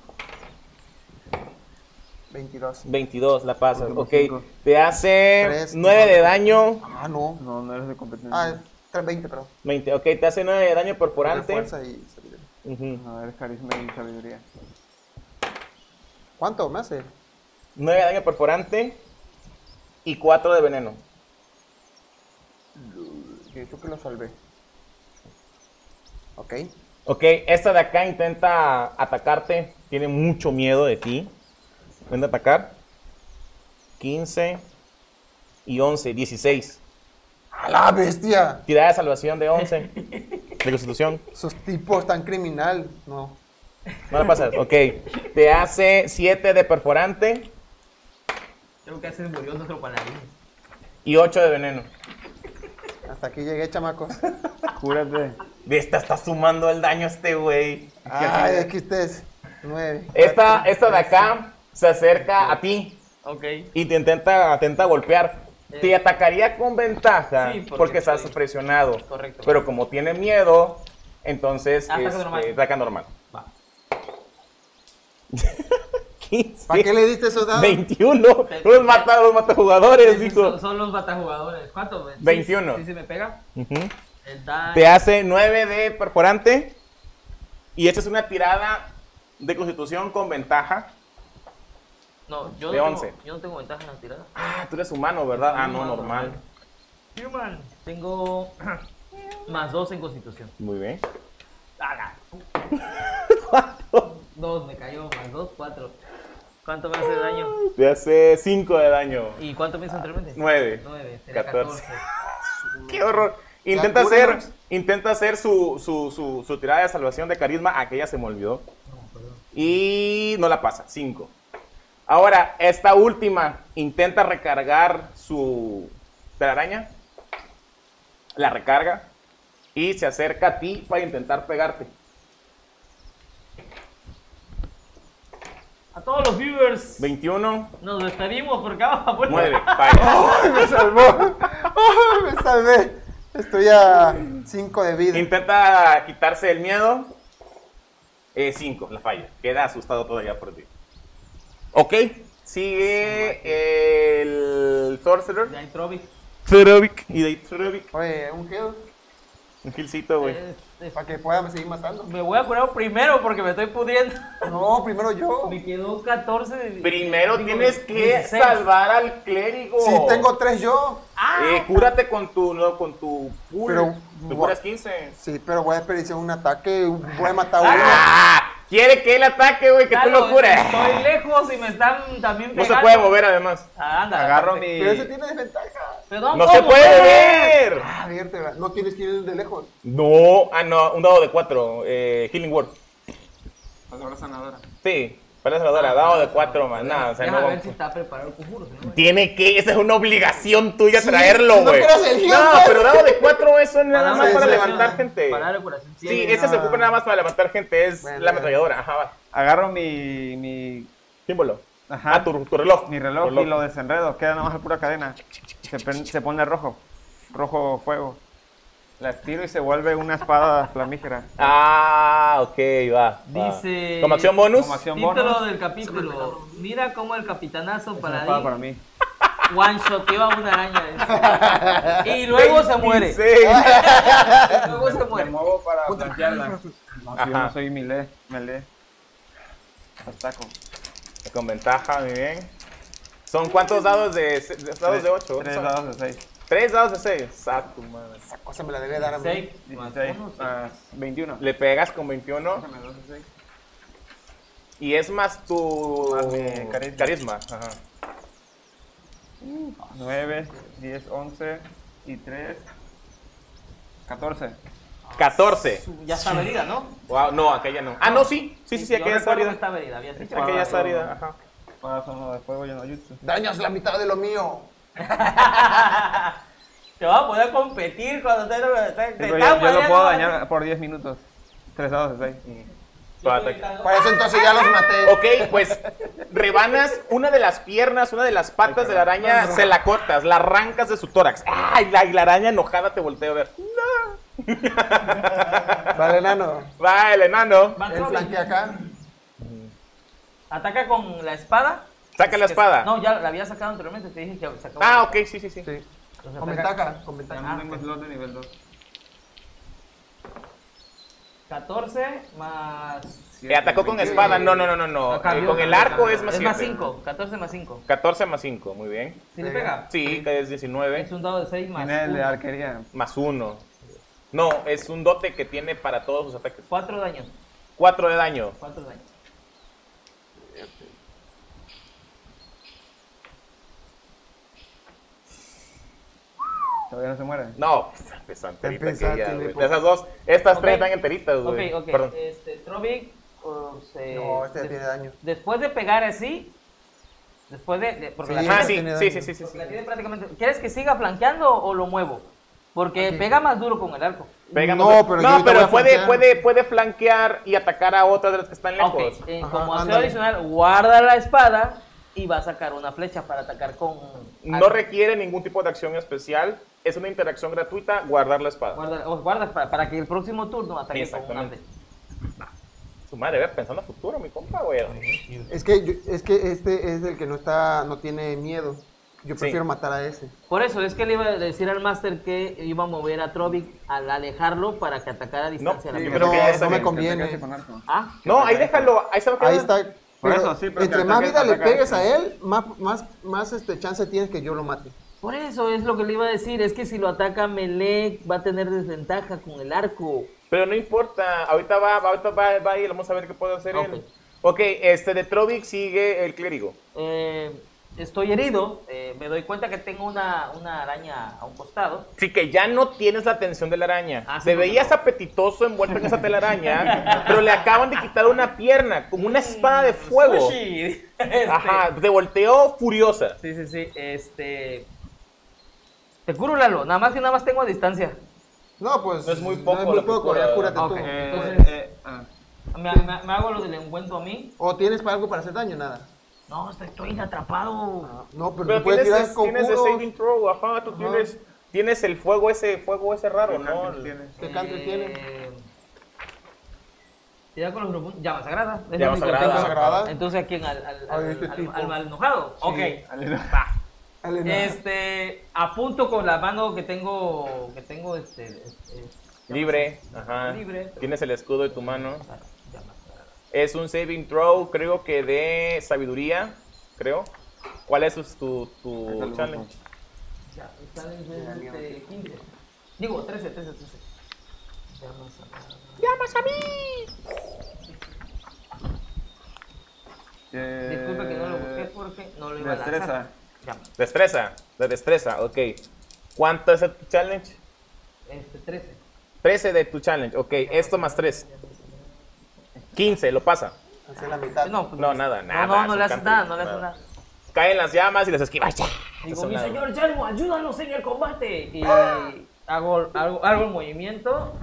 S1: 22.
S2: 22, la pasas.
S3: Último
S2: Ok.
S3: cinco.
S2: Te hace
S1: Tres,
S2: 9 de daño.
S1: Ah, no.
S3: No, no eres de competencia.
S1: Ah, 320, perdón.
S2: 20. Ok, te hace 9 de daño perforante.
S1: Fuerza y sabiduría.
S3: No, eres carisma y sabiduría.
S1: ¿Cuánto me hace?
S2: 9 de daño perforante. Y 4 de veneno.
S1: Yo creo que lo salvé. Ok.
S2: Ok, esta de acá intenta atacarte. Tiene mucho miedo de ti. Intenta atacar. 15 y 11, 16.
S1: ¡A la bestia!
S2: Tirada de salvación de
S1: (laughs)
S2: 11. De constitución.
S1: Esos tipos tan criminal. No.
S2: No la pasas. Ok. Te hace 7 de perforante
S5: Creo que hace murió nuestro paladín.
S2: y 8 de veneno.
S1: Hasta aquí llegué,
S2: (laughs)
S1: chamacos.
S3: Cúrate.
S2: De esta está sumando el daño este güey.
S1: Ah, es que ustedes. 9.
S2: Esta, esta de acá se acerca a ti
S4: Ok.
S2: y te intenta, intenta golpear. Te atacaría con ventaja
S4: Sí, porque
S2: porque, estás
S4: estoy-
S2: presionado.
S4: Correcto.
S2: Pero como tiene miedo, entonces
S4: Ataca
S2: este,
S4: normal.
S2: ataca normal.
S4: Va.
S2: 15, (laughs)
S1: ¿Para qué le diste esos dados?
S2: 21. Los mata, los mata jugadores,
S4: Sí, sí,
S2: dijo.
S4: son, son los batajugadores. ¿Cuánto? Sí,
S2: 21.
S4: Sí, sí, me pega.
S2: Ujú.
S4: El daño.
S2: Te hace 9 de perforante. Y esta es una tirada de constitución con ventaja.
S4: No, yo
S2: de
S4: no
S2: 11.
S4: Tengo, yo no tengo ventaja en la tirada.
S2: Ah, tú eres humano, ¿verdad? Ah, no,
S4: Humano,
S2: normal.
S4: Human. Tengo (clears throat) más dos en constitución.
S2: Muy bien.
S4: A la pu- Dos, me cayó. Más dos, cuatro. ¿Cuánto me hace de daño?
S2: Te hace 5 de daño.
S4: ¿Y cuánto me hizo anteriormente?
S2: Nueve.
S4: Nueve. Será
S2: Catorce.
S4: catorce.
S2: ¡Qué horror! Intenta
S1: Ya,
S2: hacer,
S1: cúrenos.
S2: intenta hacer su, su, su, su tirada de salvación de carisma. Aquella se me olvidó. Y no la pasa. 5. Ahora, esta última intenta recargar su telaraña. La recarga. Y se acerca a ti para intentar pegarte.
S4: A todos los viewers.
S2: 21,
S4: Nos despedimos porque vamos a
S2: 9. Falla.
S1: ¡Ay, me (laughs) salvó! ¡Ay, me salvé! Estoy a 5 de vida.
S2: Intenta quitarse el miedo. 5, la falla. Queda asustado todavía por ti. Ok. Sigue eh, el Sorcerer.
S4: Ya entró Vic.
S2: Trovic. Y de Trovic.
S1: Oye, un heal
S2: Un killcito, güey.
S4: Este,
S1: para que pueda seguir matando.
S4: Me voy a curar primero porque me estoy pudriendo.
S1: No, primero yo.
S4: Me quedó 14 de
S2: Primero
S4: digo,
S2: tienes que
S4: 16.
S2: salvar al clérigo.
S1: Sí, tengo 3 yo.
S4: ¡Ah!
S2: Eh, cúrate con tu, no, con tu full.
S1: Pero-
S2: Te curas 15.
S1: Sí, pero voy a desperdiciar un ataque. Voy a matar a uno.
S2: ¡Ah! Quiere que él ataque, güey, que tú
S4: Claro,
S2: lo cures.
S4: Estoy lejos y me están también
S2: No
S4: pegando.
S2: se puede mover, además.
S4: Ah, anda,
S3: Agarro
S4: perfecto.
S3: mi.
S1: Pero ese tiene desventaja.
S4: Pero
S2: No
S4: puedo
S2: se puede
S4: mover.
S2: ver.
S1: Ah, vértebra. No tienes que ir de lejos.
S2: No, ah, no, un dado de 4, eh, Healing Word.
S3: Palabra sanadora.
S2: Sí, para salvadora, dado de 4 más, nada, o sea, no
S4: Déjame ver
S2: vamos.
S4: si está preparado el conjuro. si no, güey.
S2: Tiene que, esa es una obligación tuya traerlo,
S1: si no
S2: güey.
S1: quieres el heal, pues.
S2: pero dado de 4 eso es nada
S4: Parar
S2: más
S1: sí,
S2: para
S1: sí,
S2: levantar
S4: sí.
S2: gente.
S4: Parar operación.
S2: Sí,
S4: Sí,
S2: esa se
S1: no.
S2: ocupa nada más para levantar gente, es
S1: Bueno,
S2: la
S1: ya.
S2: ametralladora, ajá, va.
S3: Agarro mi. mi.
S2: Símbolo.
S3: Ajá.
S2: Ah, tu, tu reloj.
S3: mi reloj, y lo desenredo. Queda nada más la pura cadena. Se, pen- se pone rojo. Rojo fuego. La estiro y se vuelve una espada flamígera.
S2: Ah, ok, va. va.
S4: Dice-
S2: Como acción bonus.
S3: Como acción
S4: Título
S3: bonus.
S4: del capítulo. Mira cómo el capitanazo
S3: Es una espada para
S4: para
S3: mí.
S4: one shoteó a una araña.
S2: (laughs)
S4: Y luego se muere.
S2: Sí.
S4: Y (laughs) luego se
S6: Me
S4: muere.
S6: muevo para plantearla.
S3: No, si yo
S2: Ajá.
S3: no soy melee. Melee. Ataco.
S2: Con ventaja, muy bien. ¿Son cuántos dados de, se- de- dados de 8?
S3: Tres dados de seis.
S2: 3 dados de 6. Exacto, madre.
S1: Esa cosa me la debe dar a mí.
S4: Seis más
S3: 16
S4: uno, sí.
S3: más 21.
S2: Le pegas con 21
S3: Déjame dos de seis.
S2: y es más tu
S3: Más mi carisma.
S2: carisma. Ajá.
S3: 9, 10, 11 y 3. 14.
S2: 14.
S4: Ya está venida, ¿no?
S2: Wow, no, aquella no. Ah, no, sí. Sí, sí, sí,
S4: Yo
S2: aquella está
S4: recuerdo que
S2: herida.
S4: está venida, había dicho.
S2: Aquella está herida. Ajá.
S3: Para solo de fuego y no jutsu.
S1: Dañas la mitad de lo mío.
S4: Te vas a poder competir cuando te, te, te
S3: Digo,
S4: están
S3: yo, yo lo
S4: poniendo-
S3: puedo dañar por 10 minutos. 3 dados de 6.
S2: Tu ataque.
S1: Para eso entonces ya los maté.
S2: Ok, pues rebanas una de las piernas, una de las patas de la araña, se la cortas, la arrancas de su tórax. ¡Ay! La, y la araña enojada te voltea a ver.
S1: Vale, enano.
S2: Va, el enano.
S4: Van
S1: El
S4: Robin.
S1: flanque acá.
S4: Ataca con la espada.
S2: Saca la
S4: Que-
S2: espada.
S4: No, ya la había sacado anteriormente. Te dije que sacaba.
S2: Ah, ok, sí, sí,
S1: Sí.
S2: sí.
S4: Entonces
S1: Con
S4: ataca
S1: ventaja, con ventaja.
S3: También tengo slot de nivel 2.
S4: 14 más.
S2: Te atacó con espada. No, no, no, no, no.
S4: Acá,
S2: Eh,
S4: yo,
S2: con el
S4: acá,
S2: arco
S4: acá.
S2: es más
S4: Es
S2: 7.
S4: más 5. 14 más 5.
S2: 14 más 5, muy bien.
S4: Si le
S1: Pega.
S4: pega.
S2: Sí, que es 19.
S4: Es un dado de 6 más.
S3: Tiene el de arquería.
S2: Más 1. No, es un dote que tiene para todos sus ataques.
S4: 4 daños.
S2: 4 de daño.
S4: 4 daños.
S3: Todavía no se muere.
S2: No, pues, santerita
S1: Empezá,
S2: aquella,
S1: tiene
S2: güey.
S1: poco.
S2: De esas dos, estas tres
S4: Ok.
S2: están enteritas,
S4: Ok,
S2: güey.
S4: ok.
S2: Perdón.
S4: Este, Trovic. o se-
S1: No, este ya
S4: des-
S1: tiene daño.
S4: Después de pegar así. Después de. de- porque la
S1: Sí.
S2: Ah,
S4: tiene-
S1: no
S2: sí,
S1: tiene daño.
S2: sí, sí, sí, sí,
S4: porque
S2: sí.
S4: la tiene prácticamente. ¿Quieres que siga flanqueando o lo muevo? Porque
S1: Aquí.
S4: pega más duro con el arco.
S2: Pega
S1: No,
S2: más-
S1: pero yo
S2: no,
S1: ahorita voy
S2: pero
S1: a
S2: puede,
S1: flanquear.
S2: puede, puede flanquear y atacar a otras de las que están
S4: Ok,
S2: lejos.
S4: eh,
S1: Ajá,
S4: como acción
S1: ándale.
S4: adicional, guarda la espada y va a sacar una flecha para atacar con.
S2: No requiere ningún tipo de acción especial. Es una interacción gratuita, guardar la espada.
S4: Guarda, o guarda para, para que el próximo turno ataque con una
S2: Exactamente.
S4: flecha.
S2: Su madre, ve pensando a futuro, mi compa, güey.
S1: Es que, yo- es que este es el que no está, no tiene miedo. Yo
S2: Sí.
S1: prefiero matar a ese.
S4: Por eso es que le iba a decir al máster que iba a mover a Trovic al alejarlo para que atacara a distancia
S2: No,
S4: a la
S2: yo
S4: mierda.
S2: creo que ya
S1: No,
S2: está
S1: no me
S2: bien,
S1: conviene.
S4: Ah,
S2: No, ahí déjalo, ahí se va a quedar.
S1: Ahí está.
S3: Por
S1: Pero
S3: eso, sí, pero que
S1: entre más
S3: ataque-
S1: vida le
S3: ataca
S1: pegues
S3: este.
S1: a él, más, más, más este, chance tienes que yo lo mate.
S4: por eso es lo que le iba a decir. Es que si lo ataca Melee va a tener desventaja con el arco.
S2: Pero no importa, ahorita va, va- ahorita va, va y vamos a ver qué puede hacer
S4: Ok.
S2: él. Ok, este de Trovic sigue el clérigo.
S4: Eh, estoy herido. eh, me doy cuenta que tengo una, una araña a un costado.
S2: Así que ya no tienes la atención de la araña.
S4: Ah, sí,
S2: Te
S4: no,
S2: veías
S4: no.
S2: apetitoso envuelto en esa telaraña, pero le acaban de quitar una pierna, como una espada de fuego.
S4: (laughs) Sushi.
S2: Ajá, te volteó furiosa.
S4: Este, Sí, sí, sí. Este. Te curo, Lalo. Nada más que nada más tengo a distancia.
S1: No, pues.
S2: No es muy poco
S1: No es
S2: la
S1: muy poco,
S2: cura.
S1: ya cúrate
S4: Ok.
S1: tú.
S4: Entonces-
S3: ah.
S4: Me, me- me hago lo del encuentro a mí.
S1: ¿O tienes para algo para hacer daño? Nada.
S4: No, estoy- estoy atrapado.
S1: No, pero,
S2: Pero
S1: tú puedes
S2: tienes,
S1: tirar
S2: es-
S1: con
S2: tienes el saving throw, ajá, tú
S1: Ajá.
S2: tienes, tienes el fuego ese, fuego ese raro, ¿no?
S1: ¿Qué canto tiene?
S4: Eh, Cuidado con los grupos. Llama sagrada. Es
S2: Llama
S4: lo único que
S2: sagrada.
S4: tengo.
S1: Llama sagrada.
S4: Entonces, ¿a quién? Al, al,
S1: A
S4: al-
S1: este
S4: al-
S1: tipo.
S4: al mal enojado. Ok.
S3: (laughs)
S4: Este, apunto con la mano que tengo, que tengo este, este,
S2: Libre, ajá.
S4: Libre.
S2: Tienes el escudo de tu mano.
S4: llama sagrada.
S2: Es un saving throw, creo que de sabiduría, creo. ¿Cuál es tu, tu challenge?
S4: Ya, está desde 15. Digo, 13, 13, 13. Llamas a,
S1: Eh,
S4: Disculpe que no lo busqué porque no lo iba a lanzar.
S3: Eh, Destreza.
S4: Llamas.
S2: Destreza, de destreza, ok. ¿Cuánto es tu challenge?
S4: Este, 13.
S2: 13 de tu challenge, ok. Esto más 3. 15, lo pasa.
S1: Hacer la mitad.
S4: No, pues,
S2: No, nada, nada.
S4: No, no, no
S2: es
S4: le
S2: un
S4: haces
S2: canto,
S4: nada, no le haces nada.
S2: Caen las llamas y las esquivas. ¡Ya!
S4: Digo,
S2: Eso
S4: mi
S2: nada.
S4: señor Yermo, ayúdanos en el combate. Ah. Y hago, hago, hago el movimiento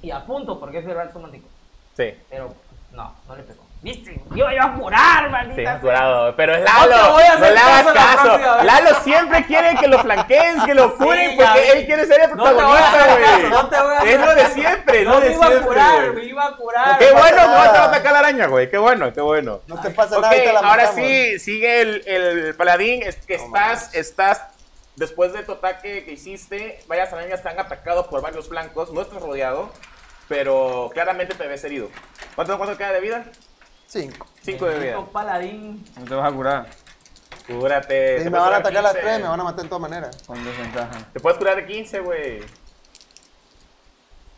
S4: y apunto porque es el alto mántico.
S2: Sí.
S4: Pero No, no le pegó. ¿Viste? Yo iba a curar,
S2: Te
S4: maldita.
S2: has
S4: sea.
S2: curado, pero es
S4: No te
S2: Lalo.
S4: voy a
S2: No
S4: hacer
S2: le hagas
S4: caso la
S2: caso.
S4: próxima vez.
S2: Lalo siempre quiere que lo flanqueen, que lo
S4: Sí,
S2: curen,
S4: ya
S2: porque
S4: vi.
S2: él quiere ser el
S4: No te voy a
S2: protagonista,
S4: hacer caso,
S2: güey.
S4: no te voy a hacer
S2: Es lo de
S4: caso.
S2: siempre, es
S4: No
S2: lo de
S4: me iba
S2: siempre.
S4: a curar, me
S2: güey.
S4: iba a curar.
S2: Qué bueno,
S1: pasa
S2: no vas a
S1: nada.
S2: atacar la araña, güey. Qué bueno, qué bueno.
S1: No te pasa
S2: Ok,
S1: nada. ahorita la
S2: ahora
S1: matamos.
S2: sí, sigue el, el paladín. Es que estás, estás, después de tu ataque que hiciste, varias arañas están atacados por varios flancos. No estás rodeado, pero claramente te ves herido. ¿Cuánto, cuánto queda de vida? Eh,
S1: Cinco.
S2: Cinco de vida.
S4: Bendito Paladín.
S3: No te vas a curar
S2: Cúrate.
S1: Y
S2: te
S1: me
S2: puedes
S1: van a
S2: curar
S1: atacar las
S2: 15.
S1: tres, me van a matar de todas maneras.
S3: con desventaja.
S2: Te puedes curar de 15, güey.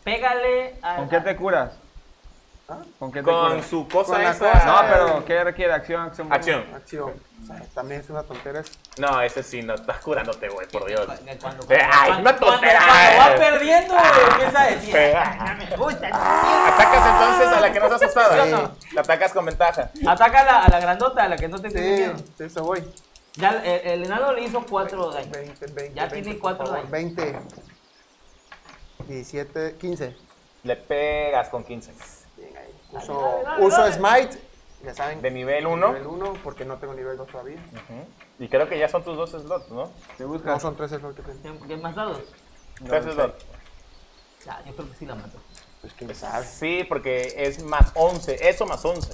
S4: Pégale a.
S3: ¿Con qué te curas? ¿Con qué te
S2: Con
S3: curas?
S2: su cosa
S1: Con la
S2: esa.
S1: cosa.
S3: No, pero ¿qué requiere? Acción, acción.
S2: Acción.
S1: Acción. O sea, también es una tontera. eso.
S2: No, ese sí, no. Estás curándote, güey, por Dios.
S4: Cuando- cuando-
S2: Eh, ay,
S4: cuando-
S2: una eh.
S4: cuando-
S2: tontera.
S4: Cuando va perdiendo, güey, empieza a decir.
S2: Eh,
S4: "Ah, me gusta".
S2: Atacas entonces a la que no está asustada.
S1: Sí.
S2: La atacas con ventaja.
S4: Ataca a la, a la grandota, a la que no te tiene
S1: Sí,
S4: miedo.
S1: de eso voy.
S4: Ya el, el enano le hizo cuatro daños.
S1: 20, 20.
S4: Ya tiene cuatro
S1: por favor,
S4: daños.
S1: 20. 17, 15.
S2: Le pegas con 15.
S1: Bien ahí.
S4: Dale,
S1: Uso,
S4: dale,
S1: uso
S4: dale.
S1: Smite. Ya saben.
S2: De nivel
S1: Nivel
S2: 1.
S1: 1, porque no tengo nivel 2 todavía.
S2: Y creo que ya son tus dos slots, ¿no?
S3: Te buscas.
S1: No, son 3 es lo que tengo.
S4: ¿Qué más dados?
S2: Tres slots. Ah,
S4: Ya, yo creo que sí la mató.
S1: Pues quién sabe.
S2: Sí, porque es más 11. Eso más 11.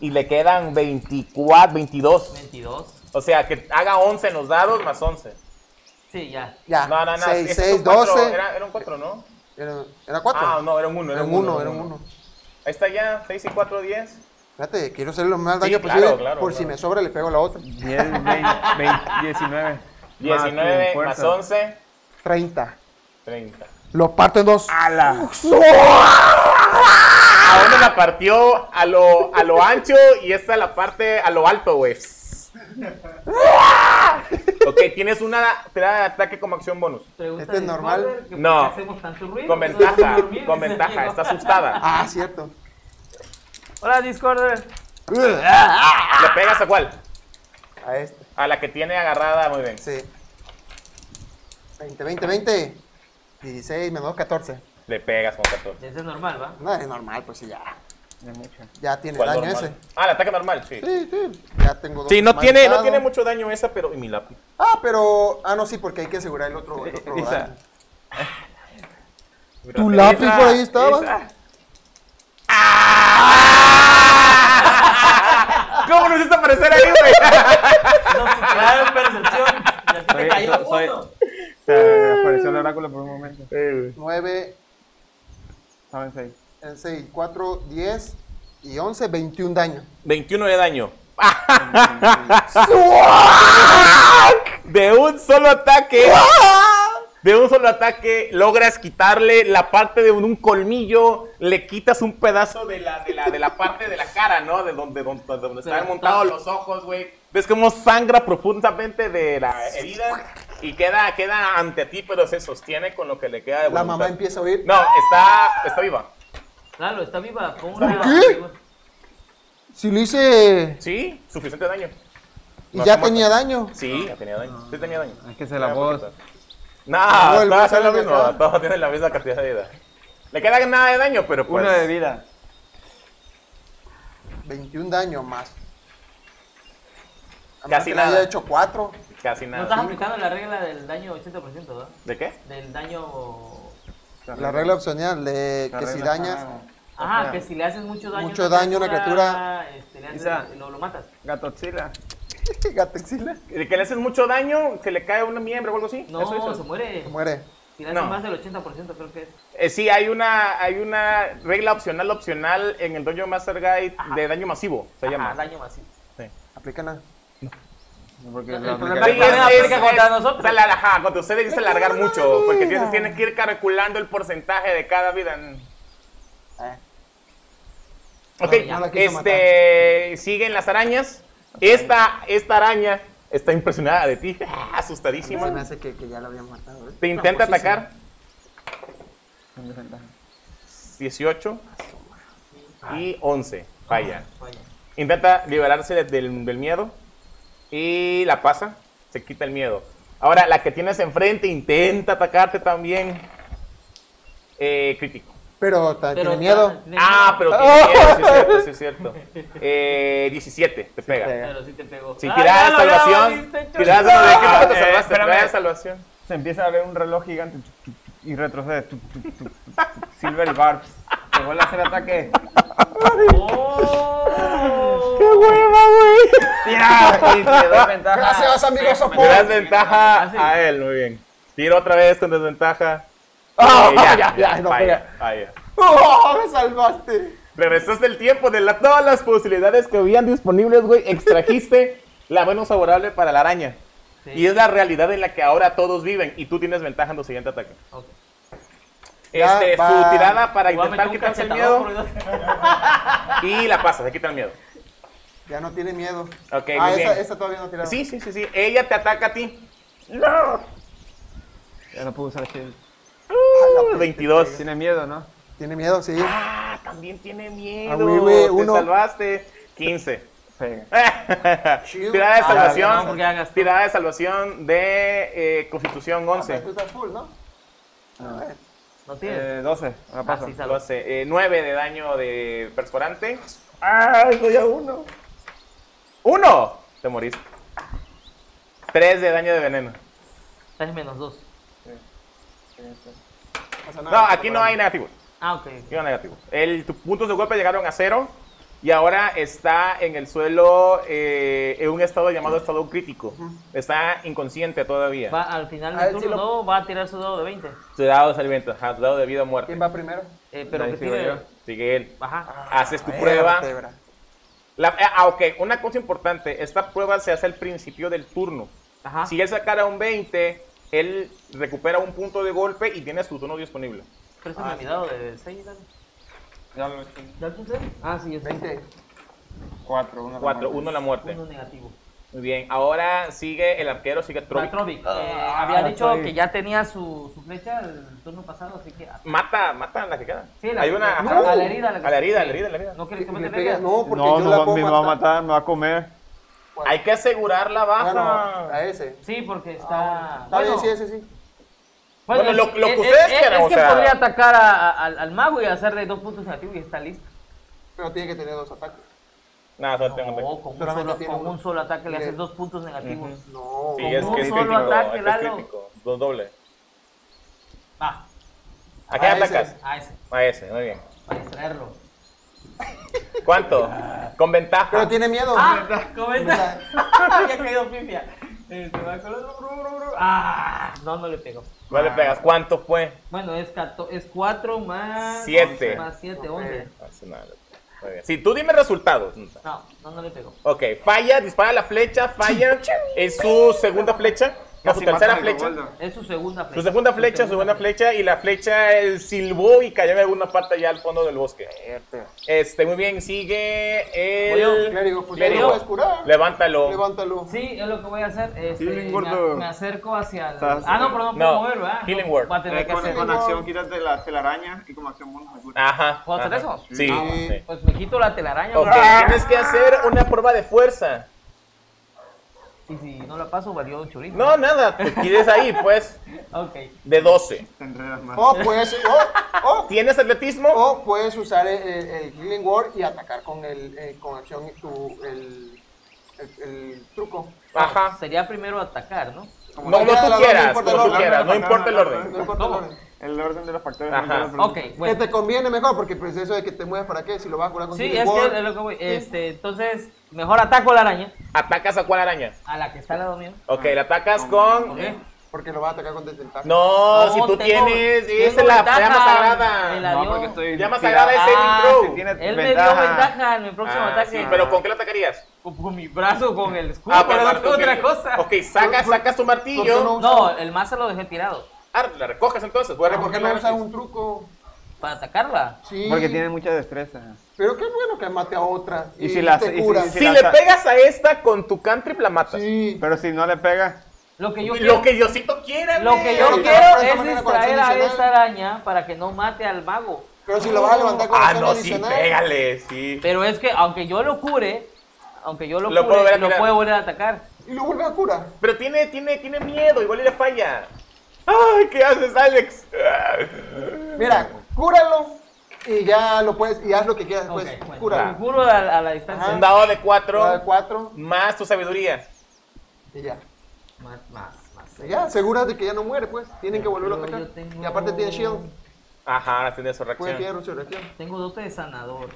S2: Y le quedan 24, 22.
S4: 22.
S2: O sea, que haga 11 en los dados más 11.
S4: Sí, ya.
S1: Ya.
S2: No, no, no.
S1: 6,
S2: ese es
S1: 6,
S2: un cuatro,
S1: 12.
S2: Era, era un 4, ¿no?
S1: Era, era 4.
S2: Ah, no, era un 1.
S1: era un 1, era un 1.
S2: Ahí está ya, 6 y 4, 10.
S1: Espérate, quiero hacer lo más
S2: Sí,
S1: daño
S2: claro,
S1: posible.
S2: claro,
S1: por si
S2: claro.
S1: me sobra, le pego a la otra.
S3: 10, 20, 20, 19.
S2: 19
S3: tu
S2: más
S3: fuerza.
S2: 11,
S1: 30.
S2: 30.
S1: Lo parto en dos.
S2: Ah,
S3: ¡Hala!
S2: A uno la partió a lo, a lo ancho y esta la parte a lo alto, (laughs) güey. ok, tienes una tirada de ataque como acción bonus.
S4: Pregunta
S1: ¿Este es
S4: de
S1: normal?
S4: Robert, que
S2: No.
S4: por qué Hacemos tanto ruido,
S2: Con
S4: que no
S2: ventaja,
S4: dejan dormir,
S2: con
S4: dice el
S2: ventaja,
S4: Diego.
S2: está asustada.
S1: Ah, cierto.
S4: Hola, Discorder.
S2: ¿Le pegas a cuál?
S1: A este.
S2: A la que tiene agarrada, muy bien.
S1: Sí. 20, 20, 20. 16 menos 14.
S2: Le pegas con 14.
S4: Ese es normal, ¿va?
S1: No, es normal, pues sí, ya.
S3: Es mucho.
S1: Ya tiene
S2: ¿Cuál
S1: daño
S2: normal?
S1: ese.
S2: Ah, el ataque normal, sí.
S1: Sí, sí. Ya tengo dos.
S2: Sí, no
S1: más
S2: tiene, no
S1: dado.
S2: tiene mucho daño esa, pero. Y mi lápiz.
S1: Ah, pero. Ah, no, sí, porque hay que asegurar el otro. El
S2: (laughs)
S1: otro
S3: Isa.
S1: daño.
S2: Mira,
S1: Tu
S2: esa-
S1: lápiz por ahí estaba.
S2: esa. ¡Ah! ¿Cómo nos hizo aparecer ahí, güey?
S4: No, superaron percepción. Y así te
S3: Oye,
S4: cayó
S3: so- soy-
S4: uno.
S3: Se apareció el oráculo por un momento.
S2: Eh,
S1: 9,
S3: Estaban 6.
S1: 6, 4, 10 y 11, 21 daño.
S2: 21 de daño. De un solo ataque. De un solo ataque logras quitarle la parte de un, un colmillo, le quitas un pedazo de la, de la, de la parte de la cara, ¿no? De donde, donde, donde están montados los ojos, güey. Ves cómo sangra profundamente de la herida y queda, queda ante ti, pero se sostiene con lo que le queda de
S1: La
S2: voluntad.
S1: mamá empieza a oír.
S2: No, está, está viva.
S4: Claro, está viva. Pon una.
S1: qué? Si lo hice.
S2: Sí, suficiente daño.
S1: Y
S2: No,
S1: ya
S2: ¿cómo
S1: tenía daño.
S2: Sí, ya tenía daño. Sí tenía daño.
S3: Es que se la voz.
S2: Ah, No,
S1: No, el
S2: todas
S1: Bruce
S2: son lo
S1: Allen
S2: mismo.
S1: acá.
S2: Todos tienen la misma cantidad de vida. Le queda nada de daño, pero pues.
S3: Una de vida.
S1: 21 daño más. A menos
S2: Casi
S1: que le haya
S2: nada.
S1: hecho 4.
S2: Casi
S4: No estás
S2: nada.
S4: aplicando la regla del daño 80%, ¿verdad?
S2: ¿De qué?
S4: Del daño.
S1: La regla opcional de
S3: La
S1: que si
S3: regla
S1: dañas. (laughs)
S3: sagrada.
S4: Ajá,
S3: Ajá.
S4: que si le haces mucho daño. a
S1: Mucho daño a una
S4: este, le haces-
S3: Isa.
S4: lo, lo matas.
S3: Gatoxila.
S1: Gatexila.
S2: ¿De que le haces mucho daño? ¿Que le cae una miembro o algo así?
S4: No,
S2: ¿Eso dices?
S4: se muere.
S1: Se muere.
S4: Si le haces
S2: No.
S4: más del 80%, creo que es.
S2: Eh, sí, hay una, hay una regla opcional opcional en el Dungeon Master Guide de daño masivo, se
S4: Ajá,
S2: llama.
S4: daño masivo.
S2: Sí.
S1: Aplícala.
S3: Porque
S4: El
S3: la
S4: problema
S2: Sí,
S4: es que-
S3: aplicación-
S4: También aplica contra nosotros.
S2: se la- ajá, contra ustedes se largar mucho, porque tienes, tienes que ir calculando el porcentaje de cada vida.
S1: Eh.
S2: Ok,
S4: No, Ah. ya
S1: la quiso
S2: este, siguen las arañas. Esta, esta araña está impresionada de ti,
S1: Sí,
S2: (laughs)
S1: se me
S2: asustadísima.
S1: hace que, que ya lo habían matado. ¿eh?
S2: Te intenta
S4: pues
S1: Famosísimo.
S2: atacar. 18
S4: Ah,
S2: y 11, falla.
S4: Vaya.
S2: Intenta liberarse de- del, del miedo y la pasa, se quita el miedo. Ahora, la que tienes enfrente intenta atacarte también. Eh, crítico.
S1: Pero ta-
S4: Pero
S1: tiene miedo.
S4: está- tiene
S2: Ah,
S4: miedo,
S2: pero tiene miedo, sí es cierto, sí es cierto. Eh, 17, te pega.
S1: pega.
S4: Pero sí te pegó.
S2: Si
S4: Ay,
S2: tirada
S4: ya
S2: de
S4: lo había
S2: salvación,
S4: visto, chocho.
S2: tirada de salvación, ¿qué tanto
S3: Ah, eh,
S2: salvaste?
S3: espérame.
S2: Tirada de salvación.
S3: Se empieza a ver un reloj gigante tuc, tuc, tuc, y retrocede. tuc, tuc, tuc, tuc, tuc. Silver Barbs. Se vuelve a hacer ataque.
S4: ¡Oh!
S3: ¡Tira! Y te doy ventaja.
S1: Gracias,
S2: Ah,
S1: amigo Sopo.
S2: Le das ventaja a él, muy bien. Tiro otra vez con desventaja. Eh, ya, ya,
S1: no
S2: falla,
S1: pega.
S2: falla.
S1: (laughs) ¡Oh, me salvaste!
S2: Regresaste el tiempo de la- todas las posibilidades que habían disponibles, güey. Extrajiste (laughs) la menos favorable para la araña.
S4: Sí.
S2: Y es la realidad en la que ahora todos viven. Y tú tienes ventaja en tu siguiente ataque.
S4: Ok.
S1: Ya
S2: Este, su
S1: va.
S2: tirada para
S4: Voy a
S2: intentar
S4: meter un
S2: quitarse el
S4: cachetadón
S2: miedo.
S4: por el-
S2: Y la pasas, se quita el miedo.
S1: Ya no tiene miedo.
S2: Ok,
S1: ah,
S2: muy
S1: esa,
S2: bien.
S1: esa todavía no tiraba.
S2: Sí, sí, sí, sí. Ella te ataca a ti.
S3: Ya no puedo usar shield.
S1: Ah, la
S2: 22.
S3: Tiene miedo, ¿no?
S1: Tiene miedo, sí.
S2: Ah, también tiene miedo.
S1: Ah, güey, güey,
S2: te
S1: uno.
S2: salvaste. 15.
S3: Pega.
S1: Shield.
S2: (laughs) tirada de
S1: Ah,
S2: salvación.
S4: no, porque ya gastó.
S2: tirada de salvación de eh, Constitución
S1: Ah, pero
S2: 11.
S1: tú estás full, ¿no? A ver.
S4: No tiene.
S3: Eh, 12. Ahora
S4: Ah,
S3: pasa.
S4: sí, salva.
S2: 12. 9 Eh, de daño de perforante.
S3: ¡Ay, doy a uno!
S2: ¡Uno! Te moriste. 3 de daño de veneno.
S4: Tres menos dos.
S1: Pasa
S2: No,
S1: nada,
S2: aquí no hay negativo.
S4: Ah, ok.
S2: Aquí no hay negativo. El, tus puntos de golpe llegaron a cero. Y ahora está en el suelo eh, en un estado llamado estado crítico. Está inconsciente todavía.
S4: Va, al final
S1: A
S4: del
S1: ver si
S4: turno va a tirar su dado de 20.
S2: Su dado es alimento, ajá, su dado de vida o muerte.
S1: ¿Quién va primero?
S4: Eh, pero
S3: Ahí
S4: que
S3: sigo yo.
S4: tire.
S2: Sigue él.
S4: Ajá.
S2: Ah, Haces tu
S1: Eh,
S2: prueba.
S1: vértebra.
S2: La- ah, ok, una cosa importante. Esta prueba se hace al principio del turno.
S4: Ajá.
S2: Si él sacara un 20, él recupera un punto de golpe y tiene su turno disponible.
S4: Préstame mi dado de 6, dale.
S3: Ya lo he hecho.
S4: ¿Dale un 6? Ah, sí, yo sé.
S1: 20.
S3: 4, 1.
S2: 4, 1 la muerte.
S4: Uno negativo.
S2: Muy bien, ahora sigue el arquero, sigue Troy.
S4: Matrovic. Eh,
S3: Ah,
S4: había dicho
S3: Matrovic.
S4: que ya tenía su, su flecha el turno pasado, así que.
S2: Mata, mata a la que queda.
S4: Sí, la-
S2: Hay una.
S4: la-
S2: ajá,
S4: a la herida, la que-
S2: A la herida, a
S4: sí.
S2: la herida, a la herida.
S4: ¿No quieres que me
S1: Me
S4: te
S1: pega.
S4: pegue?
S1: No, porque
S3: No,
S1: yo
S3: no
S1: la
S3: va- me
S1: puedo
S3: va a
S1: matar.
S3: matar, me va a comer.
S2: Hay que asegurar la
S1: Ah,
S2: baja.
S1: no, a ese.
S4: Sí, porque
S2: Ah,
S4: está.
S1: Está bien, sí, ese sí.
S2: Bueno, lo- lo que
S4: es-
S2: ustedes
S4: es-
S2: quieran,
S4: Es
S2: o
S4: que
S2: sea.
S4: podría atacar a- a- al, al mago y hacerle dos puntos negativos y está listo.
S1: Pero tiene que tener dos ataques.
S2: Nada, solo tengo.
S4: No, con un,
S1: Solamente
S4: solo,
S1: tiene
S4: con
S1: uno.
S4: un solo ataque le
S1: Mire.
S4: haces dos puntos negativos.
S1: No.
S2: Sí,
S4: Con
S2: es
S4: un
S2: que es
S4: solo
S2: crítico.
S4: ataque,
S2: es que es
S4: Lalo.
S2: crítico. Dos doble.
S4: Va,
S2: ¿A qué
S1: A
S2: atacas?
S1: ese.
S4: a ese,
S2: A ese, muy bien.
S4: para distraerlo.
S2: ¿Cuánto? Con ventaja.
S1: Pero tiene miedo.
S4: Ah, comenta. (laughs) Había caído pifia. Este, va con otro, bru, bru, bru. Ah, no, no le pegó.
S2: No le pegas. ¿Cuánto fue?
S4: Bueno, es 4 más
S2: Siete.
S4: 11, más 7, 11.
S2: Hace nada. Muy bien. Sí, tú dime resultados.
S4: No, no, no le pegó.
S2: Ok, falla, dispara la flecha, falla. Es su segunda flecha. No, su
S3: Casi matan
S2: tercera
S3: al
S2: flecha.
S3: Goboldo.
S4: Es su segunda flecha.
S2: Su segunda flecha, su segunda flecha. Y la flecha el silbó y cayó en alguna parte allá al fondo del bosque. Este, muy bien, sigue el.
S4: Voy yo,
S1: Clérigo, pues
S2: Clérigo.
S1: ya lo puedes curar.
S2: Levántalo.
S1: Levántalo.
S4: Sí, es lo que voy a hacer. Este,
S3: Healing
S4: me-
S3: Word,
S4: me,
S3: no.
S4: acerco hacia el.
S3: Estás-
S4: Ah, no, perdón,
S2: No.
S4: puedo mover, ¿verdad?
S2: Healing
S4: No,
S2: Word.
S4: Voy a tener
S3: Eh,
S4: que
S3: con,
S4: hacer.
S3: con acción quítate la telaraña y como acción bonus me cura.
S2: Ajá.
S4: ¿Puedo hacer
S2: ajá.
S4: eso?
S2: Sí.
S1: Ah, bueno.
S2: sí.
S4: Pues me quito la telaraña.
S2: Ok,
S4: ¿verdad?
S2: tienes que hacer una prueba de fuerza.
S4: Y si no la paso, valió un churrito.
S2: No, nada, te quieres ahí, pues.
S4: Ok.
S2: De 12.
S3: Te enredas más.
S1: O puedes, o,
S2: ¿Tienes atletismo?
S1: o, o puedes usar el, el- el Healing Word y atacar con el eh, con acción y tu, el, el, el truco.
S2: Ajá.
S4: Sería primero atacar, ¿no?
S2: No,
S3: Como
S2: no
S3: la-
S2: tú
S1: Cualquiera de las dos,
S2: quieras,
S1: no importa
S2: como
S1: el
S2: tú
S1: orden.
S2: quieras, no
S3: No, no,
S2: importa el
S3: no,
S1: No
S2: orden.
S1: importa el
S4: ¿Cómo?
S1: orden.
S3: El orden de los factores.
S2: Ajá.
S3: no importa, pero-
S4: Ok,
S1: Que
S4: bueno.
S1: te conviene mejor, porque pues eso de que te mueves para qué, si lo vas a curar con
S4: Sí,
S1: Healing
S4: es
S1: Word.
S4: que es lo que voy. Este, entonces, mejor ataco a la araña,
S2: ¿Atacas a cuál araña?
S4: a la que está al lado mío.
S2: Ok, la atacas con.
S4: Ok.
S1: Porque lo vas a atacar con desventaja.
S2: No,
S4: No,
S2: si tú
S4: tengo-
S2: tienes. Esa
S4: tengo
S2: es la
S4: ventaja.
S2: llama
S4: El
S2: sagrada.
S4: la-
S3: No,
S4: dio.
S3: porque estoy.
S2: Llama
S3: tirado.
S2: sagrada es
S3: Ah,
S2: saving throw.
S3: sí, tiene
S4: Él me dio
S3: ventaja.
S4: ventaja en mi próximo
S2: Ah,
S4: ataque.
S2: sí, pero ¿con qué la atacarías?
S4: con, con mi brazo, con el escudo,
S2: Ah,
S4: pero
S2: perdón,
S4: no fue
S2: ok.
S4: (laughs) otra cosa.
S2: Ok, saca- sacas tu
S1: ¿Por qué
S2: martillo.
S1: no?
S4: No, Ah, el mazo lo dejé tirado
S2: Ah, la recoges entonces. Voy a
S1: Pero ¿Por qué
S2: recogerla.
S1: no usas
S2: gratis.
S1: un truco?
S4: para atacarla.
S1: Sí,
S3: Ah, Porque tiene mucha destreza.
S1: pero qué bueno que mate a otra
S3: Y
S1: y,
S3: si las- y
S1: te
S3: si-
S1: curas.
S3: y
S2: Si
S3: la
S2: le
S3: sa-
S2: pegas a esta con tu cantrip, la matas.
S1: Sí.
S3: Pero si no le pega,
S4: Lo que yo quiero,
S2: Lo que Diosito quiera.
S4: lo que yo
S1: Pero te
S4: quiero
S1: vas de esta
S4: es
S1: manera con acción
S4: distraer a
S1: adicional.
S4: esta araña para que no mate al mago.
S1: Pero si lo vas a levantar con
S2: Ah,
S1: acción
S2: no, sí,
S1: adicional.
S2: pégale, sí.
S4: Pero es que aunque yo lo cure, aunque yo lo,
S2: Lo puedo volver a
S4: cure, lo
S2: tirar.
S4: puedo volver a atacar.
S1: Y lo vuelve a curar.
S2: Pero tiene, tiene, tiene miedo, igual y le
S4: Ah.
S2: falla. Ay, ¿qué haces, Alex?
S1: Mira, cúralo Y ya lo puedes, y haz lo que quieras,
S4: Ok,
S1: pues,
S4: bueno.
S1: cura.
S4: Juro a, a la distancia.
S2: Un dado de
S1: Cuatro,
S4: Ah,
S2: 4
S1: cuatro,
S2: más tu sabiduría.
S1: y ya.
S4: Más, más, más.
S1: Y Ya, seguras de que ya no muere, pues. Tienen que volverlo a
S4: Yo- yo
S1: atacar.
S4: tengo-
S1: Y aparte tiene shield.
S2: Ajá, ahora tiene su
S1: Puede tiene
S2: reacción.
S1: resurrección.
S4: Tengo dote de sanador.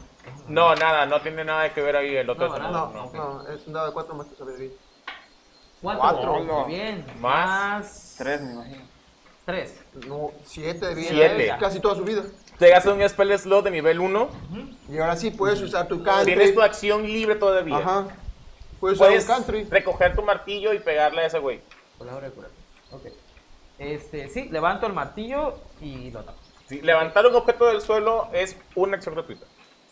S2: No, nada, no tiene nada que ver ahí el otro.
S4: No,
S2: es-
S4: Ah,
S1: No,
S4: no, ok.
S1: no, es un dado de cuatro más tu sabiduría.
S4: Cuatro.
S3: Cuatro.
S4: Muy bien.
S2: Más.
S3: Tres, me imagino.
S4: Tres.
S1: No, siete de vida.
S2: Siete.
S1: es Casi toda su vida.
S2: Te gastas un spell slot de nivel 1.
S1: Y ahora sí puedes usar tu country.
S2: Tienes tu acción libre todavía.
S1: Ajá. Puedes usar un
S2: Puedes
S1: country.
S2: recoger tu martillo y pegarle a ese güey.
S4: Palabra de curar. Ok. Este, sí, levanto el martillo y lo tapo.
S2: Sí, levantar un objeto del suelo es una acción gratuita.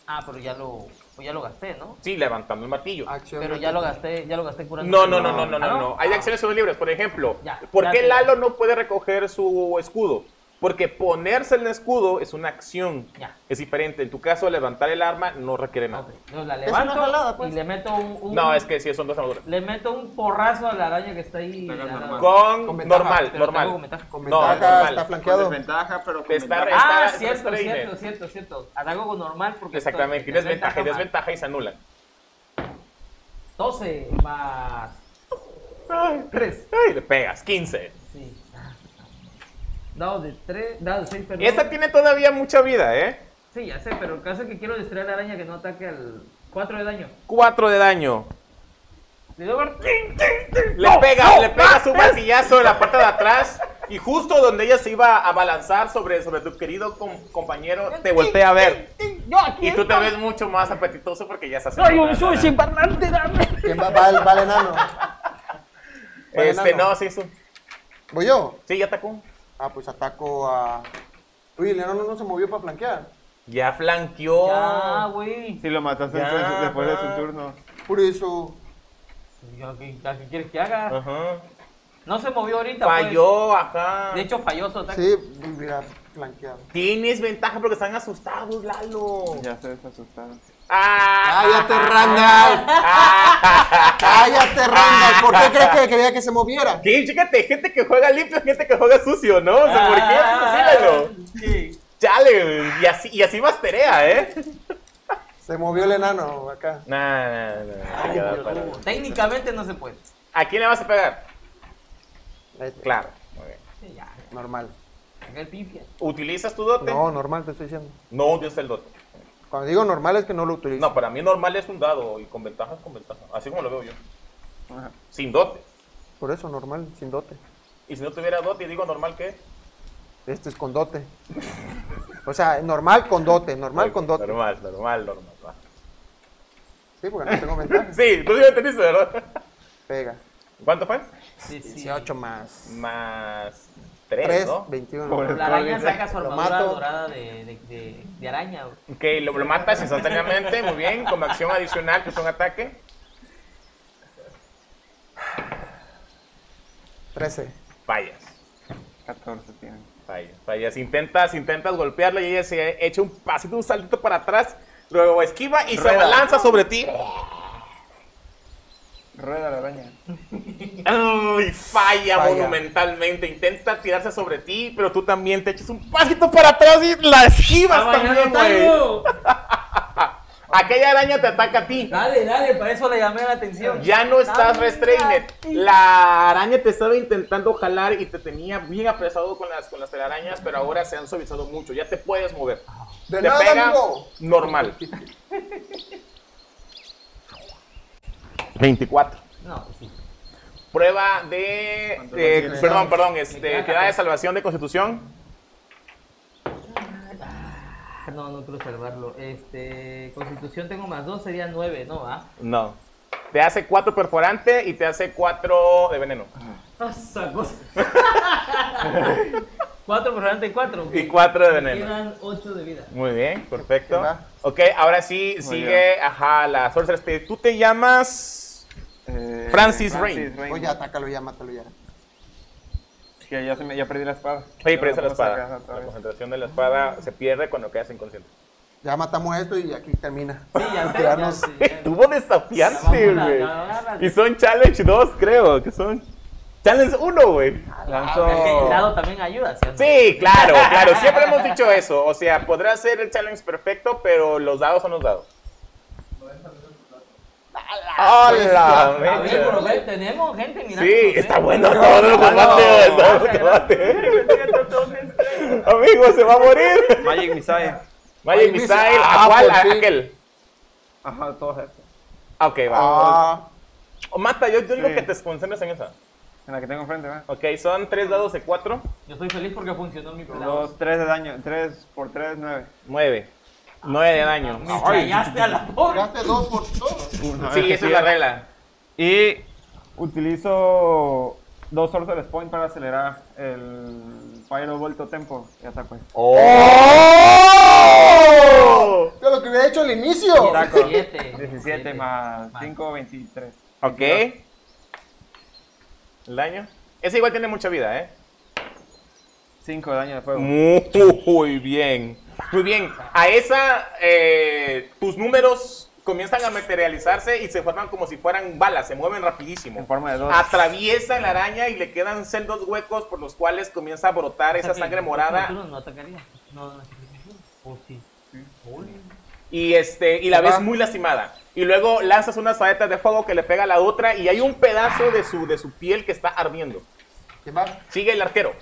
S4: Ah, pero ya lo, pues ya lo gasté, ¿no?
S2: Sí, levantando el martillo.
S1: Acción
S4: Pero ya lo gasté, ya lo gasté curando.
S2: No, no, no, no, no,
S4: ¿Ah,
S2: no, no. Hay acciones son libres. Por ejemplo,
S4: Ya,
S2: ¿por
S4: ya
S2: qué
S4: sé.
S2: Lalo no puede recoger su escudo? Porque ponerse el escudo es una acción.
S4: Ya.
S2: Es diferente. En tu caso, levantar el arma no requiere nada.
S4: Ok, entonces la
S1: Es una
S4: levanto
S1: jalada, pues.
S4: y le meto un, un-
S2: No, es que sí, son dos armaduras.
S4: le meto un porrazo a la araña que está ahí.
S3: Está
S4: a la-
S3: normal.
S2: Con,
S1: Con ventaja,
S2: normal,
S4: pero tengo
S2: normal.
S4: ventaja.
S1: Con
S2: No,
S1: ventaja,
S2: normal.
S1: está
S3: Con
S1: flanqueado.
S3: desventaja, pero con
S2: Te está
S3: ventaja.
S2: Está-
S4: Ah,
S2: está
S4: cierto,
S2: reine.
S4: cierto, cierto, cierto. Ataco con normal porque
S2: Exactamente.
S4: estoy-
S2: Tienes ventaja y
S4: más.
S2: desventaja y se anulan.
S4: 12 más
S2: Ay,
S4: 3.
S2: ay, le pegas. 15.
S4: Sí. Dado de 3, dado de 6, perdón.
S2: Esta tiene todavía mucha vida, ¿eh?
S4: Sí, ya sé, pero el caso es que quiero destruir a la araña que no ataque al 4 de daño.
S2: 4 de daño.
S4: Le doy mar-
S2: Le pega, le pega su martillazo en la parte de atrás y justo donde ella se iba a balanzar sobre, sobre tu querido com- compañero, te voltea a ver. Y tú te ves mucho más apetitoso porque ya estás. ¡Soy un sushi!
S1: Que va, va el, va el enano.
S2: Este, no, sí, sí.
S1: ¿Voy yo?
S2: Sí, ya atacó.
S1: Ah, pues ataco a. Uy, el enano no se movió para flanquear.
S2: Ya flanqueó.
S4: Ya, güey.
S3: Si lo mataste
S2: Ya,
S3: entonces, después de su
S2: ajá.
S3: turno.
S1: Por eso.
S4: Ya, ¿Qué, ya, qué quieres que haga?
S2: Ajá.
S4: No se movió ahorita. pues.
S2: Ah. Falló, ajá.
S4: De hecho, falló su ataque.
S1: Sí, hubiera flanqueado.
S2: Tienes ventaja porque están asustados, Lalo.
S3: Ya se desasustaron.
S2: Ah,
S1: ¡Cállate,
S2: (laughs)
S1: Randall! ¡Cállate, Randall! ¿Por qué crees que quería que se moviera?
S2: ¿Qué? Fíjate, gente que juega limpio, gente que juega sucio, ¿no? O
S4: Ah,
S2: sea, ¿por qué haces así, Lalo?
S4: Sí.
S2: Chale, güey. y así, y así más tarea, ¿eh?
S1: Se movió el enano acá.
S2: Nah, nah, nah, hay que dar para-
S4: Técnicamente no se puede.
S2: ¿A quién le vas a pegar?
S1: Este,
S2: Claro.
S4: Sí, ya.
S1: Normal.
S4: Acá el pifia.
S2: ¿Utilizas tu dote?
S1: No, normal, te estoy diciendo.
S2: No utilizas el dote.
S1: Cuando digo normal es que no lo utilizo.
S2: No, para mí normal es un dado y con ventaja es con ventaja. Así como lo veo yo.
S3: Ajá.
S2: Sin dote.
S1: Por eso, normal, sin dote.
S2: Y si no tuviera dote y digo normal, ¿qué?
S1: Este es con dote. O sea, normal con dote, normal con dote.
S2: Normal, normal, normal. va.
S1: Sí, porque no tengo ventaja.
S2: Sí, tú sí me entendiste, ¿verdad?
S1: Pega.
S2: ¿Cuánto fue?
S4: Sí, sí.
S1: 18 más.
S2: Más 3,
S1: 3,
S2: ¿no?
S1: 21.
S3: Pobre.
S4: La araña saca su
S1: Lo
S4: armadura
S1: mato.
S4: dorada de, de, de, de araña. güey.
S2: Ok, lo, lo matas instantáneamente, muy bien, como acción adicional, que es un ataque.
S1: 13.
S2: Fallas.
S3: 14 tienen.
S2: Fallas, fallas. Intentas, intentas golpearla y ella se echa un pasito, un saltito para atrás, luego esquiva y se
S3: Rueda.
S2: balanza sobre ti.
S3: Rueda la araña.
S2: Ay, falla,
S1: Falla.
S2: monumentalmente. Intenta tirarse sobre ti, pero tú también te echas un pasito para atrás y la
S4: Ah,
S2: esquivas también, güey.
S4: tango!
S2: Aquella araña te ataca a ti.
S4: Dale, dale, para eso le llamé la atención.
S2: Ya no estás
S4: Dale,
S2: restrained.
S4: dale.
S2: La araña te estaba intentando jalar y te tenía bien apresado con las, con las telarañas, pero ahora se han suavizado mucho. Ya te puedes mover.
S1: De
S2: te
S1: nada,
S2: pega
S1: amigo. (laughs)
S2: normal. 24.
S4: No, sí.
S2: Prueba de.
S3: ¿Cuánto
S2: eh,
S3: consigues?
S2: perdón, perdón, este,
S4: queda
S2: te da de
S4: 14.
S2: salvación de constitución.
S4: Ah, No, no quiero salvarlo. Este, constitución tengo más dos, sería nueve, ¿no? ¿Ah?
S2: No. Te hace 4 perforante y te hace 4 de veneno. Ah,
S4: Esa cosa. (laughs) cuatro por delante, cuatro. ok.
S2: Y 4 de
S4: Me
S2: veneno.
S4: Quedan ocho de vida.
S2: Muy bien, perfecto.
S1: ¿Qué va?
S2: Ok, ahora sí sigue,
S3: bien.
S2: ajá, la Sorceress. Te- Tú te llamas.
S3: Eh,
S2: Francis Rain.
S1: Oye, atácalo ya, mátalo ya.
S3: Es que ya, se me- ya perdí la espada.
S2: Oye,
S3: Ya
S2: pero esa es la
S3: puedo sacar
S2: espada.
S3: otra
S2: La
S3: vez.
S2: concentración de la espada se pierde cuando quedas inconsciente.
S1: Ya matamos esto y aquí termina. (laughs)
S4: Sí, ya sé. Ya,
S2: (laughs)
S1: Tirarnos.
S4: sé, ya.
S2: Estuvo desafiante,
S4: Ya, vámonos,
S2: güey.
S4: ya, vámonos.
S2: Y son Challenge 2, creo, que son. Challenge 1, güey.
S3: Lanzó.
S4: Ah, ok, el dado también ayuda, ¿cierto?
S2: Sí, claro, claro. Siempre hemos dicho eso. O sea, podrá ser el challenge perfecto, pero los dados son los dados. ¡Hola!
S4: pues, A ver,
S2: mecha!
S4: por lo que tenemos gente mirando.
S2: Sí, está bueno todo el combate. todo el combate. Amigo, se va a morir.
S3: Magic Missile.
S2: Magic
S1: Missile.
S2: Missile, ¿a
S1: Ah,
S2: cuál?
S1: por
S2: ¿A
S1: fin.
S2: aquel?
S3: Ajá, todos estos.
S2: Ah, Ok, va.
S1: Ah,
S2: O Mata, yo, yo digo
S3: Sí.
S2: que te concentres en esa.
S3: En la que tengo enfrente, ¿verdad?
S2: Ok, son tres dados de cuatro.
S4: Yo estoy feliz porque funcionó mi plan.
S3: Dos, tres de daño. Tres por tres, nueve.
S2: Nueve. Nueve de daño.
S4: Me callaste
S2: (laughs)
S4: a la pobre.
S1: tiraste dos por dos.
S2: Ah, Sí, esa es la regla.
S3: Y utilizo dos Sorcerer's Point para acelerar el Pyrovolto Tempo y ataco.
S2: ¡Oh!
S1: Yo lo que hubiera hecho al inicio.
S3: Taco.
S4: 17.
S3: 17 más 5, 23.
S2: Ok. El daño. Ese igual tiene mucha vida, ¿eh?
S3: 5 de daño de
S1: Mm.
S3: fuego.
S2: Muy bien. Muy bien. A esa, eh, tus números comienzan a materializarse y se forman como si fueran balas, se mueven rapidísimo.
S3: En forma de dos.
S1: Ah,
S2: Atraviesan la araña y le quedan sendos huecos por los cuales comienza a brotar esa sangre morada
S4: No, no atacaría. No, no atacaría. Oh, sí. Uy.
S2: y este y la ves muy lastimada. Y luego lanzas unas saetas de fuego que le pega a la otra y hay un pedazo de su, de su piel que está ardiendo.
S1: ¿Qué más?
S2: Sigue el arquero.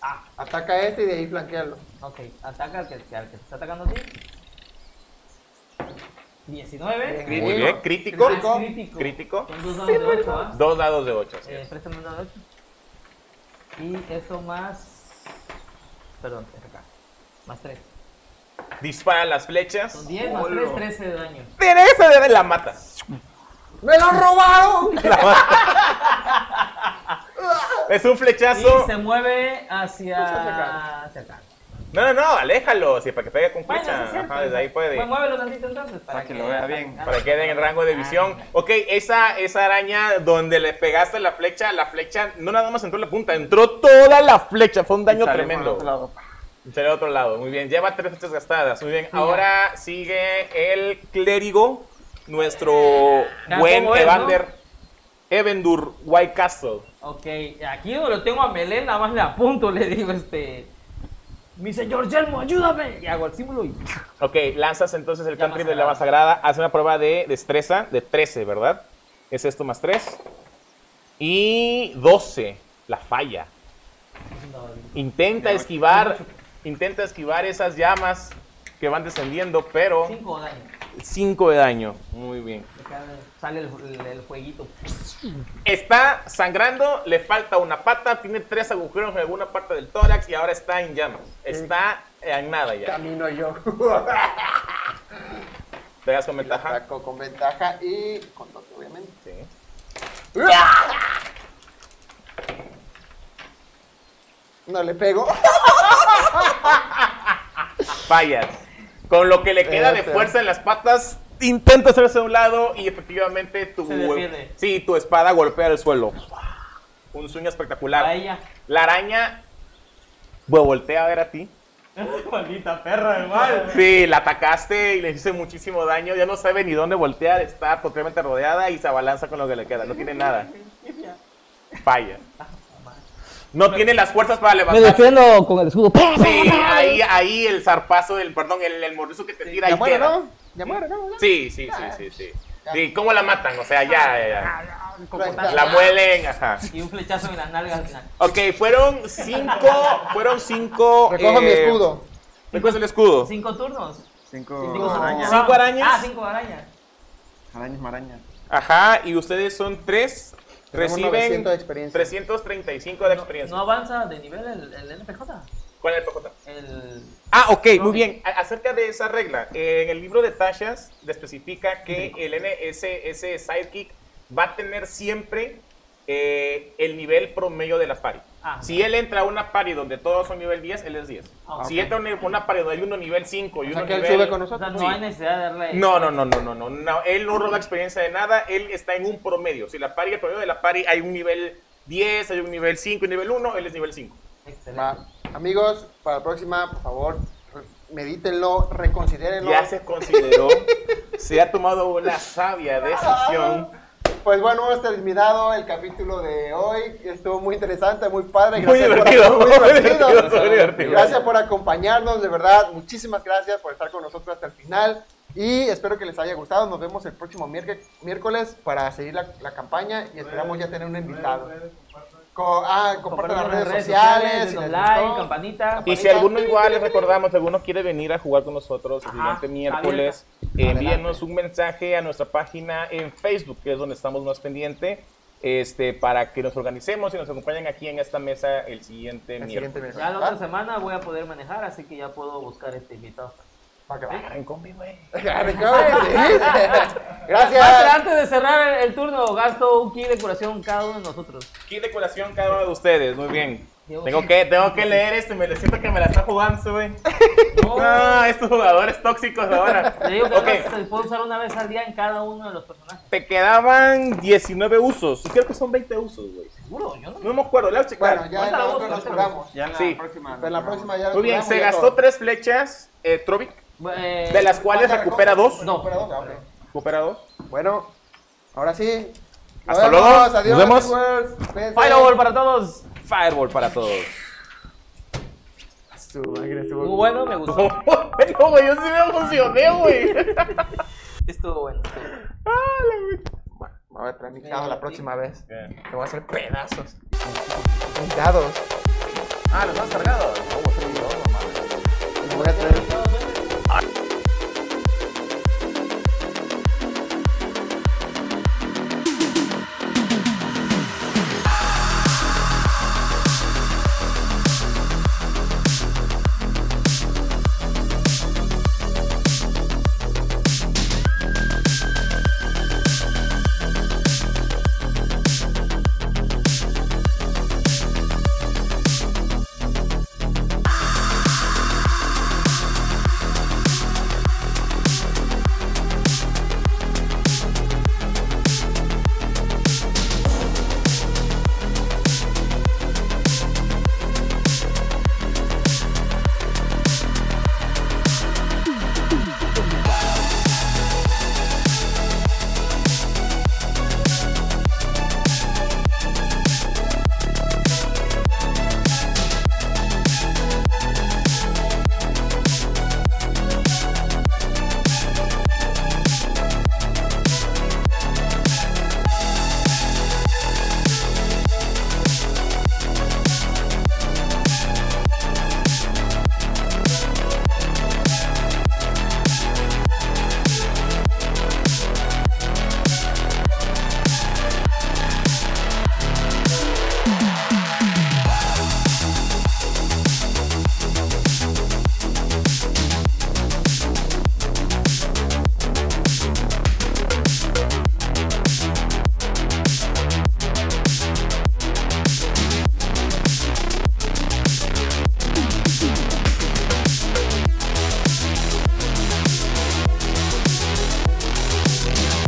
S4: Ah,
S1: Ataca a este y de ahí flanquealo.
S4: ok. Ataca al que, al que te está atacando a ti. 19.
S1: Bien.
S2: Muy bien, crítico.
S4: Ah, es
S2: Crítico.
S4: crítico. Son dos dados de 8, ¿ah?
S2: Dos dados de 8.
S4: Eh, préstame un dado de ocho. Y eso más. Perdón, es acá. Más 3.
S2: Dispara las flechas.
S4: Son 10 más 3, 13 de daño.
S2: Teresa de la mata.
S1: ¡Me lo
S2: (laughs)
S1: robaron!
S2: Es un flechazo.
S4: Y se mueve hacia. hacia acá.
S2: No, no, no, aléjalo. Si para que pegue con
S4: Bueno, sí es
S2: flecha.
S4: cierto.
S2: Ajá, desde ahí puede.
S4: Pues muévelo tantito entonces. Para,
S3: que lo vea bien.
S2: Para que quede en rango
S4: Ah,
S2: de visión. Ok, esa, esa araña donde le pegaste la flecha, la flecha no nada más entró la punta, entró toda la flecha. Fue un daño tremendo. Salió al otro lado. Muy bien, lleva tres flechas gastadas. Muy bien, ahora sigue el clérigo, nuestro
S4: Ya,
S2: buen
S4: ¿cómo es,
S2: Evander Evendur White Castle.
S4: Ok, aquí donde lo tengo a Melén, nada más le apunto, le digo este. Mi señor Yelmo, ayúdame. Y hago el símbolo y.
S2: Ok, lanzas entonces el
S4: Llama
S2: country de la
S4: sagrada.
S2: llama sagrada. Haz una prueba de destreza de 13, ¿verdad? Es esto más 3. Y 12. La falla. Intenta esquivar. Intenta esquivar esas llamas que van descendiendo, pero
S4: 5 daños.
S2: 5 de daño. Muy bien.
S4: Acá Sale el, el- el jueguito.
S2: Está sangrando, le falta una pata, tiene tres agujeros en alguna parte del tórax y ahora está en llamas. Está en nada ya.
S1: Camino yo.
S2: Te das con ventaja.
S1: Ataco con ventaja y con dos, obviamente.
S2: Sí.
S1: No le pego.
S2: fallas. Con lo que le queda de
S1: Espérate.
S2: fuerza en las patas, intenta hacerse a un lado y efectivamente tu,
S4: Se defiende.
S2: sí, tu espada golpea el suelo. Un sueño espectacular.
S4: A ella.
S2: La araña bueno, voltea a ver a ti.
S4: Maldita perra de mal.
S2: Sí, la atacaste y le hiciste muchísimo daño. Ya no sabe ni dónde voltear. Está totalmente rodeada y se abalanza con lo que le queda. No tiene nada. Falla. No tiene las fuerzas para
S7: Me
S2: levantar.
S7: defiendo con el escudo.
S2: Sí, ahí, ahí el zarpazo, del, perdón, el, el morrizo que te tira
S1: Ya
S2: y
S1: muere,
S2: queda.
S1: ¿no? Ya muere, ¿no?
S2: Sí, sí, sí, sí, sí. Sí, ¿cómo la matan? O sea,
S4: Ah,
S2: ya, ya, ya. La muelen, ajá.
S4: Y un flechazo en las nalgas al final.
S2: Ok, fueron cinco, fueron cinco...
S1: Recojo mi
S2: eh,
S1: escudo.
S2: Recoges el escudo.
S4: Cinco turnos.
S3: 5
S1: Cinco.
S3: arañas.
S2: Cinco arañas.
S4: Ah, cinco arañas.
S3: Arañas, marañas.
S2: Ajá, y ustedes son tres.
S1: Tenemos
S2: Reciben
S1: 900 de experiencia.
S2: 335 de
S4: No
S2: experiencia.
S4: avanza de nivel el, el NPJ.
S2: ¿Cuál es el PJ?
S4: El.
S2: Ah, ok,
S4: No,
S2: muy
S4: sí.
S2: bien. A- Acerca de esa regla, eh, en el libro de Tashas le especifica que el NSS Sidekick va a tener siempre eh, el nivel promedio de la pari.
S4: Ah.
S2: si él entra a una pari donde todos son nivel 10, él es 10.
S4: Ah,
S2: Si
S4: ok.
S2: entra a una- una pari donde hay uno nivel 5 y
S1: O
S2: uno
S1: sea que él
S2: nivel-
S1: sube con
S4: O sea,
S1: nosotros.
S4: no
S2: Sí.
S4: hay necesidad de darle.
S2: No, no, no, no, no, no, no. Él no roba experiencia de nada, él está en un promedio. Si la pari, el promedio de la pari hay un nivel 10, hay un nivel 5 y nivel 1, él es nivel 5.
S4: Excelente.
S1: Va. Amigos, para la próxima, por favor, re- medítenlo,
S2: Este
S1: reconsidérenlo.
S4: Ah.
S2: ya se consideró, se ha tomado una sabia decisión
S1: pues bueno, hemos terminado el capítulo de hoy. Estuvo muy interesante, muy padre.
S2: Muy
S1: por-
S2: divertido,
S1: muy
S2: muy
S1: divertido.
S2: divertido, muy divertido.
S1: Gracias por acompañarnos, de verdad. Muchísimas gracias por estar con nosotros hasta el final. Y espero que les haya gustado. Nos vemos el próximo miérc- miércoles para seguir la, la campaña y esperamos ya tener un invitado. Co- ah, compartan las redes sociales. si les
S4: like,
S1: gustó.
S4: campanita.
S2: Y si alguno igual, les recordamos, si alguno quiere venir a jugar con nosotros el
S4: Ajá,
S2: siguiente miércoles, eh, envíenos un mensaje a nuestra página en Facebook, que es donde estamos más pendiente, este, para que nos organicemos y nos acompañen aquí en esta mesa el siguiente
S1: El
S2: miércoles.
S1: siguiente
S4: Ya la
S1: miércoles.
S4: otra semana voy a poder manejar, así que ya puedo buscar este invitado.
S1: Va, que va.
S2: Agarren combi, güey.
S1: (laughs)
S4: Antes,
S1: Gracias.
S4: antes de cerrar el, el turno, gasto un kit de curación cada uno de nosotros.
S2: Aquí decoración cada uno de ustedes, muy bien.
S4: Dios.
S2: Tengo que, tengo que leer este, me lo siento que me la está jugando, güey.
S4: No,
S2: No, estos jugadores tóxicos ahora.
S4: Te digo que
S2: Ok,
S4: además se puede usar una vez al día en cada uno de los personajes.
S2: te quedaban 19 usos, y creo que son 20 usos, güey.
S4: Seguro, yo no.
S2: No me acuerdo, le voy a checar.
S1: Bueno, ya en
S4: Cuéntala
S1: la
S4: vos,
S1: otra nos
S4: cuéntala
S1: curamos.
S3: Ya en la
S2: Sí.
S3: próxima.
S1: Pero en la próxima ya nos
S2: Muy bien,
S1: curamos
S2: se
S1: ya
S2: gastó
S1: todo.
S2: tres flechas, eh, Trovic,
S4: Eh,
S2: de las cuales
S1: ¿Cuántas
S2: recupera
S1: recoges?
S2: dos.
S4: No.
S1: Recupera dos, ah, ok.
S2: Recupera dos.
S1: Bueno, ahora sí. Nos
S2: Hasta
S1: vemos,
S2: luego, nos
S1: Adiós,
S2: vemos.
S1: viewers. Cuídense.
S2: Fireball para todos. Fireball para todos. (laughs)
S1: Su madre, estuvo-
S4: Estuvo bueno, me
S2: No,
S4: gustó.
S2: bueno, güey, yo sí me emocioné, güey. (laughs) Ah,
S4: Estuvo bueno. estuvo bueno.
S1: Bueno, me voy a traer mi clavo la próxima vez.
S2: Bien.
S1: Te voy a hacer pedazos. Cuidados.
S2: Ah, los has cargado.
S1: Me voy a traer.